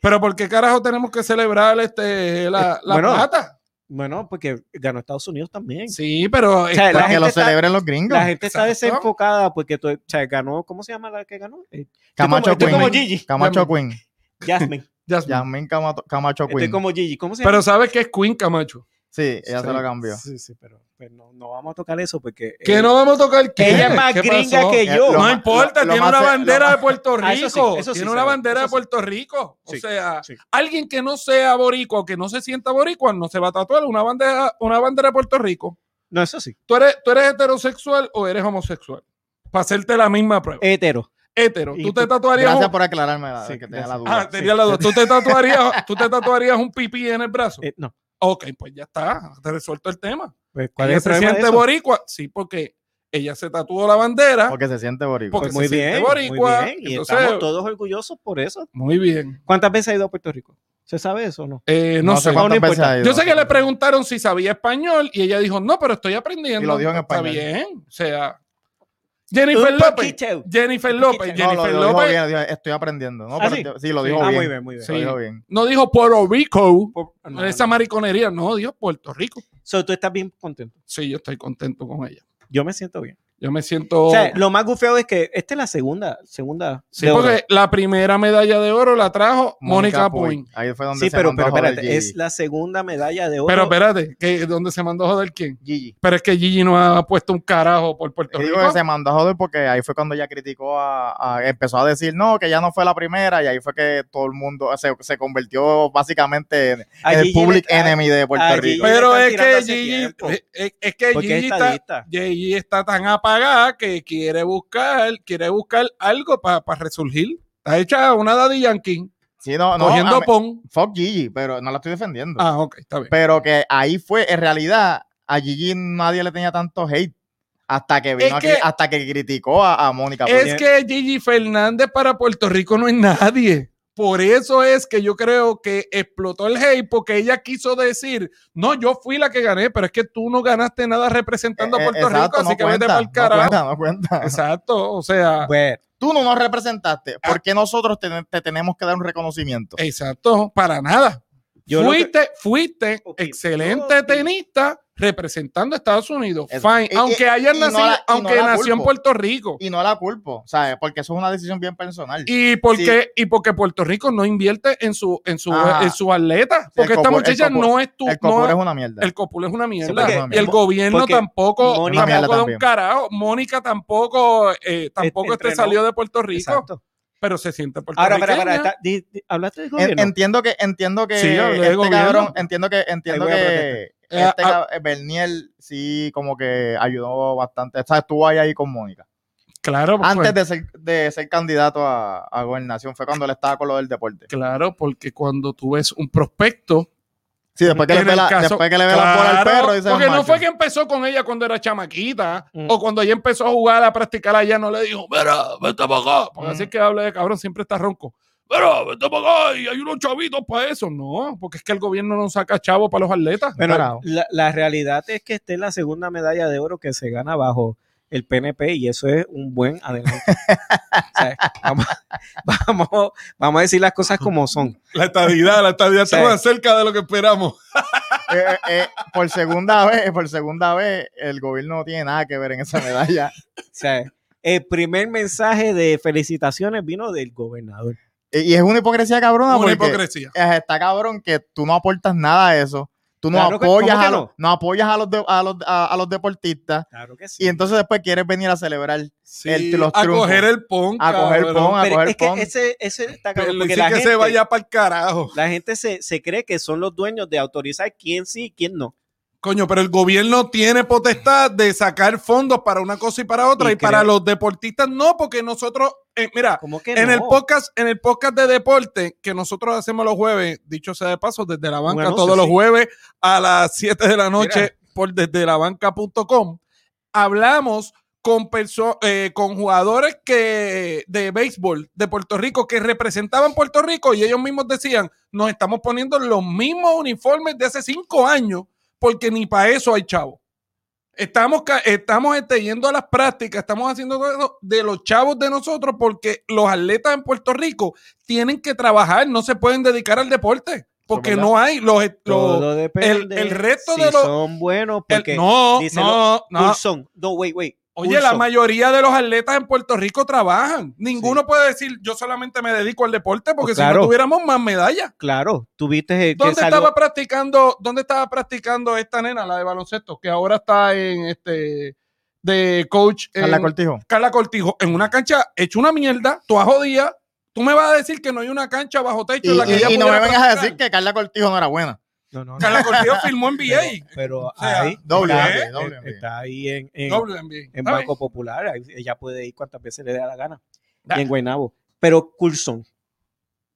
[SPEAKER 4] Pero ¿por qué carajo tenemos que celebrar este, la, la
[SPEAKER 2] Eh, Bueno.
[SPEAKER 4] plata?
[SPEAKER 2] Bueno, porque ganó Estados Unidos también.
[SPEAKER 4] Sí, pero...
[SPEAKER 2] sea,
[SPEAKER 4] está-
[SPEAKER 2] La
[SPEAKER 3] Para que
[SPEAKER 2] gente
[SPEAKER 3] lo
[SPEAKER 2] está-
[SPEAKER 3] celebren los gringos.
[SPEAKER 2] La gente está
[SPEAKER 4] Exacto.
[SPEAKER 2] desenfocada porque tú- o sea, ganó, ¿cómo se llama la que ganó? Eh,
[SPEAKER 3] Camacho
[SPEAKER 2] estoy como
[SPEAKER 3] Queen.
[SPEAKER 2] Gigi.
[SPEAKER 3] Camacho Queen.
[SPEAKER 2] Jasmine.
[SPEAKER 4] Jasmine.
[SPEAKER 3] Yasmin Camato- Camacho
[SPEAKER 2] estoy
[SPEAKER 3] Queen.
[SPEAKER 2] Este como Gigi. ¿Cómo se llama?
[SPEAKER 4] Pero sabes que es Queen Camacho.
[SPEAKER 3] Sí, ella se
[SPEAKER 2] Sí,
[SPEAKER 3] lo cambió.
[SPEAKER 2] Sí, sí, pero, pero no, no vamos a tocar eso porque.
[SPEAKER 4] Que
[SPEAKER 2] eh,
[SPEAKER 4] no vamos a tocar ¿Qué?
[SPEAKER 2] Ella es más
[SPEAKER 4] ¿Qué
[SPEAKER 2] gringa
[SPEAKER 4] pasó?
[SPEAKER 2] que
[SPEAKER 3] Eh,
[SPEAKER 2] yo.
[SPEAKER 3] lo
[SPEAKER 4] no
[SPEAKER 3] más-
[SPEAKER 4] importa,
[SPEAKER 3] lo- lo
[SPEAKER 4] tiene
[SPEAKER 3] más
[SPEAKER 4] una
[SPEAKER 3] se- lo
[SPEAKER 4] bandera
[SPEAKER 3] más-
[SPEAKER 4] de Puerto Rico.
[SPEAKER 2] Ah, eso sí, eso sí
[SPEAKER 4] tiene
[SPEAKER 2] se
[SPEAKER 4] una
[SPEAKER 2] ve,
[SPEAKER 4] bandera
[SPEAKER 2] eso
[SPEAKER 4] de
[SPEAKER 2] sí.
[SPEAKER 4] Puerto Rico. O
[SPEAKER 2] Sí,
[SPEAKER 4] sea,
[SPEAKER 2] sí.
[SPEAKER 4] alguien que no sea boricua o que no se sienta boricua no se va a tatuar una bandera, una bandera de Puerto Rico.
[SPEAKER 2] No, eso sí.
[SPEAKER 4] ¿Tú eres, ¿Tú eres heterosexual o eres homosexual? Para hacerte la misma prueba.
[SPEAKER 2] Hetero.
[SPEAKER 4] Hetero.
[SPEAKER 2] Eh, y
[SPEAKER 4] ¿Tú te
[SPEAKER 2] tú-
[SPEAKER 4] tatuarías
[SPEAKER 3] Gracias
[SPEAKER 4] un...
[SPEAKER 3] por aclararme la,
[SPEAKER 2] Sí,
[SPEAKER 3] que tenía
[SPEAKER 2] gracias.
[SPEAKER 3] la duda.
[SPEAKER 4] Ah, tenía la duda. ¿Tú te, tatuarías, ¿Tú te tatuarías un pipí en el brazo?
[SPEAKER 2] Eh, no.
[SPEAKER 4] Ok, pues ya está. Te resuelto el tema.
[SPEAKER 2] Pues, ¿Cuál
[SPEAKER 4] Ella
[SPEAKER 2] es el
[SPEAKER 4] se
[SPEAKER 2] problema de
[SPEAKER 4] siente
[SPEAKER 2] eso?
[SPEAKER 4] boricua? Sí, porque ella se tatuó la bandera.
[SPEAKER 3] Porque se siente boricua.
[SPEAKER 4] porque
[SPEAKER 2] Pues muy
[SPEAKER 4] se siente
[SPEAKER 2] bien.
[SPEAKER 4] boricua,
[SPEAKER 2] muy bien. Y
[SPEAKER 4] entonces-
[SPEAKER 2] estamos todos orgullosos por eso.
[SPEAKER 4] Muy bien.
[SPEAKER 2] ¿Cuántas veces ha ido a Puerto Rico? ¿Se sabe eso o no?
[SPEAKER 4] Eh, no, sé.
[SPEAKER 2] cuánto-
[SPEAKER 3] cuántas veces
[SPEAKER 2] no importa.
[SPEAKER 3] ha ido.
[SPEAKER 4] Yo sé que le preguntaron si sabía español y ella dijo, no, pero estoy aprendiendo.
[SPEAKER 3] Y lo dijo en
[SPEAKER 4] Está
[SPEAKER 3] español.
[SPEAKER 4] bien. O sea, Jennifer
[SPEAKER 2] Un
[SPEAKER 4] López.
[SPEAKER 2] poquito.
[SPEAKER 4] Jennifer López.
[SPEAKER 2] No,
[SPEAKER 3] No, lo,
[SPEAKER 4] Jennifer
[SPEAKER 3] lo dijo
[SPEAKER 4] López
[SPEAKER 3] bien, dijo, estoy aprendiendo. No,
[SPEAKER 2] ¿Ah,
[SPEAKER 3] pero
[SPEAKER 2] sí?
[SPEAKER 3] yo- sí, lo
[SPEAKER 2] Sí.
[SPEAKER 3] dijo
[SPEAKER 2] Ah,
[SPEAKER 3] bien.
[SPEAKER 2] muy bien, muy bien.
[SPEAKER 4] Sí.
[SPEAKER 3] Lo dijo bien.
[SPEAKER 4] no dijo Puerto Rico.
[SPEAKER 2] Por- no, no.
[SPEAKER 4] esa mariconería, no, dijo Puerto Rico.
[SPEAKER 2] So, tú estás bien contento.
[SPEAKER 4] Sí, yo estoy contento con ella.
[SPEAKER 2] Yo me siento bien.
[SPEAKER 4] Yo me siento.
[SPEAKER 2] O sea, lo más gufeo es que esta es la segunda, segunda
[SPEAKER 4] Oh. Sí,
[SPEAKER 2] de oro.
[SPEAKER 4] porque la primera medalla de oro la trajo Mónica
[SPEAKER 3] Puig.
[SPEAKER 4] Puig.
[SPEAKER 3] Ahí fue donde
[SPEAKER 2] Sí,
[SPEAKER 3] se
[SPEAKER 2] pero,
[SPEAKER 3] mandó
[SPEAKER 2] pero
[SPEAKER 3] a joder
[SPEAKER 2] espérate, es
[SPEAKER 3] Gigi.
[SPEAKER 2] la segunda medalla de oro.
[SPEAKER 4] Pero espérate, que ¿dónde se mandó a joder quién?
[SPEAKER 3] Gigi.
[SPEAKER 4] Pero es que Gigi no ha puesto un carajo por Puerto
[SPEAKER 3] Digo
[SPEAKER 4] Rico.
[SPEAKER 3] que se mandó a joder porque ahí fue cuando ya criticó a, a- Empezó a decir, no, que ya no fue la primera. Y ahí fue que todo el mundo se, se convirtió básicamente en
[SPEAKER 2] A
[SPEAKER 3] el
[SPEAKER 2] Gigi le-
[SPEAKER 3] public
[SPEAKER 2] a-
[SPEAKER 3] enemy de Puerto
[SPEAKER 2] a Gigi-
[SPEAKER 3] Rico.
[SPEAKER 4] Pero
[SPEAKER 2] le
[SPEAKER 4] es
[SPEAKER 2] están tirando
[SPEAKER 4] que
[SPEAKER 2] hace
[SPEAKER 4] Gigi,
[SPEAKER 2] tiempo.
[SPEAKER 4] es- es, es que
[SPEAKER 2] porque es
[SPEAKER 4] Gigi está,
[SPEAKER 2] estadista.
[SPEAKER 4] Gigi está tan apagada que quiere buscar, quiere buscar algo para resurgir. Está hecha una daddy yankee,
[SPEAKER 3] Sí, Ah, no, no,
[SPEAKER 4] cogiendo
[SPEAKER 3] a mí-
[SPEAKER 4] pon.
[SPEAKER 3] fuck Gigi, pero no la estoy defendiendo.
[SPEAKER 4] Ah, ok, está bien.
[SPEAKER 3] Pero que ahí fue, en realidad, a Gigi nadie le tenía tanto hate. Hasta que vino
[SPEAKER 4] Es
[SPEAKER 3] aquí,
[SPEAKER 4] que-
[SPEAKER 3] hasta que criticó a, a Mónica. eh, Puig.
[SPEAKER 4] Es que Gigi Fernández para Puerto Rico no es nadie. Por eso es que yo creo que explotó el hate porque ella quiso decir, no, yo fui la que gané, pero es que tú no ganaste nada representando a
[SPEAKER 3] Eh,
[SPEAKER 4] Puerto
[SPEAKER 3] exacto,
[SPEAKER 4] Rico, así
[SPEAKER 3] no
[SPEAKER 4] que vete
[SPEAKER 3] cuenta,
[SPEAKER 4] para
[SPEAKER 3] no
[SPEAKER 4] carajo.
[SPEAKER 3] cuenta, no cuenta.
[SPEAKER 4] Exacto, o sea,
[SPEAKER 2] Bueno,
[SPEAKER 3] Tú no nos representaste.
[SPEAKER 4] Ah.
[SPEAKER 3] ¿Por qué nosotros te, te tenemos que dar un reconocimiento?
[SPEAKER 4] Eh, exacto, para nada.
[SPEAKER 2] yo lo que-
[SPEAKER 4] fuiste, fuiste
[SPEAKER 2] Ok,
[SPEAKER 4] excelente
[SPEAKER 2] yo-
[SPEAKER 4] tenista representando a Estados Unidos.
[SPEAKER 3] Eso.
[SPEAKER 4] Fine,
[SPEAKER 3] Y- y-
[SPEAKER 4] aunque hayas
[SPEAKER 3] y no
[SPEAKER 4] nacido,
[SPEAKER 3] la- y no
[SPEAKER 4] aunque
[SPEAKER 3] la
[SPEAKER 4] nació en
[SPEAKER 3] culpo.
[SPEAKER 4] Puerto Rico.
[SPEAKER 3] Y no la culpo, ¿sabes? Porque eso es una decisión bien personal.
[SPEAKER 4] Y porque, y porque Puerto Rico no invierte en su, en su,
[SPEAKER 3] Ajá.
[SPEAKER 4] en su atleta. Porque
[SPEAKER 3] Ah. El
[SPEAKER 4] esta
[SPEAKER 3] copo-
[SPEAKER 4] muchacha
[SPEAKER 3] el copo-
[SPEAKER 4] no es tu.
[SPEAKER 3] el
[SPEAKER 4] no-
[SPEAKER 3] copuro es una mierda.
[SPEAKER 4] el copul es una mierda.
[SPEAKER 3] porque-
[SPEAKER 4] y el
[SPEAKER 2] mo-
[SPEAKER 4] gobierno
[SPEAKER 2] porque
[SPEAKER 4] tampoco,
[SPEAKER 2] Mónica-
[SPEAKER 4] tampoco
[SPEAKER 3] Mierda
[SPEAKER 4] da un
[SPEAKER 3] también.
[SPEAKER 4] carajo. Mónica tampoco, eh, tampoco este
[SPEAKER 2] entrenó.
[SPEAKER 4] salió de Puerto Rico,
[SPEAKER 2] exacto.
[SPEAKER 4] pero se siente Puerto
[SPEAKER 2] Ahora,
[SPEAKER 4] Rico.
[SPEAKER 2] para, para, está- di- di- hablaste del
[SPEAKER 3] En-
[SPEAKER 2] gobierno.
[SPEAKER 3] entiendo que, entiendo que
[SPEAKER 4] Sí, yo hablé de
[SPEAKER 3] este
[SPEAKER 4] gobierno.
[SPEAKER 3] cabrón, entiendo que, entiendo
[SPEAKER 2] Ahí voy a
[SPEAKER 3] que
[SPEAKER 4] ah,
[SPEAKER 3] este cab- eh, Berniel sí como que ayudó bastante. O sea, estuvo ahí, ahí con Mónica.
[SPEAKER 4] claro, pues,
[SPEAKER 3] Antes de ser, de ser candidato a, a gobernación, fue cuando él estaba con lo del deporte.
[SPEAKER 4] claro, porque cuando tú ves un prospecto
[SPEAKER 3] Sí, después que, le
[SPEAKER 4] En
[SPEAKER 3] ve
[SPEAKER 4] el
[SPEAKER 3] la,
[SPEAKER 4] caso-
[SPEAKER 3] después que le ve la bola al
[SPEAKER 4] Claro,
[SPEAKER 3] perro, dice
[SPEAKER 4] porque no
[SPEAKER 3] macho.
[SPEAKER 4] fue que empezó con ella cuando era chamaquita
[SPEAKER 2] Mm.
[SPEAKER 4] o cuando ella empezó a jugar, a practicar allá, no le dijo, mira, vete para acá. Porque así es que habla de cabrón, siempre está ronco. Mira, vete para acá y hay unos chavitos para eso. No, porque es que el gobierno no saca chavo para los atletas.
[SPEAKER 2] Bueno,
[SPEAKER 3] Carajo.
[SPEAKER 2] la, la realidad es que esta es la segunda medalla de oro que se gana bajo el PNP y eso es un buen adelanto. O sea, vamos, vamos, vamos a decir las cosas como son.
[SPEAKER 4] La estadidad, la estadidad
[SPEAKER 2] está Sí. más
[SPEAKER 4] cerca de lo que esperamos.
[SPEAKER 3] Eh, eh, por segunda vez, por segunda vez, el gobierno no tiene nada que ver en esa medalla.
[SPEAKER 2] O sea, el primer mensaje de felicitaciones vino del gobernador.
[SPEAKER 3] Y, y es una hipocresía
[SPEAKER 4] Una
[SPEAKER 3] cabrona porque
[SPEAKER 4] hipocresía.
[SPEAKER 3] eh, está cabrón que tú no aportas nada a eso. Tú no
[SPEAKER 2] Claro que-
[SPEAKER 3] apoyas
[SPEAKER 2] ¿cómo que
[SPEAKER 3] a los,
[SPEAKER 2] no?
[SPEAKER 3] no apoyas a los, de- a los, a- a los deportistas
[SPEAKER 2] Claro que sí.
[SPEAKER 3] y entonces después quieres venir a celebrar,
[SPEAKER 4] Sí,
[SPEAKER 3] el- los
[SPEAKER 4] a
[SPEAKER 3] triunfos.
[SPEAKER 4] coger el pon.
[SPEAKER 3] a coger
[SPEAKER 4] cabrón.
[SPEAKER 3] pon, a
[SPEAKER 2] Pero
[SPEAKER 3] coger
[SPEAKER 2] es que
[SPEAKER 3] pon.
[SPEAKER 2] ese, ese está cabrón,
[SPEAKER 4] Pero
[SPEAKER 2] porque
[SPEAKER 4] sí
[SPEAKER 2] la
[SPEAKER 4] que
[SPEAKER 2] gente,
[SPEAKER 4] se vaya para el carajo.
[SPEAKER 2] la gente se, se cree que son los dueños de autorizar quién sí y quién no.
[SPEAKER 4] Coño, pero el gobierno tiene potestad de sacar fondos para una cosa y para otra, y,
[SPEAKER 2] Y
[SPEAKER 4] para
[SPEAKER 2] creo-
[SPEAKER 4] los deportistas no, porque nosotros, eh, mira,
[SPEAKER 2] ¿Cómo que
[SPEAKER 4] en
[SPEAKER 2] no?
[SPEAKER 4] el podcast, en el podcast de deporte que nosotros hacemos los jueves, dicho sea de paso, desde la banca
[SPEAKER 2] anuncio,
[SPEAKER 4] todos los
[SPEAKER 2] sí.
[SPEAKER 4] jueves a las 7 de la noche
[SPEAKER 2] Mira.
[SPEAKER 4] por desde la banca.com, hablamos con perso- eh, con jugadores que de béisbol de Puerto Rico que representaban Puerto Rico y ellos mismos decían, nos estamos poniendo los mismos uniformes de hace cinco años porque ni para eso hay chavo. Estamos, ca- estamos este, yendo a las prácticas, estamos haciendo todo eso de los chavos de nosotros porque los atletas en Puerto Rico tienen que trabajar, no se pueden dedicar al deporte porque
[SPEAKER 3] ¿Verdad?
[SPEAKER 4] no hay los... los-
[SPEAKER 2] Todo depende
[SPEAKER 4] el resto
[SPEAKER 2] si
[SPEAKER 4] de los-
[SPEAKER 2] son buenos
[SPEAKER 4] el-
[SPEAKER 2] porque
[SPEAKER 4] no,
[SPEAKER 2] dice
[SPEAKER 4] no, no.
[SPEAKER 2] Coulson. No, wait, wait.
[SPEAKER 4] Oye, la
[SPEAKER 2] Coulson.
[SPEAKER 4] mayoría de los atletas en Puerto Rico trabajan. Ninguno puede decir yo solamente me dedico al deporte porque si
[SPEAKER 2] Oh, Claro.
[SPEAKER 4] no tuviéramos más medallas.
[SPEAKER 2] Claro, tuviste el que
[SPEAKER 4] ¿Dónde
[SPEAKER 2] salió.
[SPEAKER 4] estaba practicando? ¿Dónde estaba practicando esta nena, la de baloncesto, que ahora está en este de coach en,
[SPEAKER 3] Carla Cortijo.
[SPEAKER 4] Carla Cortijo en una cancha hecha una mierda, tú a jodida. Tú me vas a decir que no hay una cancha bajo techo
[SPEAKER 3] Y,
[SPEAKER 4] en la que
[SPEAKER 3] y-
[SPEAKER 4] ella
[SPEAKER 3] y no me
[SPEAKER 4] pudiera
[SPEAKER 3] vengas a
[SPEAKER 4] practicar?
[SPEAKER 3] decir que Carla Cortijo no era buena.
[SPEAKER 2] No, no, no.
[SPEAKER 4] Carla Cortijo firmó en
[SPEAKER 2] Pero,
[SPEAKER 4] VA.
[SPEAKER 2] pero
[SPEAKER 4] sea,
[SPEAKER 2] ahí
[SPEAKER 3] doble
[SPEAKER 2] está,
[SPEAKER 3] NBA, doble NBA.
[SPEAKER 2] está ahí en, en,
[SPEAKER 4] WNBA.
[SPEAKER 2] en
[SPEAKER 4] Está
[SPEAKER 2] Banco Popular. ahí Ella puede ir cuantas veces le da la gana.
[SPEAKER 4] Da.
[SPEAKER 2] Y en Guaynabo. Pero Coulson.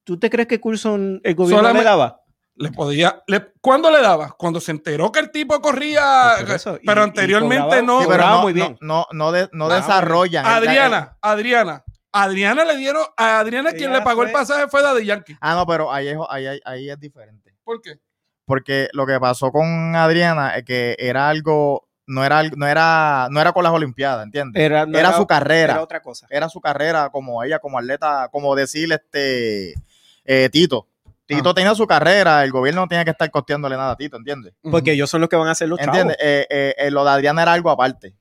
[SPEAKER 2] ¿Tú te crees que Coulson el gobierno
[SPEAKER 4] Solamente-
[SPEAKER 2] le daba?
[SPEAKER 4] Le podía, le- ¿Cuándo le dabas? Cuando se enteró que el tipo corría.
[SPEAKER 2] Pues por eso, y-
[SPEAKER 4] Ah, pero
[SPEAKER 2] y
[SPEAKER 4] anteriormente
[SPEAKER 2] cobraba-
[SPEAKER 4] no.
[SPEAKER 3] Sí, pero
[SPEAKER 2] Cobraba
[SPEAKER 3] no,
[SPEAKER 2] muy
[SPEAKER 3] no-
[SPEAKER 2] bien.
[SPEAKER 3] no, no, de- no
[SPEAKER 2] Cobraba muy
[SPEAKER 3] desarrollan.
[SPEAKER 4] Adriana, Adriana. Adriana le dieron. A Adriana quien
[SPEAKER 2] Ella
[SPEAKER 4] le pagó el
[SPEAKER 2] fue-
[SPEAKER 4] pasaje fue Daddy Yankee.
[SPEAKER 3] Ah, no, pero ahí es, ahí, ahí- ahí es diferente.
[SPEAKER 4] ¿Por qué?
[SPEAKER 3] Porque lo que pasó con Adriana es que era algo, no era, al- no era, no era con las Olimpiadas, ¿entiendes?
[SPEAKER 2] Era, Eh, no
[SPEAKER 3] era,
[SPEAKER 2] era-
[SPEAKER 3] su carrera.
[SPEAKER 2] era otra cosa.
[SPEAKER 3] era su carrera como ella, como atleta, como decirle este eh, Tito.
[SPEAKER 2] Ah.
[SPEAKER 3] Tito tenía su carrera, el gobierno no tenía que estar costeándole nada a Tito, ¿entiendes? Eh,
[SPEAKER 2] Porque ellos son los que van a hacer los
[SPEAKER 3] ¿Entiendes?
[SPEAKER 2] chavos.
[SPEAKER 3] Eh, eh, eh, lo de Adriana era algo aparte.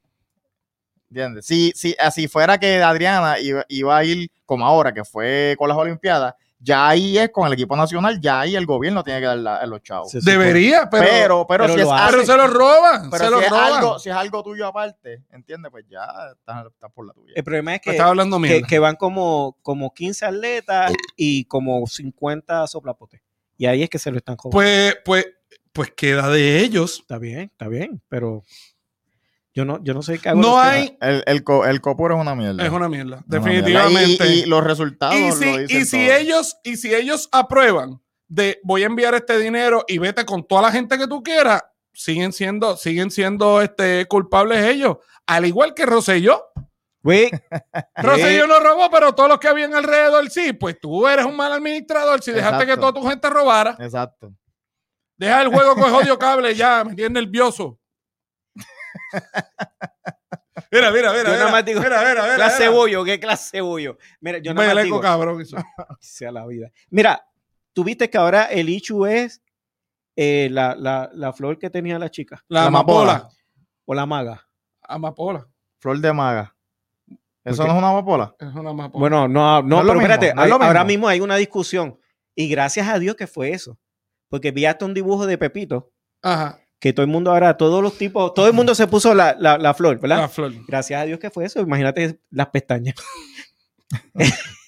[SPEAKER 3] ¿Entiendes? Si, si así fuera que Adriana iba, iba a ir como ahora, que fue con las Olimpiadas, ya ahí es con el equipo nacional, ya ahí el gobierno tiene que dar la- los chavos.
[SPEAKER 2] Se supone.
[SPEAKER 4] Debería, pero, pero,
[SPEAKER 3] pero, pero, si
[SPEAKER 2] pero lo
[SPEAKER 3] es
[SPEAKER 2] hace.
[SPEAKER 3] algo-
[SPEAKER 4] se los roban.
[SPEAKER 3] Ah, pero
[SPEAKER 4] se
[SPEAKER 3] si
[SPEAKER 4] los
[SPEAKER 3] es
[SPEAKER 4] roban.
[SPEAKER 3] algo, si es algo tuyo aparte, ¿entiendes? Pues ya estás, estás por la tuya.
[SPEAKER 2] El problema es
[SPEAKER 4] Me
[SPEAKER 2] que,
[SPEAKER 4] estaba hablando
[SPEAKER 2] que,
[SPEAKER 4] mierda.
[SPEAKER 2] que van como, como 15 atletas y como 50 soplapotes. Y ahí es que se lo están cobrando.
[SPEAKER 4] Pues, pues, pues queda de ellos.
[SPEAKER 2] está bien, está bien, pero yo no, yo no sé qué hago.
[SPEAKER 4] No
[SPEAKER 2] los que-
[SPEAKER 4] hay.
[SPEAKER 3] El, el, co- el copuro es una mierda.
[SPEAKER 4] Es una mierda.
[SPEAKER 3] Es una mierda.
[SPEAKER 4] Definitivamente.
[SPEAKER 3] Y, y los resultados
[SPEAKER 4] Y
[SPEAKER 3] lo
[SPEAKER 4] si,
[SPEAKER 3] dicen
[SPEAKER 4] y si
[SPEAKER 3] todo.
[SPEAKER 4] ellos, y si ellos aprueban de voy a enviar este dinero y vete con toda la gente que tú quieras, siguen siendo, siguen siendo este, culpables ellos. Al igual que Rosselló.
[SPEAKER 2] Güey,
[SPEAKER 4] Rosselló no robó, pero todos los que habían alrededor sí. Pues tú eres un mal administrador. Si dejaste
[SPEAKER 3] Exacto.
[SPEAKER 4] que toda tu gente robara,
[SPEAKER 3] Exacto.
[SPEAKER 4] deja el juego con el jodido cable ya, me tienes nervioso. Mira, mira, mira.
[SPEAKER 2] Yo nada
[SPEAKER 4] mira,
[SPEAKER 2] más digo,
[SPEAKER 4] mira, mira, mira,
[SPEAKER 2] clase
[SPEAKER 4] mira.
[SPEAKER 2] bollo, qué clase bollo. Mira, yo
[SPEAKER 4] Un
[SPEAKER 2] no me
[SPEAKER 4] beleco,
[SPEAKER 2] digo,
[SPEAKER 4] cabrón. eso.
[SPEAKER 2] sea la vida. Mira, tú viste que ahora el ichu es eh, la, la, la flor que tenía la chica
[SPEAKER 4] La,
[SPEAKER 3] La amapola.
[SPEAKER 4] amapola.
[SPEAKER 2] o la maga.
[SPEAKER 4] Amapola.
[SPEAKER 3] Flor de maga. ¿Eso
[SPEAKER 2] ¿Por
[SPEAKER 3] no
[SPEAKER 2] qué?
[SPEAKER 3] es una amapola?
[SPEAKER 4] Es una amapola.
[SPEAKER 2] Bueno, no, no,
[SPEAKER 3] Oh. No es lo
[SPEAKER 2] pero
[SPEAKER 3] mismo,
[SPEAKER 2] espérate,
[SPEAKER 3] no es lo
[SPEAKER 2] hay- ahora
[SPEAKER 3] mismo.
[SPEAKER 2] mismo hay una discusión y gracias a Dios que fue eso, porque vi hasta un dibujo de Pepito
[SPEAKER 4] Ajá.
[SPEAKER 2] que todo el mundo ahora, todos los tipos, todo el mundo se puso la, la, la flor, ¿verdad?
[SPEAKER 4] La flor.
[SPEAKER 2] Gracias a Dios que fue eso, imagínate las pestañas.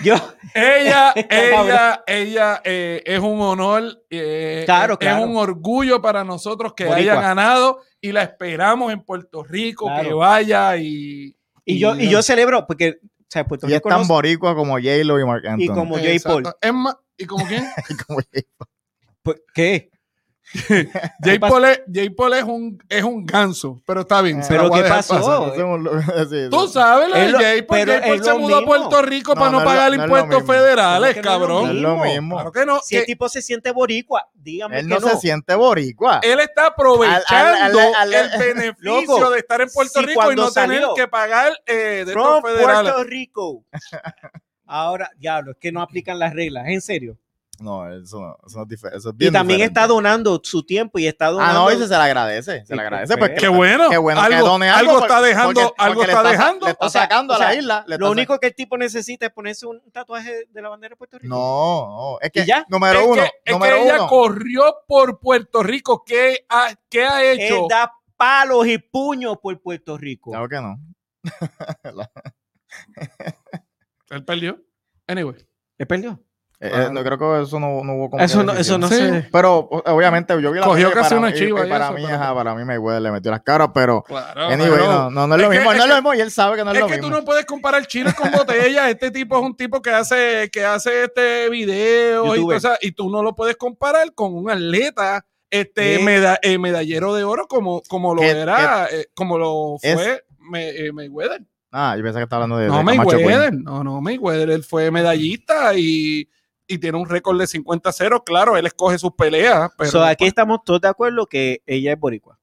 [SPEAKER 2] Yo,
[SPEAKER 4] Ella, ella,
[SPEAKER 2] cabrón.
[SPEAKER 4] ella eh, es un honor, eh,
[SPEAKER 2] Claro,
[SPEAKER 4] es
[SPEAKER 2] claro.
[SPEAKER 4] un orgullo para nosotros que
[SPEAKER 2] Boricua.
[SPEAKER 4] haya ganado y la esperamos en Puerto Rico que
[SPEAKER 2] Claro.
[SPEAKER 4] vaya y
[SPEAKER 2] y yo, y yo celebro, porque, o sea, Puerto
[SPEAKER 3] Y es
[SPEAKER 2] Rico
[SPEAKER 3] tan
[SPEAKER 2] no-
[SPEAKER 3] boricua como J-Lo y Mark Anthony.
[SPEAKER 2] y como J.
[SPEAKER 4] Eh, Exacto.
[SPEAKER 2] Paul.
[SPEAKER 4] Es más, ¿y como quién?
[SPEAKER 3] Como J.
[SPEAKER 2] Pues, ¿Qué?
[SPEAKER 4] J.
[SPEAKER 2] pasó?
[SPEAKER 4] Paul, es, J. Paul es un es un ganso, pero está bien.
[SPEAKER 3] Eh,
[SPEAKER 4] se la
[SPEAKER 2] ¿Pero
[SPEAKER 4] voy a
[SPEAKER 2] qué
[SPEAKER 4] dejar
[SPEAKER 2] pasó?
[SPEAKER 4] pasar.
[SPEAKER 3] Paul. Sí, sí.
[SPEAKER 4] Tú sabes lo de
[SPEAKER 2] Es lo-
[SPEAKER 4] J. Paul.
[SPEAKER 2] pero
[SPEAKER 4] J. Paul
[SPEAKER 2] es
[SPEAKER 4] se
[SPEAKER 2] lo
[SPEAKER 4] mudó a
[SPEAKER 2] mismo.
[SPEAKER 4] Puerto Rico
[SPEAKER 3] No,
[SPEAKER 4] para no,
[SPEAKER 3] no es lo-
[SPEAKER 4] pagar
[SPEAKER 3] no es lo
[SPEAKER 4] impuestos
[SPEAKER 3] mismo.
[SPEAKER 4] federales,
[SPEAKER 2] ¿Cómo que no es lo
[SPEAKER 3] No es
[SPEAKER 4] cabrón.
[SPEAKER 3] lo
[SPEAKER 2] mismo.
[SPEAKER 3] mismo.
[SPEAKER 4] Claro que no.
[SPEAKER 2] Si
[SPEAKER 4] que
[SPEAKER 2] el tipo se siente boricua, dígame
[SPEAKER 3] Él
[SPEAKER 2] que
[SPEAKER 3] no,
[SPEAKER 2] no.
[SPEAKER 3] se siente boricua.
[SPEAKER 4] él está aprovechando
[SPEAKER 3] Al- al- al- al-
[SPEAKER 4] el beneficio
[SPEAKER 2] Loco,
[SPEAKER 4] de estar en Puerto
[SPEAKER 2] si
[SPEAKER 4] Rico y
[SPEAKER 2] cuando
[SPEAKER 4] no tener
[SPEAKER 2] salió
[SPEAKER 4] que pagar eh, de estos
[SPEAKER 2] From
[SPEAKER 4] federales.
[SPEAKER 2] Puerto Rico. Ahora, diablo, es que no aplican las reglas, en serio.
[SPEAKER 3] No, eso, no- eso, no es difer- eso es
[SPEAKER 2] Y
[SPEAKER 3] bien
[SPEAKER 2] también
[SPEAKER 3] diferente.
[SPEAKER 2] está donando su tiempo y está
[SPEAKER 3] Ah,
[SPEAKER 2] donando.
[SPEAKER 3] no, eso se le agradece. Se
[SPEAKER 2] Sí,
[SPEAKER 3] le agradece.
[SPEAKER 2] qué
[SPEAKER 3] Pues,
[SPEAKER 4] Qué bueno.
[SPEAKER 3] Qué bueno
[SPEAKER 4] algo,
[SPEAKER 3] que done algo.
[SPEAKER 4] algo
[SPEAKER 3] por-
[SPEAKER 4] está dejando,
[SPEAKER 3] porque-
[SPEAKER 4] algo
[SPEAKER 3] porque le
[SPEAKER 4] está
[SPEAKER 3] sa-
[SPEAKER 4] dejando.
[SPEAKER 3] Le está
[SPEAKER 2] O sea,
[SPEAKER 3] sacando
[SPEAKER 2] o
[SPEAKER 3] a la
[SPEAKER 2] sea,
[SPEAKER 3] isla. le
[SPEAKER 2] Lo
[SPEAKER 3] está
[SPEAKER 2] único que el tipo necesita es ponerse un tatuaje de la bandera de Puerto
[SPEAKER 3] sa-
[SPEAKER 2] Rico.
[SPEAKER 3] No, no, es que
[SPEAKER 2] ¿Y ya?
[SPEAKER 3] número
[SPEAKER 4] es
[SPEAKER 3] uno,
[SPEAKER 4] que, es
[SPEAKER 3] número
[SPEAKER 4] que ella
[SPEAKER 3] uno.
[SPEAKER 4] corrió por Puerto Rico. ¿Qué ha, qué ha
[SPEAKER 2] Él
[SPEAKER 3] Eh,
[SPEAKER 4] hecho?
[SPEAKER 2] da palos y puños por Puerto Rico.
[SPEAKER 3] Claro que no. Eh,
[SPEAKER 4] Él perdió. Anyway.
[SPEAKER 2] ¿Le perdió?
[SPEAKER 3] Eh, eh, no creo que eso no, no hubo como
[SPEAKER 2] Eso
[SPEAKER 3] que
[SPEAKER 2] no, eso
[SPEAKER 3] decisión.
[SPEAKER 2] no
[SPEAKER 4] Sí.
[SPEAKER 2] sé.
[SPEAKER 3] Pero o- obviamente yo vi la
[SPEAKER 4] Cogió
[SPEAKER 3] pelea y
[SPEAKER 4] casi
[SPEAKER 3] para
[SPEAKER 4] una
[SPEAKER 3] mí-
[SPEAKER 4] chiva
[SPEAKER 3] Y
[SPEAKER 4] y
[SPEAKER 3] para
[SPEAKER 4] eso,
[SPEAKER 3] mí,
[SPEAKER 4] pero-
[SPEAKER 3] ajá, para mí me huele, le metió las caras, pero
[SPEAKER 4] Claro.
[SPEAKER 3] anyway,
[SPEAKER 4] pero-
[SPEAKER 3] no, no, no es lo
[SPEAKER 4] Oh, Es que-
[SPEAKER 3] mismo,
[SPEAKER 4] es
[SPEAKER 3] no es lo
[SPEAKER 4] que-
[SPEAKER 3] mismo y él sabe que no es,
[SPEAKER 4] Es
[SPEAKER 3] lo
[SPEAKER 4] que tú
[SPEAKER 3] mismo.
[SPEAKER 4] no puedes comparar chiles con botellas. Este tipo es un tipo que hace, que hace este video y
[SPEAKER 2] Youtuber.
[SPEAKER 4] cosas, y tú no lo puedes comparar con un atleta este
[SPEAKER 2] ¿Qué?
[SPEAKER 4] meda- eh, medallero de oro como, como lo
[SPEAKER 3] ¿Qué-
[SPEAKER 4] era, eh, como lo
[SPEAKER 3] Es-
[SPEAKER 4] fue me, eh, Mayweather.
[SPEAKER 3] Ah, yo pensé que estaba hablando de,
[SPEAKER 4] No,
[SPEAKER 3] de Camacho Queen.
[SPEAKER 4] Mayweather. No, no, Mayweather. Él fue medallista y, y tiene un récord de 50-0. Claro, él escoge sus peleas, pero.
[SPEAKER 2] So, aquí estamos todos de acuerdo que ella es boricua.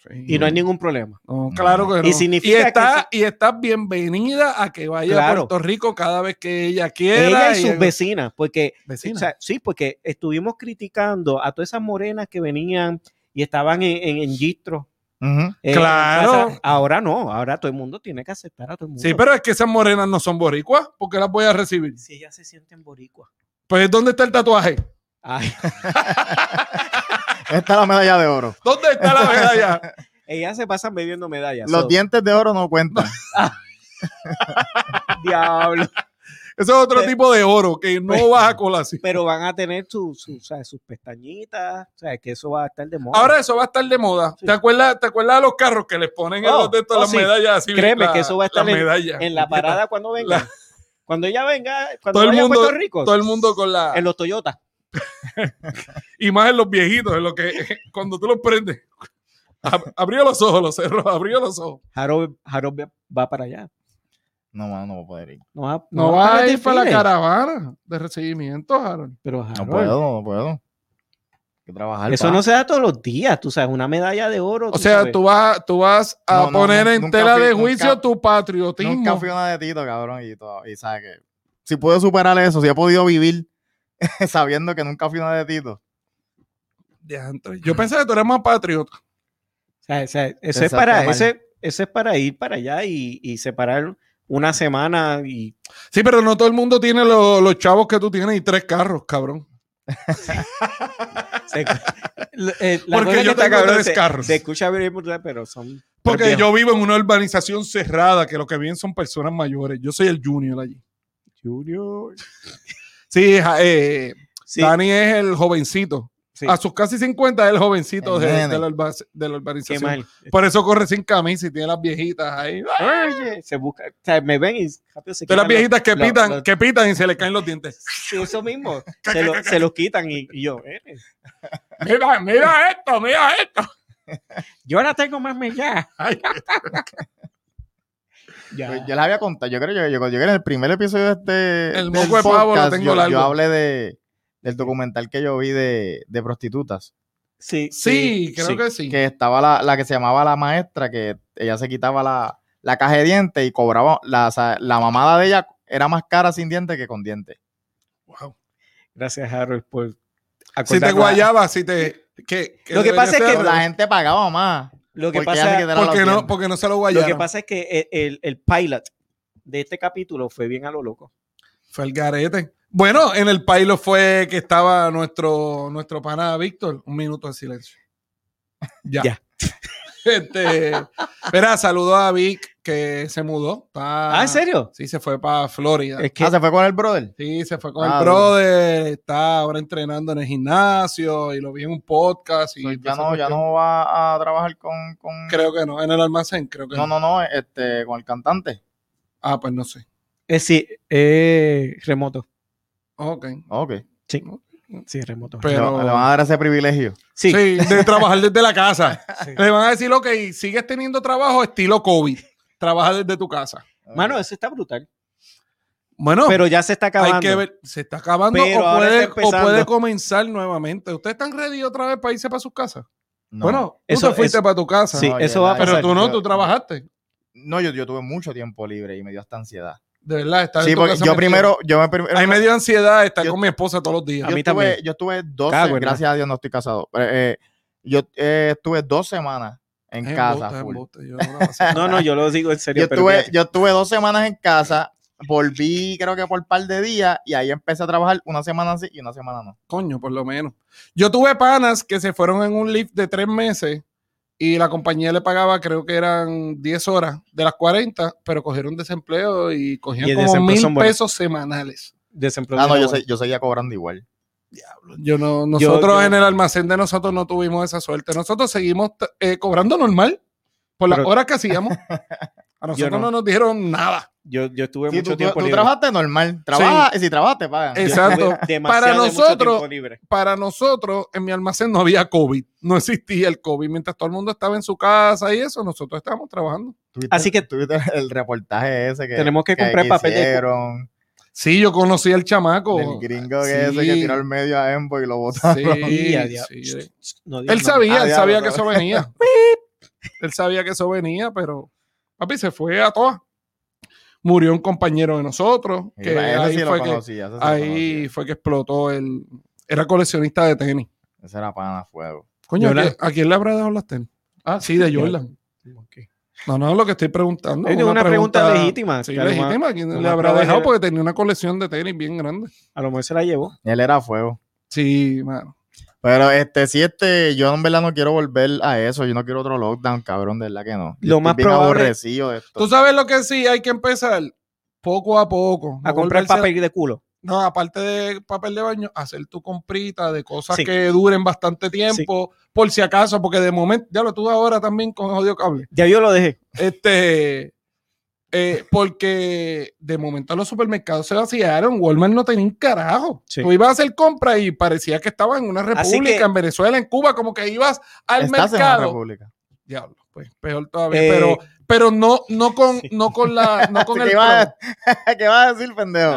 [SPEAKER 4] pues, Sí.
[SPEAKER 2] Y no hay ningún problema.
[SPEAKER 4] No, claro que no.
[SPEAKER 2] Y significa que
[SPEAKER 4] está, y está bienvenida a que vaya a
[SPEAKER 2] Claro.
[SPEAKER 4] Puerto Rico cada vez que ella quiera.
[SPEAKER 2] Ella y
[SPEAKER 4] en-
[SPEAKER 2] sus vecinas, porque
[SPEAKER 4] vecina.
[SPEAKER 2] O sea, sí, porque estuvimos criticando a todas esas morenas que venían y estaban en, en, en gistro.
[SPEAKER 3] Ujú.
[SPEAKER 2] eh,
[SPEAKER 4] Claro.
[SPEAKER 2] en plaza. Ahora no, ahora todo el mundo tiene que aceptar a todo el mundo.
[SPEAKER 4] sí, pero es que esas morenas no son boricuas, porque las voy a recibir.
[SPEAKER 2] Si ellas se sienten boricuas.
[SPEAKER 4] Pues, ¿dónde está el tatuaje?
[SPEAKER 2] Ay,
[SPEAKER 3] Esta es la medalla de oro.
[SPEAKER 4] ¿Dónde está la medalla?
[SPEAKER 2] ellas se pasan bebiendo medallas.
[SPEAKER 3] Los
[SPEAKER 2] so,
[SPEAKER 3] dientes de oro no cuentan.
[SPEAKER 2] Diablo.
[SPEAKER 4] Eso es otro tipo de oro que no vas a colación.
[SPEAKER 2] Pero van a tener su, su- o sea, sus pestañitas, o sea, que eso va a estar de moda.
[SPEAKER 4] Ahora eso va a estar de moda.
[SPEAKER 2] Sí.
[SPEAKER 4] ¿Te acuerdas, ¿Te acuerdas de los carros que les ponen en
[SPEAKER 2] Oh,
[SPEAKER 4] los de estos
[SPEAKER 2] oh,
[SPEAKER 4] las
[SPEAKER 2] sí.
[SPEAKER 4] medallas así?
[SPEAKER 2] Créeme
[SPEAKER 4] la-
[SPEAKER 2] que eso va a estar
[SPEAKER 4] las medallas.
[SPEAKER 2] en la parada cuando venga.
[SPEAKER 4] La-
[SPEAKER 2] Cuando ella venga, cuando
[SPEAKER 4] Todo el
[SPEAKER 2] vaya
[SPEAKER 4] mundo-
[SPEAKER 2] a Puerto Rico,
[SPEAKER 4] Todo el mundo con la.
[SPEAKER 2] en los Toyota.
[SPEAKER 4] Y más en los viejitos, en lo que cuando tú los prendes. Ab- abrió los ojos, los cerró, abrió los ojos.
[SPEAKER 2] Harold, Harold va para allá.
[SPEAKER 3] No, mano, no voy a poder ir.
[SPEAKER 2] No va,
[SPEAKER 4] No, va
[SPEAKER 2] para
[SPEAKER 4] a ir
[SPEAKER 2] desfiles.
[SPEAKER 4] para la caravana de recibimiento, Harold.
[SPEAKER 2] Pero
[SPEAKER 3] No
[SPEAKER 2] Harold,
[SPEAKER 3] puedo, no puedo. Hay que trabajar.
[SPEAKER 2] Ah, pues. Eso
[SPEAKER 3] pa.
[SPEAKER 2] no se da todos los días, tú sabes, una medalla de oro.
[SPEAKER 4] O sea,
[SPEAKER 2] sabes.
[SPEAKER 4] tú vas, tú vas a
[SPEAKER 3] No, no,
[SPEAKER 4] poner
[SPEAKER 3] no,
[SPEAKER 4] en
[SPEAKER 3] nunca
[SPEAKER 4] tela
[SPEAKER 3] fui-
[SPEAKER 4] de
[SPEAKER 3] nunca-
[SPEAKER 4] juicio tu patriotismo.
[SPEAKER 3] Nunca fui una de Tito, cabrón, y, todo, y sabe que si puedo superar eso, si he podido vivir sabiendo que nunca fui una de Tito.
[SPEAKER 4] Diantre, Yo pensaba que tú eras más patriota.
[SPEAKER 2] O sea, o sea, eso es
[SPEAKER 3] Exacto,
[SPEAKER 2] para,
[SPEAKER 3] mal.
[SPEAKER 2] ese, eso es para ir para allá y, y separar una semana y
[SPEAKER 4] Sí, pero no todo el mundo tiene lo- los chavos que tú tienes y tres carros, cabrón.
[SPEAKER 2] se- L- eh, la
[SPEAKER 4] Porque
[SPEAKER 2] cosa
[SPEAKER 4] yo
[SPEAKER 2] que está
[SPEAKER 4] tengo
[SPEAKER 2] cabrón
[SPEAKER 4] tres
[SPEAKER 2] se-
[SPEAKER 4] carros.
[SPEAKER 2] Se escucha bien brutal, pero son
[SPEAKER 4] Porque
[SPEAKER 2] Pero
[SPEAKER 4] yo vivo en una urbanización cerrada que lo que viven son personas mayores. Yo soy el junior allí.
[SPEAKER 2] Junior.
[SPEAKER 4] Sí, ja- eh,
[SPEAKER 2] Sí,
[SPEAKER 4] Dani es el jovencito.
[SPEAKER 2] sí,
[SPEAKER 4] A sus casi 50 es el jovencito
[SPEAKER 3] El
[SPEAKER 4] de,
[SPEAKER 3] nene.
[SPEAKER 4] de la, urba- de la
[SPEAKER 2] qué
[SPEAKER 4] urbanización.
[SPEAKER 2] mal.
[SPEAKER 4] Por eso corre sin camisa y tiene las viejitas ahí. ¡Ah!
[SPEAKER 2] Oye, se busca, o sea, me ven y rápido se
[SPEAKER 4] De las
[SPEAKER 2] quitan los-
[SPEAKER 4] viejitas que
[SPEAKER 2] lo-
[SPEAKER 4] pitan,
[SPEAKER 2] lo-
[SPEAKER 4] que pitan y se le caen los dientes.
[SPEAKER 2] Sí, eso mismo. se, lo- se los quitan y, y yo, eh,
[SPEAKER 4] Mira, mira esto, mira esto.
[SPEAKER 2] yo ahora tengo más millas.
[SPEAKER 4] Ay. Pues
[SPEAKER 2] Ya.
[SPEAKER 3] Yo, yo les había contado, yo creo que yo, yo, yo en el primer episodio de este
[SPEAKER 4] El
[SPEAKER 3] del
[SPEAKER 4] moco de pavo lo
[SPEAKER 3] podcast,
[SPEAKER 4] tengo
[SPEAKER 3] yo,
[SPEAKER 4] largo.
[SPEAKER 3] yo hablé de, del documental que yo vi de, de prostitutas,
[SPEAKER 2] Sí,
[SPEAKER 4] Sí, creo
[SPEAKER 2] sí.
[SPEAKER 4] que sí.
[SPEAKER 3] que estaba la, la que se llamaba la maestra, que ella se quitaba la, la caja de dientes y cobraba, la, o sea, la mamada de ella era más cara sin dientes que con dientes.
[SPEAKER 4] Wow.
[SPEAKER 2] Gracias, Harold, por
[SPEAKER 4] Si te
[SPEAKER 2] acordarnos.
[SPEAKER 4] guayaba, si te. que-
[SPEAKER 2] Lo que
[SPEAKER 4] debería
[SPEAKER 2] pasa es que
[SPEAKER 4] ser-
[SPEAKER 3] Pero la gente pagaba más.
[SPEAKER 2] Lo que
[SPEAKER 3] porque ella se
[SPEAKER 2] pasa
[SPEAKER 3] quitara
[SPEAKER 4] porque
[SPEAKER 3] los
[SPEAKER 4] no,
[SPEAKER 3] dientes.
[SPEAKER 4] porque no se lo
[SPEAKER 2] Lo
[SPEAKER 4] guayaron.
[SPEAKER 2] que pasa es que el, el- el pilot de este capítulo fue bien a lo loco.
[SPEAKER 4] Fue el garete. Bueno, en el pilot fue que estaba nuestro, nuestro pana Víctor. Un minuto de silencio. Ya.
[SPEAKER 2] Ya.
[SPEAKER 4] este, verá, saludó a Vic que se mudó. Está-
[SPEAKER 2] Ah, ¿en serio?
[SPEAKER 4] Sí, se fue para Florida.
[SPEAKER 2] Es que
[SPEAKER 3] Ah, se fue con el brother.
[SPEAKER 4] Sí, se fue con
[SPEAKER 3] Ah,
[SPEAKER 4] el brother. Está ahora entrenando en el gimnasio y lo vi en un podcast. Y
[SPEAKER 3] So,
[SPEAKER 4] toda
[SPEAKER 3] Pues ya,
[SPEAKER 4] esa
[SPEAKER 3] no, ya
[SPEAKER 4] cuestión.
[SPEAKER 3] no va a trabajar con... con-
[SPEAKER 4] Creo que no. En el almacén, creo que
[SPEAKER 3] no,
[SPEAKER 4] no.
[SPEAKER 3] no, no, este, con el cantante.
[SPEAKER 4] Ah, pues no sé.
[SPEAKER 2] es sí, eh, remoto.
[SPEAKER 4] Ok.
[SPEAKER 3] Ok.
[SPEAKER 2] Sí, sí, remoto.
[SPEAKER 3] Le
[SPEAKER 4] Pero.
[SPEAKER 3] va- le van a dar ese privilegio.
[SPEAKER 2] Sí,
[SPEAKER 4] Sí, de trabajar desde la casa.
[SPEAKER 2] Sí.
[SPEAKER 4] Le van a decir, ok, sigues teniendo trabajo estilo COVID. Trabaja desde tu casa.
[SPEAKER 2] mano, eso está brutal.
[SPEAKER 4] Bueno,
[SPEAKER 2] Pero ya se está acabando.
[SPEAKER 4] hay que ver. Se está acabando
[SPEAKER 2] Pero
[SPEAKER 4] o,
[SPEAKER 2] ahora
[SPEAKER 4] puede,
[SPEAKER 2] está
[SPEAKER 4] o
[SPEAKER 2] empezando.
[SPEAKER 4] puede comenzar nuevamente. ¿Ustedes están ready otra vez para irse para sus casas?
[SPEAKER 3] No.
[SPEAKER 4] Bueno, tú
[SPEAKER 2] Eso-
[SPEAKER 4] te fuiste
[SPEAKER 2] eso-
[SPEAKER 4] para tu casa.
[SPEAKER 2] Sí, eso
[SPEAKER 3] ya,
[SPEAKER 2] va a
[SPEAKER 3] ya,
[SPEAKER 4] Pero
[SPEAKER 2] pasar.
[SPEAKER 4] tú no,
[SPEAKER 3] yo-
[SPEAKER 4] tú trabajaste.
[SPEAKER 3] No, yo, yo tuve mucho tiempo libre y me dio hasta ansiedad.
[SPEAKER 4] De verdad, estás
[SPEAKER 3] Sí,
[SPEAKER 4] en tu
[SPEAKER 3] porque
[SPEAKER 4] casa
[SPEAKER 3] yo
[SPEAKER 4] metido.
[SPEAKER 3] primero, yo me primero.
[SPEAKER 4] Ahí me dio ansiedad estar
[SPEAKER 3] Yo-
[SPEAKER 4] con mi esposa todos los días.
[SPEAKER 2] A
[SPEAKER 3] yo
[SPEAKER 2] mí
[SPEAKER 3] estuve-
[SPEAKER 2] también.
[SPEAKER 3] Yo estuve 12,
[SPEAKER 2] Cago en la-
[SPEAKER 3] gracias a Dios no estoy casado. Eh, eh, yo eh, estuve dos semanas en
[SPEAKER 4] Es embuste,
[SPEAKER 3] casa.
[SPEAKER 4] es
[SPEAKER 3] full.
[SPEAKER 4] embuste, yo no la pasé.
[SPEAKER 2] No, no, yo lo digo en
[SPEAKER 3] Yo
[SPEAKER 2] serio. pero
[SPEAKER 3] estuve,
[SPEAKER 2] fíjate.
[SPEAKER 3] yo estuve dos semanas en casa, volví creo que por un par de días y ahí empecé a trabajar una semana así y una semana no.
[SPEAKER 4] Coño, por lo menos. Yo tuve panas que se fueron en un lift de tres meses y la compañía le pagaba, creo que eran 10 horas de las 40, pero cogieron desempleo y cogían
[SPEAKER 2] Y el
[SPEAKER 4] como
[SPEAKER 2] desempleo
[SPEAKER 4] mil
[SPEAKER 2] son buenos.
[SPEAKER 4] pesos semanales.
[SPEAKER 2] Desempleo
[SPEAKER 3] Ah, no,
[SPEAKER 2] de
[SPEAKER 3] yo,
[SPEAKER 2] labor.
[SPEAKER 3] se- yo seguía cobrando igual.
[SPEAKER 4] Yo no, nosotros
[SPEAKER 2] yo-
[SPEAKER 4] en el almacén de nosotros no tuvimos esa suerte. Nosotros seguimos eh, cobrando normal por las
[SPEAKER 2] Pero-
[SPEAKER 4] horas que hacíamos. A nosotros
[SPEAKER 2] no.
[SPEAKER 4] no nos dijeron nada.
[SPEAKER 2] Yo, yo estuve
[SPEAKER 3] Sí,
[SPEAKER 2] mucho
[SPEAKER 3] tú, tú-
[SPEAKER 2] tiempo
[SPEAKER 3] tú
[SPEAKER 2] libre. Eh,
[SPEAKER 3] trabajaste normal. Trabaja, y Si trabajas, te pagan.
[SPEAKER 4] Es-
[SPEAKER 2] Yo estuve
[SPEAKER 4] Exacto.
[SPEAKER 2] demasiado
[SPEAKER 4] Para
[SPEAKER 2] de mucho
[SPEAKER 4] nosotros-
[SPEAKER 2] tiempo libre.
[SPEAKER 4] para nosotros en mi almacén no había COVID, no existía el COVID. Mientras todo el mundo estaba en su casa y eso, nosotros estábamos trabajando.
[SPEAKER 3] Tuviste-
[SPEAKER 2] así que-
[SPEAKER 3] tuviste el reportaje ese que
[SPEAKER 2] Tenemos que comprar papel de- Oh,
[SPEAKER 3] hicieron,
[SPEAKER 4] Sí, yo conocí al chamaco.
[SPEAKER 3] del gringo que
[SPEAKER 4] Sí.
[SPEAKER 3] ese que tiró al medio a Embo y lo botó.
[SPEAKER 4] Sí,
[SPEAKER 2] Y a dia-
[SPEAKER 4] sí.
[SPEAKER 2] No digas
[SPEAKER 4] Él
[SPEAKER 2] nada.
[SPEAKER 4] sabía,
[SPEAKER 3] Ah,
[SPEAKER 4] él
[SPEAKER 3] diablo,
[SPEAKER 4] sabía que
[SPEAKER 3] otra
[SPEAKER 4] eso venía. él sabía que eso venía, pero papi se fue a todas. Murió un compañero de nosotros.
[SPEAKER 3] Sí,
[SPEAKER 4] Que
[SPEAKER 3] ese
[SPEAKER 4] ahí
[SPEAKER 3] sí lo
[SPEAKER 4] fue que,
[SPEAKER 3] conocía, ese sí lo
[SPEAKER 4] ahí
[SPEAKER 3] conocía.
[SPEAKER 4] fue que explotó el. Era coleccionista de tenis.
[SPEAKER 3] Ese era pana fuego.
[SPEAKER 4] Coño, ¿a
[SPEAKER 2] Jordan.
[SPEAKER 4] quién- ¿a quién le habrá dado las tenis? Ah, sí, de Jordan.
[SPEAKER 2] Ok.
[SPEAKER 4] No, no, lo que estoy preguntando.
[SPEAKER 2] Es
[SPEAKER 4] es
[SPEAKER 2] una, pregunta, legítima.
[SPEAKER 4] Sí,
[SPEAKER 2] que a lo mejor-
[SPEAKER 4] legítima. ¿Quién
[SPEAKER 2] lo
[SPEAKER 4] le
[SPEAKER 2] más
[SPEAKER 4] habrá
[SPEAKER 2] probable
[SPEAKER 4] dejado?
[SPEAKER 2] era-
[SPEAKER 4] Porque tenía una colección de tenis bien grande.
[SPEAKER 2] A lo mejor se la llevó.
[SPEAKER 3] Él era fuego.
[SPEAKER 4] Sí, mano.
[SPEAKER 3] Pero este, si este, yo en verdad no quiero volver a eso. Yo no quiero otro lockdown, cabrón, de verdad que no. Yo
[SPEAKER 2] Lo
[SPEAKER 3] estoy
[SPEAKER 2] más
[SPEAKER 3] bien
[SPEAKER 2] probable-
[SPEAKER 3] aborrecido de esto.
[SPEAKER 4] Tú sabes lo que sí, hay que empezar poco a poco.
[SPEAKER 2] A
[SPEAKER 4] No
[SPEAKER 2] comprar
[SPEAKER 4] volverse-
[SPEAKER 2] papel de culo.
[SPEAKER 4] No, aparte de papel de baño, hacer tu comprita de cosas
[SPEAKER 2] Sí.
[SPEAKER 4] que duren bastante tiempo, por si acaso, porque de momento, ya lo tuve ahora también con odio cable.
[SPEAKER 2] Ya yo lo dejé.
[SPEAKER 4] Este, eh, porque de momento los supermercados se vaciaron, Walmart no tenía un carajo.
[SPEAKER 2] Sí.
[SPEAKER 4] Tú ibas a hacer compras y parecía que estabas en una
[SPEAKER 2] Así
[SPEAKER 4] república,
[SPEAKER 2] que-
[SPEAKER 4] en Venezuela, en Cuba, como que ibas al
[SPEAKER 3] Estás en la
[SPEAKER 4] mercado.
[SPEAKER 3] República.
[SPEAKER 4] Diablo, pues peor todavía,
[SPEAKER 2] Eh,
[SPEAKER 4] pero, pero no, no con, no con la, no con
[SPEAKER 3] ¿Qué,
[SPEAKER 4] el
[SPEAKER 3] vas
[SPEAKER 4] pro.
[SPEAKER 3] a, ¿Qué vas a decir, pendejo?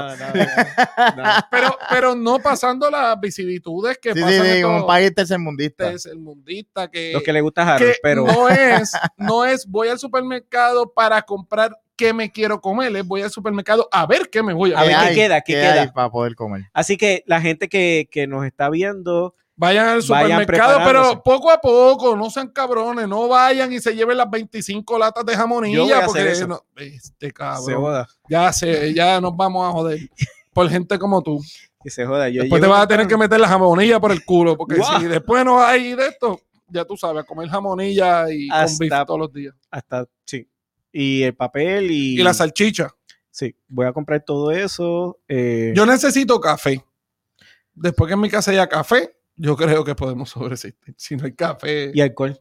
[SPEAKER 4] pero, pero no pasando las vicisitudes que
[SPEAKER 3] sí, sí,
[SPEAKER 4] pasan
[SPEAKER 3] sí,
[SPEAKER 4] en todos
[SPEAKER 3] un país tercermundista.
[SPEAKER 4] el mundista que,
[SPEAKER 2] Los que le gusta a
[SPEAKER 4] que
[SPEAKER 2] Harold, pero
[SPEAKER 4] no es, no es voy al supermercado para comprar qué me quiero comer, es voy al supermercado a ver qué me voy a,
[SPEAKER 2] A ver
[SPEAKER 4] comer.
[SPEAKER 2] qué queda, qué queda.
[SPEAKER 3] para poder comer.
[SPEAKER 2] así que la gente que, que nos está viendo,
[SPEAKER 4] Vayan al
[SPEAKER 2] Vayan
[SPEAKER 4] supermercado, pero
[SPEAKER 2] preparándose.
[SPEAKER 4] poco a poco, no sean cabrones, no vayan y se lleven las 25 latas de jamonilla.
[SPEAKER 2] Yo voy a hacer
[SPEAKER 4] porque
[SPEAKER 2] eso.
[SPEAKER 4] no- este
[SPEAKER 2] se
[SPEAKER 4] cabrón.
[SPEAKER 2] joda.
[SPEAKER 4] Ya se, ya nos vamos a joder. Por gente como tú.
[SPEAKER 2] Que se joda. Yo
[SPEAKER 4] Después te
[SPEAKER 2] llevo-
[SPEAKER 4] vas a tener que meter la jamonilla por el culo, porque
[SPEAKER 2] Guau.
[SPEAKER 4] si después no hay de esto, ya tú sabes, a comer jamonilla y con
[SPEAKER 2] Hasta-
[SPEAKER 4] beef todos los días.
[SPEAKER 2] Hasta, sí. Y el papel y...
[SPEAKER 4] Y la salchicha.
[SPEAKER 2] Sí, voy a comprar todo eso. eh,
[SPEAKER 4] Yo necesito café. Después que en mi casa haya café, yo creo que podemos sobreexistir. Si no hay café.
[SPEAKER 2] Y alcohol.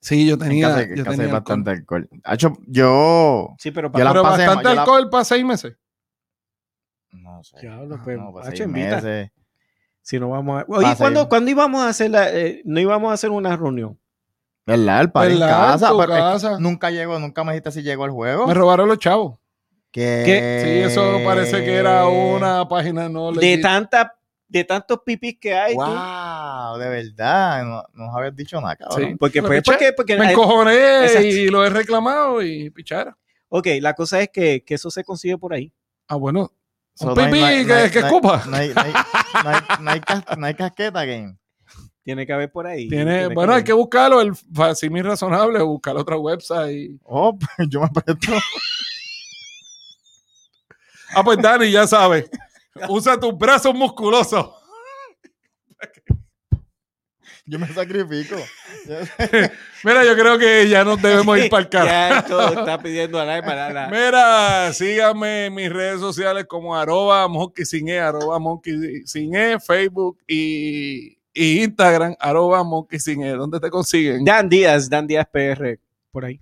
[SPEAKER 4] Sí, yo
[SPEAKER 3] En
[SPEAKER 4] tenía.
[SPEAKER 3] casa, en
[SPEAKER 4] yo
[SPEAKER 3] casa
[SPEAKER 4] tenía
[SPEAKER 3] hay
[SPEAKER 4] alcohol.
[SPEAKER 3] bastante alcohol. Hacho, yo.
[SPEAKER 2] Sí, pero
[SPEAKER 3] Yo
[SPEAKER 2] para...
[SPEAKER 3] la-
[SPEAKER 4] Pero
[SPEAKER 3] Las pasé,
[SPEAKER 4] bastante
[SPEAKER 3] yo la-
[SPEAKER 4] alcohol para seis meses.
[SPEAKER 3] No sé.
[SPEAKER 2] Diablo, pues,
[SPEAKER 3] no, pues,
[SPEAKER 2] Hacho,
[SPEAKER 3] seis
[SPEAKER 2] invita.
[SPEAKER 3] meses.
[SPEAKER 2] Si no vamos a... Oye,
[SPEAKER 3] Pasa
[SPEAKER 2] ¿cuándo,
[SPEAKER 3] ahí.
[SPEAKER 2] ¿cuándo íbamos a hacer la... eh, no íbamos a hacer una reunión?
[SPEAKER 3] ¿Verdad? El padre en
[SPEAKER 4] ¿Verdad? En
[SPEAKER 3] casa.
[SPEAKER 4] tu
[SPEAKER 3] pero es que
[SPEAKER 4] casa.
[SPEAKER 3] nunca llegó, nunca me dijiste si llegó el juego.
[SPEAKER 4] Me robaron los chavos.
[SPEAKER 3] Que...
[SPEAKER 4] Sí, eso parece que era una página no
[SPEAKER 2] De,
[SPEAKER 4] legit.
[SPEAKER 2] tanta, de tantos pipis que hay. tú.
[SPEAKER 3] Wow, de verdad. No, no habías dicho nada, cabrón.
[SPEAKER 4] Sí.
[SPEAKER 2] Porque,
[SPEAKER 4] Me
[SPEAKER 2] pues,
[SPEAKER 4] piché,
[SPEAKER 2] porque, porque
[SPEAKER 4] Me
[SPEAKER 2] hay-
[SPEAKER 4] encojoné
[SPEAKER 2] Exacto.
[SPEAKER 4] y lo he reclamado y pichara.
[SPEAKER 2] Ok, la cosa es que, que eso se consigue por ahí.
[SPEAKER 4] Ah, bueno.
[SPEAKER 3] So,
[SPEAKER 4] un
[SPEAKER 3] no hay-
[SPEAKER 4] pipí
[SPEAKER 3] no hay-
[SPEAKER 4] que,
[SPEAKER 3] no hay-
[SPEAKER 4] que
[SPEAKER 3] no hay-
[SPEAKER 4] escupa.
[SPEAKER 3] No hay, no hay- no hay- no hay cas- no hay casqueta game.
[SPEAKER 2] Tiene que haber por ahí.
[SPEAKER 4] Tiene, bueno, hay que buscarlo. El fácil y razonable, buscar otra website.
[SPEAKER 3] Oh, yo me presto.
[SPEAKER 4] Ah, pues Dani, ya sabes. Usa tus brazos musculosos.
[SPEAKER 3] Yo me sacrifico.
[SPEAKER 4] Mira, yo creo que ya nos debemos ir para el carro.
[SPEAKER 2] Ya esto está pidiendo a la para la-
[SPEAKER 4] Mira, síganme en mis redes sociales como arroba monkey sin e, arroba monkey sin e, Facebook y, y Instagram, arroba monkey sin e. ¿Dónde te consiguen?
[SPEAKER 2] Dan Díaz, Dan Díaz PR, por ahí.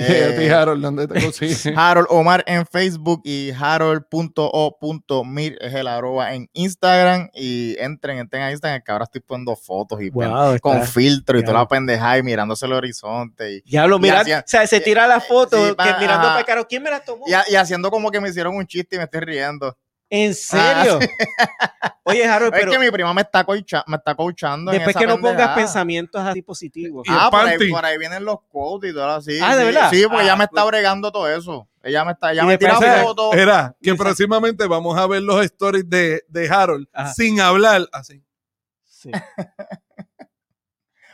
[SPEAKER 4] Eh, a ti,
[SPEAKER 3] Eh,
[SPEAKER 4] Harold, ¿dónde te consiguen?
[SPEAKER 3] Harold Omar en Facebook y harold.o.mir es el arroba en Instagram y entren, entren a Instagram que ahora estoy poniendo fotos y pen-
[SPEAKER 2] Wow,
[SPEAKER 3] con
[SPEAKER 2] está-
[SPEAKER 3] filtro y
[SPEAKER 2] ya.
[SPEAKER 3] toda la pendejada y mirándose el horizonte y,
[SPEAKER 2] Diablo, mira,
[SPEAKER 3] hacía-
[SPEAKER 2] o sea, se tira la foto
[SPEAKER 3] Sí,
[SPEAKER 2] que
[SPEAKER 3] pa-
[SPEAKER 2] mirando
[SPEAKER 3] ajá.
[SPEAKER 2] para Caro. ¿Quién me la tomó?
[SPEAKER 3] y ha- y haciendo como que me hicieron un chiste y me estoy riendo.
[SPEAKER 2] ¿En serio? Oye, Harold, pero
[SPEAKER 3] es que mi prima me está, coacha- me está coachando. en
[SPEAKER 2] después
[SPEAKER 3] esa
[SPEAKER 2] que no pongas
[SPEAKER 3] pendejada.
[SPEAKER 2] pensamientos así positivos.
[SPEAKER 4] Y el
[SPEAKER 3] Ah, por
[SPEAKER 4] panty.
[SPEAKER 3] ahí, por ahí vienen los quotes y todo así.
[SPEAKER 2] Ah,
[SPEAKER 3] sí,
[SPEAKER 2] ¿de verdad?
[SPEAKER 3] Sí, porque
[SPEAKER 2] Ah,
[SPEAKER 3] ella me está
[SPEAKER 2] pues-
[SPEAKER 3] bregando todo eso. Ella me está, ella
[SPEAKER 2] Y
[SPEAKER 3] me
[SPEAKER 2] después eh,
[SPEAKER 3] tira
[SPEAKER 2] hace-
[SPEAKER 3] fotos.
[SPEAKER 4] Era que
[SPEAKER 2] Exacto.
[SPEAKER 4] próximamente vamos a ver los stories de, de Harold
[SPEAKER 2] Ajá.
[SPEAKER 4] sin hablar así.
[SPEAKER 2] Sí.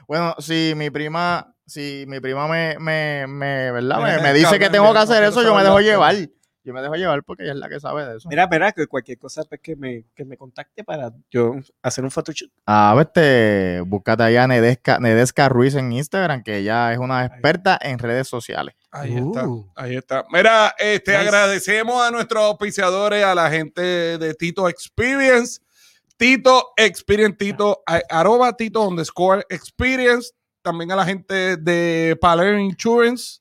[SPEAKER 3] Bueno, si mi prima, si mi prima me, me, me, ¿verdad?
[SPEAKER 4] Mira,
[SPEAKER 3] Me, me dice
[SPEAKER 4] cabrón,
[SPEAKER 3] que tengo que
[SPEAKER 4] mira,
[SPEAKER 3] hacer
[SPEAKER 4] no
[SPEAKER 3] eso,
[SPEAKER 4] quiero
[SPEAKER 3] yo me
[SPEAKER 4] saber
[SPEAKER 3] dejo
[SPEAKER 4] nada.
[SPEAKER 3] llevar. Yo me dejo llevar porque ella es la que sabe de eso.
[SPEAKER 2] Mira, mira, que cualquier cosa pues, que, me, que me contacte para yo hacer un photoshoot.
[SPEAKER 3] Ah, este, búscate ahí a Nedesca, Nedesca Ruiz en Instagram, que ella es una experta en redes sociales.
[SPEAKER 4] Ahí
[SPEAKER 2] Uh.
[SPEAKER 4] está, ahí está. Mira, este,
[SPEAKER 2] Nice.
[SPEAKER 4] agradecemos a nuestros auspiciadores, a la gente de Tito Experience, Tito Experience, Tito, a- arroba Tito underscore Experience, también a la gente de Palermo Insurance.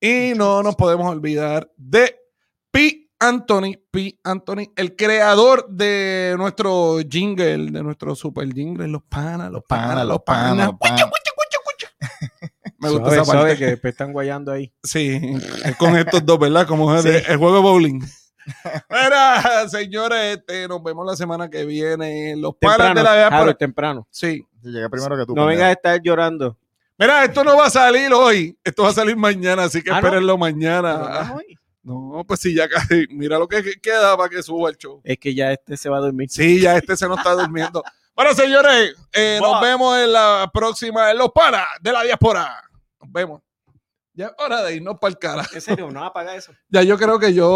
[SPEAKER 4] Y no nos podemos olvidar de P. Anthony, P. Anthony, el creador de nuestro jingle, de nuestro super jingle, los panas, los panas, los panas. Me gusta
[SPEAKER 2] Suave,
[SPEAKER 4] esa parte.
[SPEAKER 2] suave, que después están guayando ahí.
[SPEAKER 4] Sí, es con estos dos, ¿verdad? Como es
[SPEAKER 2] Sí.
[SPEAKER 4] de- el juego de bowling. Mira, señores, este, nos vemos la semana que viene. en Los panas
[SPEAKER 2] Temprano,
[SPEAKER 4] de la
[SPEAKER 2] Harold,
[SPEAKER 4] diáspora.
[SPEAKER 2] temprano.
[SPEAKER 4] Sí.
[SPEAKER 3] Yo llegué primero que tú.
[SPEAKER 2] No
[SPEAKER 3] pendejo.
[SPEAKER 2] vengas a estar llorando.
[SPEAKER 4] Mira, esto no va a salir hoy. Esto va a salir mañana, así que
[SPEAKER 2] Ah, ¿no?
[SPEAKER 4] espérenlo
[SPEAKER 2] Pero no es
[SPEAKER 4] mañana.
[SPEAKER 2] hoy.
[SPEAKER 4] No, pues sí, ya casi. Mira lo que queda para que suba el show.
[SPEAKER 2] Es que ya este se va a dormir.
[SPEAKER 4] Sí, ya este se nos está durmiendo. Bueno, señores, eh, nos
[SPEAKER 2] Buah.
[SPEAKER 4] vemos en la próxima, en Los Panas de la diáspora. Nos vemos. Ya es hora de irnos para el cara.
[SPEAKER 2] En serio, no apaga eso.
[SPEAKER 4] Ya yo creo que yo